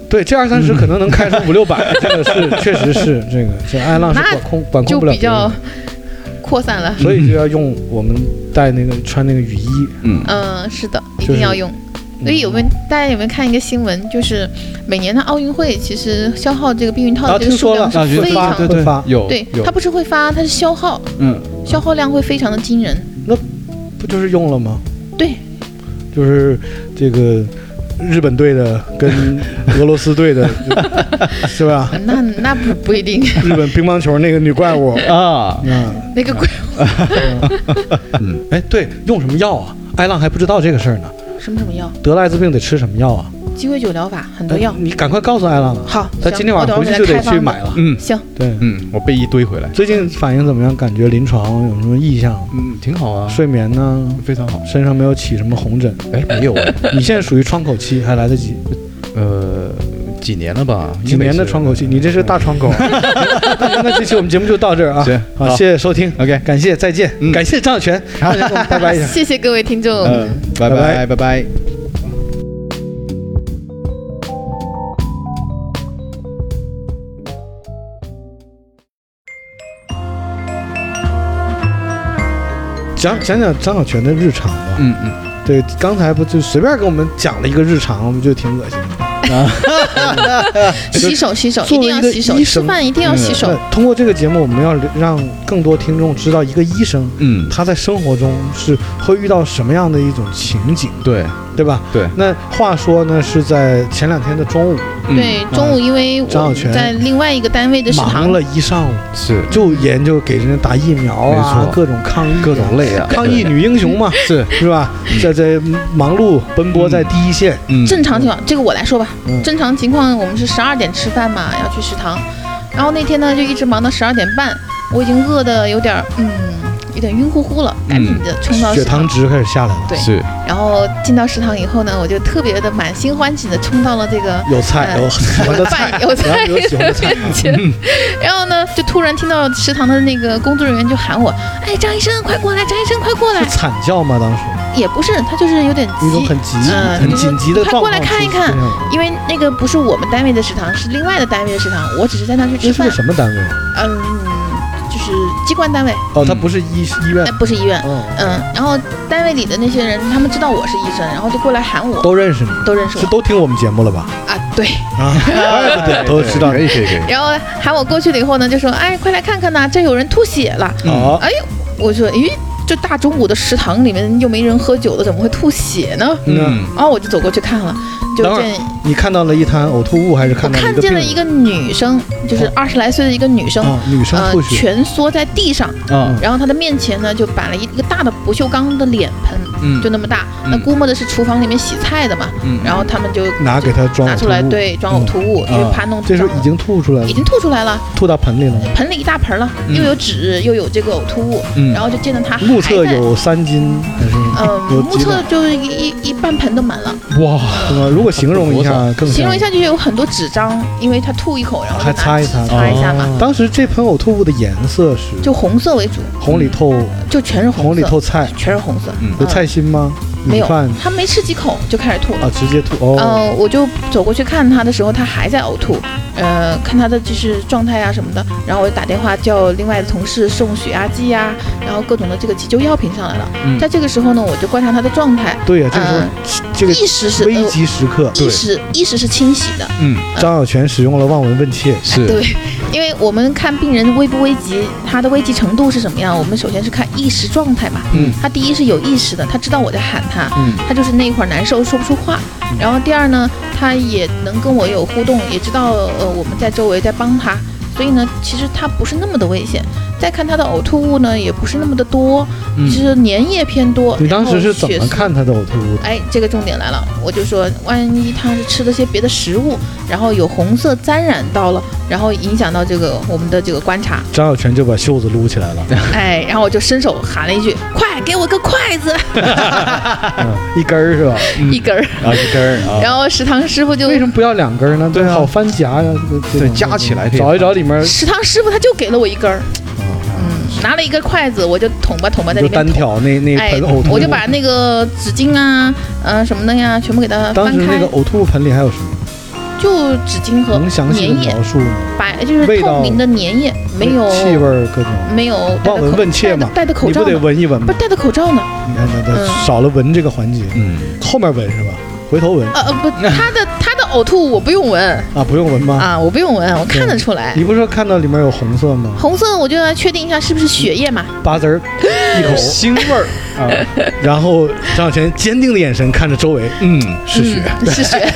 [SPEAKER 2] 对这二三十可能能开出五六 百，这个是确实是这个，这艾浪是
[SPEAKER 3] 那
[SPEAKER 2] 管控管控
[SPEAKER 3] 就
[SPEAKER 2] 不了
[SPEAKER 3] 比
[SPEAKER 2] 别人
[SPEAKER 3] 较嗯
[SPEAKER 2] 的，
[SPEAKER 3] 扩散了。
[SPEAKER 2] 所以就要用我们带那个穿那个雨衣，
[SPEAKER 1] 嗯，
[SPEAKER 3] 嗯，是的，一
[SPEAKER 2] 就
[SPEAKER 3] 定
[SPEAKER 2] 是嗯
[SPEAKER 3] 要用。所以有没有大家有没有看一个新闻？就是每年的奥运会，其实消耗这个避孕套
[SPEAKER 2] 啊
[SPEAKER 3] 的这个
[SPEAKER 2] 听
[SPEAKER 3] 数
[SPEAKER 2] 说
[SPEAKER 3] 量
[SPEAKER 2] 了
[SPEAKER 3] 是
[SPEAKER 1] 啊，
[SPEAKER 2] 会
[SPEAKER 1] 对
[SPEAKER 3] 非
[SPEAKER 2] 发
[SPEAKER 3] 常
[SPEAKER 1] 对
[SPEAKER 2] 会
[SPEAKER 1] 对
[SPEAKER 2] 发，
[SPEAKER 1] 有
[SPEAKER 3] 对，它
[SPEAKER 1] 有，
[SPEAKER 3] 不是会发，它是消耗，
[SPEAKER 1] 嗯，
[SPEAKER 3] 消耗量会非常的惊人。
[SPEAKER 2] 不就是用了吗？
[SPEAKER 3] 对，
[SPEAKER 2] 就是这个日本队的跟俄罗斯队的，就是 吧？
[SPEAKER 3] 那那不 不一 定，
[SPEAKER 2] 日本乒乓球那个女怪物。
[SPEAKER 1] 啊，
[SPEAKER 2] 啊，
[SPEAKER 3] 那个鬼
[SPEAKER 1] 嗯，
[SPEAKER 2] 哎，对，用什么药啊？艾浪还不知道这个事儿呢。
[SPEAKER 3] 什么什么药，
[SPEAKER 2] 得了艾滋病得吃什么药啊？
[SPEAKER 3] 鸡尾酒疗法很多
[SPEAKER 2] 哎
[SPEAKER 3] 药。
[SPEAKER 2] 你赶快告诉艾浪啊！
[SPEAKER 3] 好，
[SPEAKER 2] 他
[SPEAKER 3] 行
[SPEAKER 2] 今天晚上
[SPEAKER 3] 我
[SPEAKER 2] 回
[SPEAKER 3] 等
[SPEAKER 2] 去
[SPEAKER 3] 会儿
[SPEAKER 2] 就
[SPEAKER 3] 给他
[SPEAKER 2] 得
[SPEAKER 3] 开
[SPEAKER 2] 去
[SPEAKER 3] 方
[SPEAKER 2] 买了。
[SPEAKER 1] 嗯
[SPEAKER 3] 行，
[SPEAKER 2] 对，
[SPEAKER 1] 嗯，我背一堆回来，
[SPEAKER 2] 最近反应怎么样？感觉临床有什么异象？
[SPEAKER 1] 嗯，挺好啊，
[SPEAKER 2] 睡眠呢？
[SPEAKER 1] 非常好。
[SPEAKER 2] 身上没有起什么红疹？
[SPEAKER 1] 哎，没 有哎，
[SPEAKER 2] 你现在属于窗口期，还来得及。
[SPEAKER 1] 呃，几年了吧？
[SPEAKER 2] 几年的窗口期，你这是大窗 口啊。那那这期我们节目就到这儿啊
[SPEAKER 1] 行！
[SPEAKER 2] 好，
[SPEAKER 1] 好
[SPEAKER 2] 谢谢收听，
[SPEAKER 1] OK
[SPEAKER 2] 感谢再见，
[SPEAKER 1] 嗯
[SPEAKER 2] 感谢张小泉，大家跟我们拜拜一下。
[SPEAKER 3] 谢谢各位听众。
[SPEAKER 1] 嗯，拜拜
[SPEAKER 2] 拜
[SPEAKER 1] 拜拜。
[SPEAKER 2] 讲讲讲张小泉的日常吧。
[SPEAKER 1] 嗯嗯，
[SPEAKER 2] 对，刚才不就随便给我们讲了一个日常，我们就挺恶心的。
[SPEAKER 3] 洗手，洗手，
[SPEAKER 2] 作
[SPEAKER 3] 一
[SPEAKER 2] 为一
[SPEAKER 3] 定要
[SPEAKER 2] 个
[SPEAKER 3] 洗手，
[SPEAKER 2] 医
[SPEAKER 3] 吃
[SPEAKER 2] 生
[SPEAKER 3] 饭一定要洗手。
[SPEAKER 2] 那通过这个节目，我们要让更多听众知道一个医生。
[SPEAKER 1] 嗯，
[SPEAKER 2] 他在生活中是会遇到什么样的一种情景，
[SPEAKER 1] 对
[SPEAKER 2] 对吧？
[SPEAKER 1] 对，
[SPEAKER 2] 那话说呢，是在前两天的中午，
[SPEAKER 1] 嗯
[SPEAKER 3] 对，中午因为
[SPEAKER 2] 张
[SPEAKER 3] 我
[SPEAKER 2] 小泉
[SPEAKER 3] 在另外一个单位的食
[SPEAKER 2] 忙
[SPEAKER 3] 堂，
[SPEAKER 2] 了一上午，
[SPEAKER 1] 是
[SPEAKER 2] 就研究给人家打疫苗
[SPEAKER 1] 没
[SPEAKER 2] 啊，
[SPEAKER 1] 错
[SPEAKER 2] 各种抗议啊，
[SPEAKER 1] 各种累啊，
[SPEAKER 2] 抗疫
[SPEAKER 1] 对
[SPEAKER 2] 女英雄嘛，
[SPEAKER 1] 是
[SPEAKER 2] 是吧？在在忙碌奔波在第一线，
[SPEAKER 1] 嗯
[SPEAKER 3] 正常情况，这个我来说吧
[SPEAKER 2] 嗯。
[SPEAKER 3] 正常情况我们是十二点吃饭嘛，要去食堂，然后那天呢就一直忙到十二点半，我已经饿得有点儿嗯有点晕乎乎了，赶紧的冲到
[SPEAKER 2] 嗯
[SPEAKER 1] 嗯
[SPEAKER 2] 血
[SPEAKER 3] 食
[SPEAKER 2] 糖
[SPEAKER 3] 堂。
[SPEAKER 2] 值开始下来了，
[SPEAKER 3] 对
[SPEAKER 1] 是
[SPEAKER 3] 然后进到食堂以后呢，我就特别的满心欢喜的冲到了这个
[SPEAKER 2] 有菜，
[SPEAKER 3] 嗯
[SPEAKER 2] 有喜欢的 菜，
[SPEAKER 3] 饭有
[SPEAKER 2] 然后
[SPEAKER 3] 菜
[SPEAKER 2] 有喜欢的菜，
[SPEAKER 3] 面前， 然后呢就突然听到食堂的那个工作人员就喊我，哎张医生快过来，张医生快过来
[SPEAKER 2] 是，惨叫吗？当时
[SPEAKER 3] 也不是他就是有点
[SPEAKER 2] 有一种
[SPEAKER 3] 急。
[SPEAKER 2] 很急、
[SPEAKER 3] 嗯
[SPEAKER 2] 很紧急的
[SPEAKER 3] 快
[SPEAKER 2] 状
[SPEAKER 3] 过
[SPEAKER 2] 况
[SPEAKER 3] 来
[SPEAKER 2] 出
[SPEAKER 3] 看一
[SPEAKER 2] 现
[SPEAKER 3] 看
[SPEAKER 2] 了。
[SPEAKER 3] 因为那个不是我们单位的食堂，是另外的单位的食堂，我只是在那去
[SPEAKER 2] 这是
[SPEAKER 3] 吃饭
[SPEAKER 2] 个。什么单位？啊
[SPEAKER 3] 嗯，就是机关单位，
[SPEAKER 2] 哦，它
[SPEAKER 1] 嗯
[SPEAKER 2] 不是医医院
[SPEAKER 3] 哎，，不是医院。
[SPEAKER 2] 哦，
[SPEAKER 3] 嗯，然后单位里的那些人，他们知道我是医生，然后就过来喊我，
[SPEAKER 2] 都认识你，
[SPEAKER 3] 都认识
[SPEAKER 2] 是
[SPEAKER 3] 我
[SPEAKER 2] 都听我们节目了吧？
[SPEAKER 3] 啊，对。
[SPEAKER 2] 啊，怪不得 都哦知道
[SPEAKER 1] 可。以可以可以，
[SPEAKER 3] 然后喊我过去了以后呢，就说，哎，快来看看呐，这有人吐血了。
[SPEAKER 2] 哦，
[SPEAKER 3] 哎呦，我说，咦，这大中午的食堂里面又没人喝酒的，怎么会吐血呢？
[SPEAKER 2] 嗯，
[SPEAKER 1] 嗯
[SPEAKER 3] 然后我就走过去看了，就
[SPEAKER 2] 等会儿
[SPEAKER 3] 见
[SPEAKER 2] 你看到了一滩呕吐物，还是
[SPEAKER 3] 我
[SPEAKER 2] 看到
[SPEAKER 3] 看见了一
[SPEAKER 2] 个
[SPEAKER 3] 个女生，
[SPEAKER 2] 哦
[SPEAKER 3] 就是二十来岁的一个女
[SPEAKER 2] 病
[SPEAKER 3] 生
[SPEAKER 2] 人，啊女生
[SPEAKER 3] 呃
[SPEAKER 2] 吐，血，
[SPEAKER 3] 蜷缩在地上。
[SPEAKER 1] 啊
[SPEAKER 3] 然后他的面前呢就摆了一一个大的不锈钢的脸盆，
[SPEAKER 1] 嗯
[SPEAKER 3] 就那么大。那
[SPEAKER 1] 嗯
[SPEAKER 3] 估摸着是厨房里面洗菜的嘛，
[SPEAKER 1] 嗯
[SPEAKER 3] 然后他们就
[SPEAKER 2] 拿给他装
[SPEAKER 3] 拿出
[SPEAKER 2] 呕
[SPEAKER 3] 来，
[SPEAKER 2] 吐物，
[SPEAKER 3] 对，装呕吐物，因为
[SPEAKER 2] 啊
[SPEAKER 3] 怕弄
[SPEAKER 2] 这时
[SPEAKER 3] 脏
[SPEAKER 2] 候已
[SPEAKER 3] 了。
[SPEAKER 2] 经吐出来
[SPEAKER 3] 已
[SPEAKER 2] 了，
[SPEAKER 3] 经吐出来了，
[SPEAKER 2] 吐到盆里了吗。
[SPEAKER 3] 盆里一大盆了，
[SPEAKER 1] 嗯
[SPEAKER 3] 又有纸，又有这个呕吐物，
[SPEAKER 1] 嗯
[SPEAKER 3] 然后就见到他还
[SPEAKER 2] 目测
[SPEAKER 3] 在，
[SPEAKER 2] 有三 斤还是 有
[SPEAKER 3] 嗯，目
[SPEAKER 2] 几
[SPEAKER 3] 测
[SPEAKER 2] 两？
[SPEAKER 3] 就是一一一半盆都满了。
[SPEAKER 1] 嗯哇，
[SPEAKER 2] 是吗？如果形容一下，更像
[SPEAKER 3] 形容一下就是有很多纸张，因为他吐一口，然后
[SPEAKER 2] 还
[SPEAKER 3] 就拿
[SPEAKER 2] 擦一
[SPEAKER 3] 纸
[SPEAKER 2] 擦
[SPEAKER 3] 擦一下嘛，
[SPEAKER 1] 哦
[SPEAKER 2] 啊当时这盆呕吐物的颜色是
[SPEAKER 3] 嗯就红色为主，
[SPEAKER 2] 红里透
[SPEAKER 3] 就全是
[SPEAKER 2] 红里
[SPEAKER 3] 色，
[SPEAKER 2] 透菜，
[SPEAKER 3] 全是红色。
[SPEAKER 1] 嗯
[SPEAKER 2] 有菜心吗？
[SPEAKER 3] 没有
[SPEAKER 2] 饭，
[SPEAKER 3] 他没吃几口就开始吐了。
[SPEAKER 2] 啊，直接吐哦。
[SPEAKER 3] 嗯，我就走过去看他的时候，他还在呕吐，呃，看他的就是状态啊什么的，然后我就打电话叫另外的同事送血压计呀、然后各种的这个急救药品上来了。
[SPEAKER 1] 嗯
[SPEAKER 3] 在这个时候呢，我就观察他的状态，
[SPEAKER 2] 对呀、这个时候这个
[SPEAKER 3] 呃意识是
[SPEAKER 2] 危急时刻，
[SPEAKER 1] 对
[SPEAKER 3] 意识意识是清晰的，
[SPEAKER 1] 嗯，
[SPEAKER 2] 张小泉使用了望闻问切，
[SPEAKER 1] 是
[SPEAKER 3] 对，因为我们看病人危不危急，他的危急程度是什么样，我们首先是看意识状态嘛。
[SPEAKER 1] 嗯
[SPEAKER 3] 他第一是有意识的，他知道我在喊他，
[SPEAKER 1] 嗯
[SPEAKER 3] 他就是那一会儿难受说不出话。
[SPEAKER 2] 嗯
[SPEAKER 3] 然后第二呢，他也能跟我有互动，也知道呃我们在周围在帮他，所以呢，其实他不是那么的危险。再看他的呕吐物呢，也不是那么的多，
[SPEAKER 1] 嗯
[SPEAKER 3] 其实粘液偏多。
[SPEAKER 2] 你当
[SPEAKER 3] 然后
[SPEAKER 2] 时是怎
[SPEAKER 3] 血
[SPEAKER 2] 么
[SPEAKER 3] 丝
[SPEAKER 2] 看他的呕吐物的？
[SPEAKER 3] 哎，这个重点来了，我就说，万一他是吃了些别的食物，然后有红色沾染到了，然后影响到这个我们的这个观 察，
[SPEAKER 2] 张小泉就把袖子撸起来了，
[SPEAKER 3] 哎，然后我就伸手喊了一句：“快给我个筷子，
[SPEAKER 2] 嗯一根儿是吧？
[SPEAKER 1] 嗯
[SPEAKER 3] 一根儿。
[SPEAKER 1] 啊一根儿”啊，
[SPEAKER 3] 然后食堂师傅就
[SPEAKER 2] 为什么不要两根儿呢？
[SPEAKER 1] 对啊
[SPEAKER 2] 好翻夹呀、这个这种
[SPEAKER 1] 对夹起来可以
[SPEAKER 2] 找一找里面，
[SPEAKER 3] 食堂师傅他就给了我一根儿，
[SPEAKER 2] 啊
[SPEAKER 3] 嗯，拿了一根筷子，我就捅吧捅吧在
[SPEAKER 2] 就
[SPEAKER 3] 里
[SPEAKER 2] 单
[SPEAKER 3] 面捅。
[SPEAKER 2] 挑那那
[SPEAKER 3] 哎
[SPEAKER 2] 盆呕吐，物。
[SPEAKER 3] 我就把那个纸巾啊，呃什么的呀，全部给它
[SPEAKER 2] 当
[SPEAKER 3] 翻
[SPEAKER 2] 时那
[SPEAKER 3] 开
[SPEAKER 2] 个，呕吐物盆里还有什么？
[SPEAKER 3] 就纸巾和
[SPEAKER 2] 能详细的
[SPEAKER 3] 粘液
[SPEAKER 2] 描，述吗？
[SPEAKER 3] 白就是
[SPEAKER 2] 味道
[SPEAKER 3] 透明的粘液，没有
[SPEAKER 2] 气味儿各种，
[SPEAKER 3] 没有戴
[SPEAKER 2] 望
[SPEAKER 3] 着
[SPEAKER 2] 闻
[SPEAKER 3] 口
[SPEAKER 2] 问切
[SPEAKER 3] 戴着
[SPEAKER 2] 嘛
[SPEAKER 3] 戴着口
[SPEAKER 2] 你
[SPEAKER 3] 罩
[SPEAKER 2] 不
[SPEAKER 3] 呢
[SPEAKER 2] 得闻一闻
[SPEAKER 3] 不
[SPEAKER 2] 吗
[SPEAKER 3] 是？戴着口罩呢，
[SPEAKER 2] 你看他他
[SPEAKER 3] 嗯
[SPEAKER 2] 少了闻这个环节，
[SPEAKER 1] 嗯
[SPEAKER 2] 后面闻是吧？回头闻
[SPEAKER 3] 呃呃 不，他的他的呕吐我不用闻
[SPEAKER 2] 啊，不用闻吗？
[SPEAKER 3] 啊，我不用闻，我看得出来。
[SPEAKER 2] 你不是说看到里面有红色吗？
[SPEAKER 3] 红色我就要确定一下是不是血 液嘛，
[SPEAKER 2] 八 字儿一
[SPEAKER 1] 有
[SPEAKER 2] 口
[SPEAKER 1] 腥味儿，
[SPEAKER 2] 啊，然后张小泉坚定的眼神看着周围，
[SPEAKER 1] 嗯，
[SPEAKER 2] 是血，
[SPEAKER 3] 嗯是血，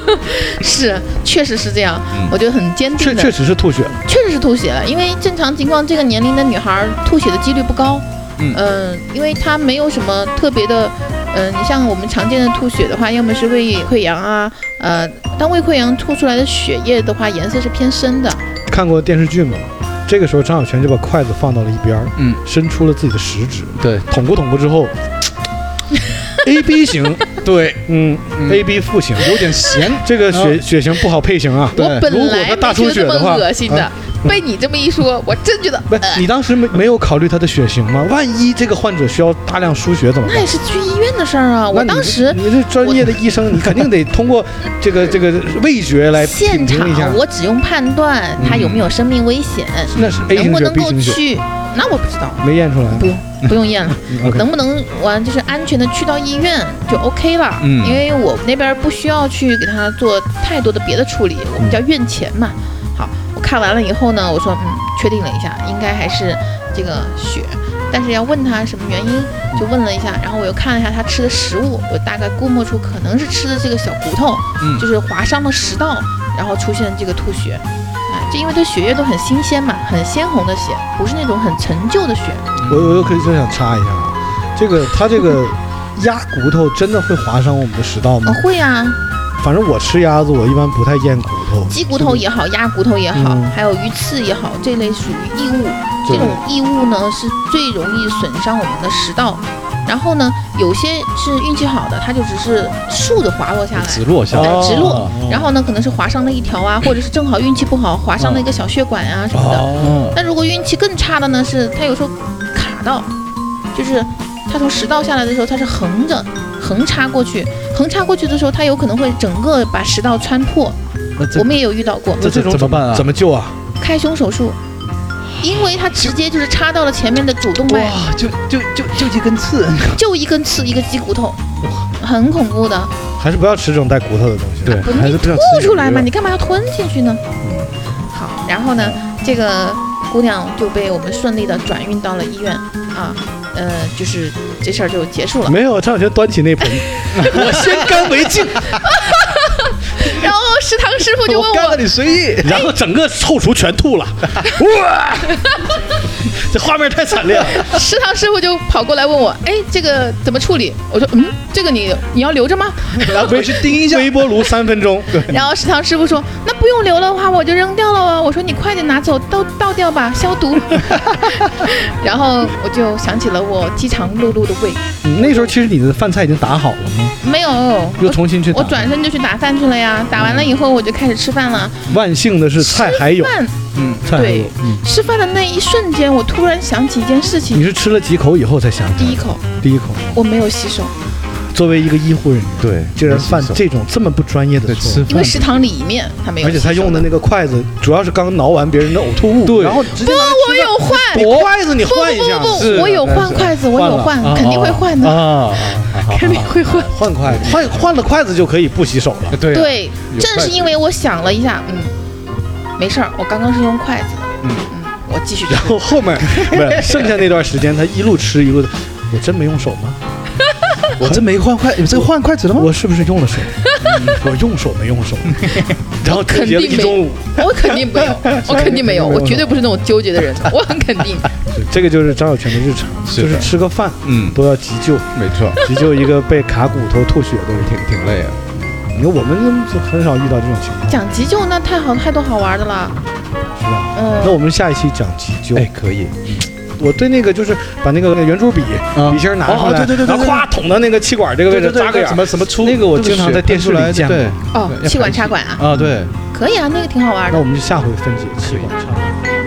[SPEAKER 3] 是，确实是这样
[SPEAKER 1] 嗯，
[SPEAKER 3] 我就很坚定
[SPEAKER 2] 确
[SPEAKER 3] 的，
[SPEAKER 2] 确实是吐血了。
[SPEAKER 3] 确实是吐血了，因为正常情况这个年龄的女孩吐血的几率不高，
[SPEAKER 1] 嗯
[SPEAKER 3] 呃因为她没有什么特别的，嗯、你像我们常见的吐血的话，要么是胃溃疡啊，呃，当胃溃疡吐出来的血液的话，颜色是偏深的，
[SPEAKER 2] 看过电视剧吗？这个时候，张小泉就把筷子放到了一边儿，
[SPEAKER 1] 嗯，
[SPEAKER 2] 伸出了自己的食指，
[SPEAKER 1] 对
[SPEAKER 2] 捅咕捅咕 之后，A B 型，
[SPEAKER 1] 对，
[SPEAKER 2] 嗯
[SPEAKER 1] 嗯
[SPEAKER 2] ，A B 负型，
[SPEAKER 1] 有点咸，
[SPEAKER 2] 这个血
[SPEAKER 1] 哦
[SPEAKER 2] 血型不好配型啊。
[SPEAKER 1] 对
[SPEAKER 3] 我本
[SPEAKER 2] 如果
[SPEAKER 3] 来
[SPEAKER 2] 他
[SPEAKER 3] 没
[SPEAKER 2] 大出血
[SPEAKER 3] 觉得这
[SPEAKER 2] 的话
[SPEAKER 3] 么恶心的
[SPEAKER 2] 啊，
[SPEAKER 3] 被你这么一说，我真觉得，
[SPEAKER 2] 不，你当时没没有考虑他的血型吗？万一这个患者需要大量输血怎么
[SPEAKER 3] 那
[SPEAKER 2] 办
[SPEAKER 3] 也？是去医院的事儿啊。
[SPEAKER 2] 那
[SPEAKER 3] 我
[SPEAKER 2] 你
[SPEAKER 3] 当
[SPEAKER 2] 这
[SPEAKER 3] 时
[SPEAKER 2] 你这专业的医生，你肯定得通过这个这个味觉来品
[SPEAKER 3] 现
[SPEAKER 2] 评一下
[SPEAKER 3] 场，。我只用判断他有没有生命危险，
[SPEAKER 2] 那是 A
[SPEAKER 3] 能
[SPEAKER 2] 型
[SPEAKER 3] 不
[SPEAKER 2] 血
[SPEAKER 3] 能
[SPEAKER 2] B
[SPEAKER 3] 够
[SPEAKER 2] 型血，
[SPEAKER 3] 去，那我不 知道，
[SPEAKER 2] 没验出来。
[SPEAKER 3] 不用不用验了。
[SPEAKER 2] 嗯 OK，
[SPEAKER 3] 能不能完就是安全的去到医院就 OK 了，
[SPEAKER 1] 嗯
[SPEAKER 3] 因为我那边不需要去给他做太多的别的处理，我们叫院前嘛。
[SPEAKER 1] 嗯
[SPEAKER 3] 好，我看完了以后呢，我说嗯，确定了一下，应该还是这个血，但是要问他什么原因，就问了一下，
[SPEAKER 1] 嗯
[SPEAKER 3] 然后我又看了一下他吃的食物，我大概估摸出可能是吃的这个小骨头，
[SPEAKER 1] 嗯
[SPEAKER 3] 就是划伤了食道，然后出现这个吐血。哎，这因为这血液都很新鲜嘛，很鲜红的血，不是那种很陈旧的血。
[SPEAKER 2] 我我又可以就想插一下啊，这个他这个鸭骨头真的会划伤我们的食道
[SPEAKER 3] 呃，
[SPEAKER 1] 嗯
[SPEAKER 2] 吗？
[SPEAKER 3] 会啊，
[SPEAKER 2] 反正我吃鸭子，我一般不太咽骨头。
[SPEAKER 3] 鸡骨头也好，鸭骨头也好
[SPEAKER 2] 嗯，
[SPEAKER 3] 还有鱼刺也好，这类属于异物。
[SPEAKER 2] 对
[SPEAKER 3] 这种异物呢是最容易损伤我们的食道。然后呢，有些是运气好的，它就只是竖着滑落下来，
[SPEAKER 1] 直落下来，
[SPEAKER 2] 哦
[SPEAKER 3] 哎直落
[SPEAKER 2] 哦。
[SPEAKER 3] 然后呢，可能是划伤了一条啊，或者是正好运气不好划伤了一个小血管啊什么的。
[SPEAKER 1] 哦，
[SPEAKER 3] 那如果运气更差的呢，是它有时候卡到，就是它从食道下来的时候，它是横着横插过去，横插过去的时候，它有可能会整个把食道穿破。
[SPEAKER 1] 那这
[SPEAKER 3] 我们也有遇到过。
[SPEAKER 2] 那这种
[SPEAKER 1] 这怎么办啊
[SPEAKER 2] 怎么救啊？
[SPEAKER 3] 开胸手术，因为它直接就是插到了前面的主动脉，
[SPEAKER 1] 哇，就就就就这根刺，
[SPEAKER 3] 就一根刺一个鸡骨头，很恐怖的，
[SPEAKER 2] 还是不要吃这种带骨头的东西。啊
[SPEAKER 1] 对，
[SPEAKER 3] 不
[SPEAKER 1] 还是不要
[SPEAKER 3] 吐
[SPEAKER 1] 吃
[SPEAKER 3] 出来嘛，你干嘛要吞进去呢？
[SPEAKER 1] 嗯
[SPEAKER 3] 好，然后呢，这个姑娘就被我们顺利的转运到了医院啊，呃，就是这事儿就结束了。
[SPEAKER 2] 没有，张小泉端起 那盆，我先干为敬，
[SPEAKER 3] 然后食堂师傅就问
[SPEAKER 1] 我干了
[SPEAKER 3] 我，
[SPEAKER 1] 你随意，
[SPEAKER 2] 然后整个后厨全吐了。 哇，这画面太惨烈了。
[SPEAKER 3] 食堂师傅就跑过来问我，哎，这个怎么处理？我说，嗯，这个你你要留着吗？
[SPEAKER 1] 然后回去叮一下，
[SPEAKER 2] 微波炉三分钟，对，
[SPEAKER 3] 然后食堂师傅说：“那不用留的话，我就扔掉了哦。”我说：“你快点拿走，倒倒掉吧，消 毒。”然后我就想起了我饥肠辘辘的胃，
[SPEAKER 2] 嗯那时候其实你的饭菜已经打好了吗？
[SPEAKER 3] 没有，
[SPEAKER 2] 又
[SPEAKER 3] 我
[SPEAKER 2] 重新去打。
[SPEAKER 3] 我转身就去打饭去了呀。打完了以后，我就开始吃饭了。
[SPEAKER 2] 万幸的是菜还有，
[SPEAKER 3] 饭
[SPEAKER 1] 嗯，
[SPEAKER 2] 菜还有
[SPEAKER 3] 对。
[SPEAKER 2] 嗯，
[SPEAKER 3] 吃饭的那一瞬间，我突然想起一件事
[SPEAKER 2] 你
[SPEAKER 3] 情：
[SPEAKER 2] 是吃了几口以后才想起
[SPEAKER 3] 第一
[SPEAKER 2] 来？
[SPEAKER 3] 口
[SPEAKER 2] 第一口，
[SPEAKER 3] 我没有洗手，
[SPEAKER 2] 作为一个医护人员，
[SPEAKER 1] 对，
[SPEAKER 2] 竟然犯
[SPEAKER 1] 没洗手
[SPEAKER 2] 这种这么不专业的
[SPEAKER 1] 对
[SPEAKER 2] 错
[SPEAKER 1] 吃
[SPEAKER 2] 误，
[SPEAKER 3] 因为
[SPEAKER 1] 饭
[SPEAKER 3] 食堂里面他没
[SPEAKER 2] 嗯
[SPEAKER 3] 有
[SPEAKER 2] 而
[SPEAKER 3] 洗
[SPEAKER 2] 且
[SPEAKER 3] 手，
[SPEAKER 2] 他用的那个筷子主要是刚挠完别人的呕吐物，
[SPEAKER 1] 对
[SPEAKER 2] 然后直接拿来
[SPEAKER 3] 我
[SPEAKER 2] 吃饭
[SPEAKER 3] 有换，
[SPEAKER 2] 你筷子你
[SPEAKER 3] 不
[SPEAKER 2] 换一下，
[SPEAKER 3] 不不
[SPEAKER 1] 是
[SPEAKER 3] 不，我有
[SPEAKER 1] 但
[SPEAKER 3] 换
[SPEAKER 1] 是
[SPEAKER 3] 筷子，我
[SPEAKER 2] 换
[SPEAKER 3] 有
[SPEAKER 2] 了
[SPEAKER 3] 换
[SPEAKER 1] 啊，
[SPEAKER 3] 肯定会换的，
[SPEAKER 1] 啊，啊好
[SPEAKER 3] 肯定会换。
[SPEAKER 2] 换筷子，换换了筷子就可以不洗手 了。
[SPEAKER 1] 对啊
[SPEAKER 3] 对，
[SPEAKER 1] 有
[SPEAKER 3] 正是因为我想了一下，嗯，没事儿，我刚刚是用筷子的，
[SPEAKER 1] 嗯
[SPEAKER 3] 嗯，我继续 吃
[SPEAKER 2] 然。后后面不是剩下那段时间，他一路吃一路，我真没用手吗？
[SPEAKER 1] 我这没换筷，你这换筷子了吗？
[SPEAKER 2] 我是不是用 了手？我用手没用手？然后纠结了一中午，
[SPEAKER 3] 我肯定 没有，我肯定没有，我绝对不是那种纠结的人，我很肯定。
[SPEAKER 2] 对这个就是张小泉的日常，
[SPEAKER 1] 是
[SPEAKER 2] 就
[SPEAKER 1] 的
[SPEAKER 2] 是吃个饭
[SPEAKER 1] 嗯，
[SPEAKER 2] 都要急 救，
[SPEAKER 1] 没错，
[SPEAKER 2] 急救一个被卡骨头吐血的人。
[SPEAKER 1] 挺挺累啊。
[SPEAKER 2] 你看我们就很少遇到这种情况，
[SPEAKER 3] 讲急救那太好太多好玩的了，
[SPEAKER 2] 是吧？那
[SPEAKER 3] 嗯，
[SPEAKER 2] 我们下一期讲急救。
[SPEAKER 1] 哎，可以
[SPEAKER 2] 我对那个就是把那个圆珠笔
[SPEAKER 1] 啊
[SPEAKER 2] 笔芯儿拿出来，
[SPEAKER 1] 哦对对对对
[SPEAKER 2] 然后
[SPEAKER 1] 对
[SPEAKER 2] 咵捅到那个气管这个位置，扎个眼
[SPEAKER 1] 什
[SPEAKER 2] 儿。
[SPEAKER 1] 么什么出
[SPEAKER 2] 那个我经常在电视里见过
[SPEAKER 1] 对
[SPEAKER 3] 哦
[SPEAKER 1] 要，
[SPEAKER 3] 气管
[SPEAKER 1] 排
[SPEAKER 3] 插管啊，
[SPEAKER 1] 啊，对，
[SPEAKER 3] 可以啊，那个挺好玩
[SPEAKER 2] 那
[SPEAKER 3] 的。
[SPEAKER 2] 我们就下回分解气管插管。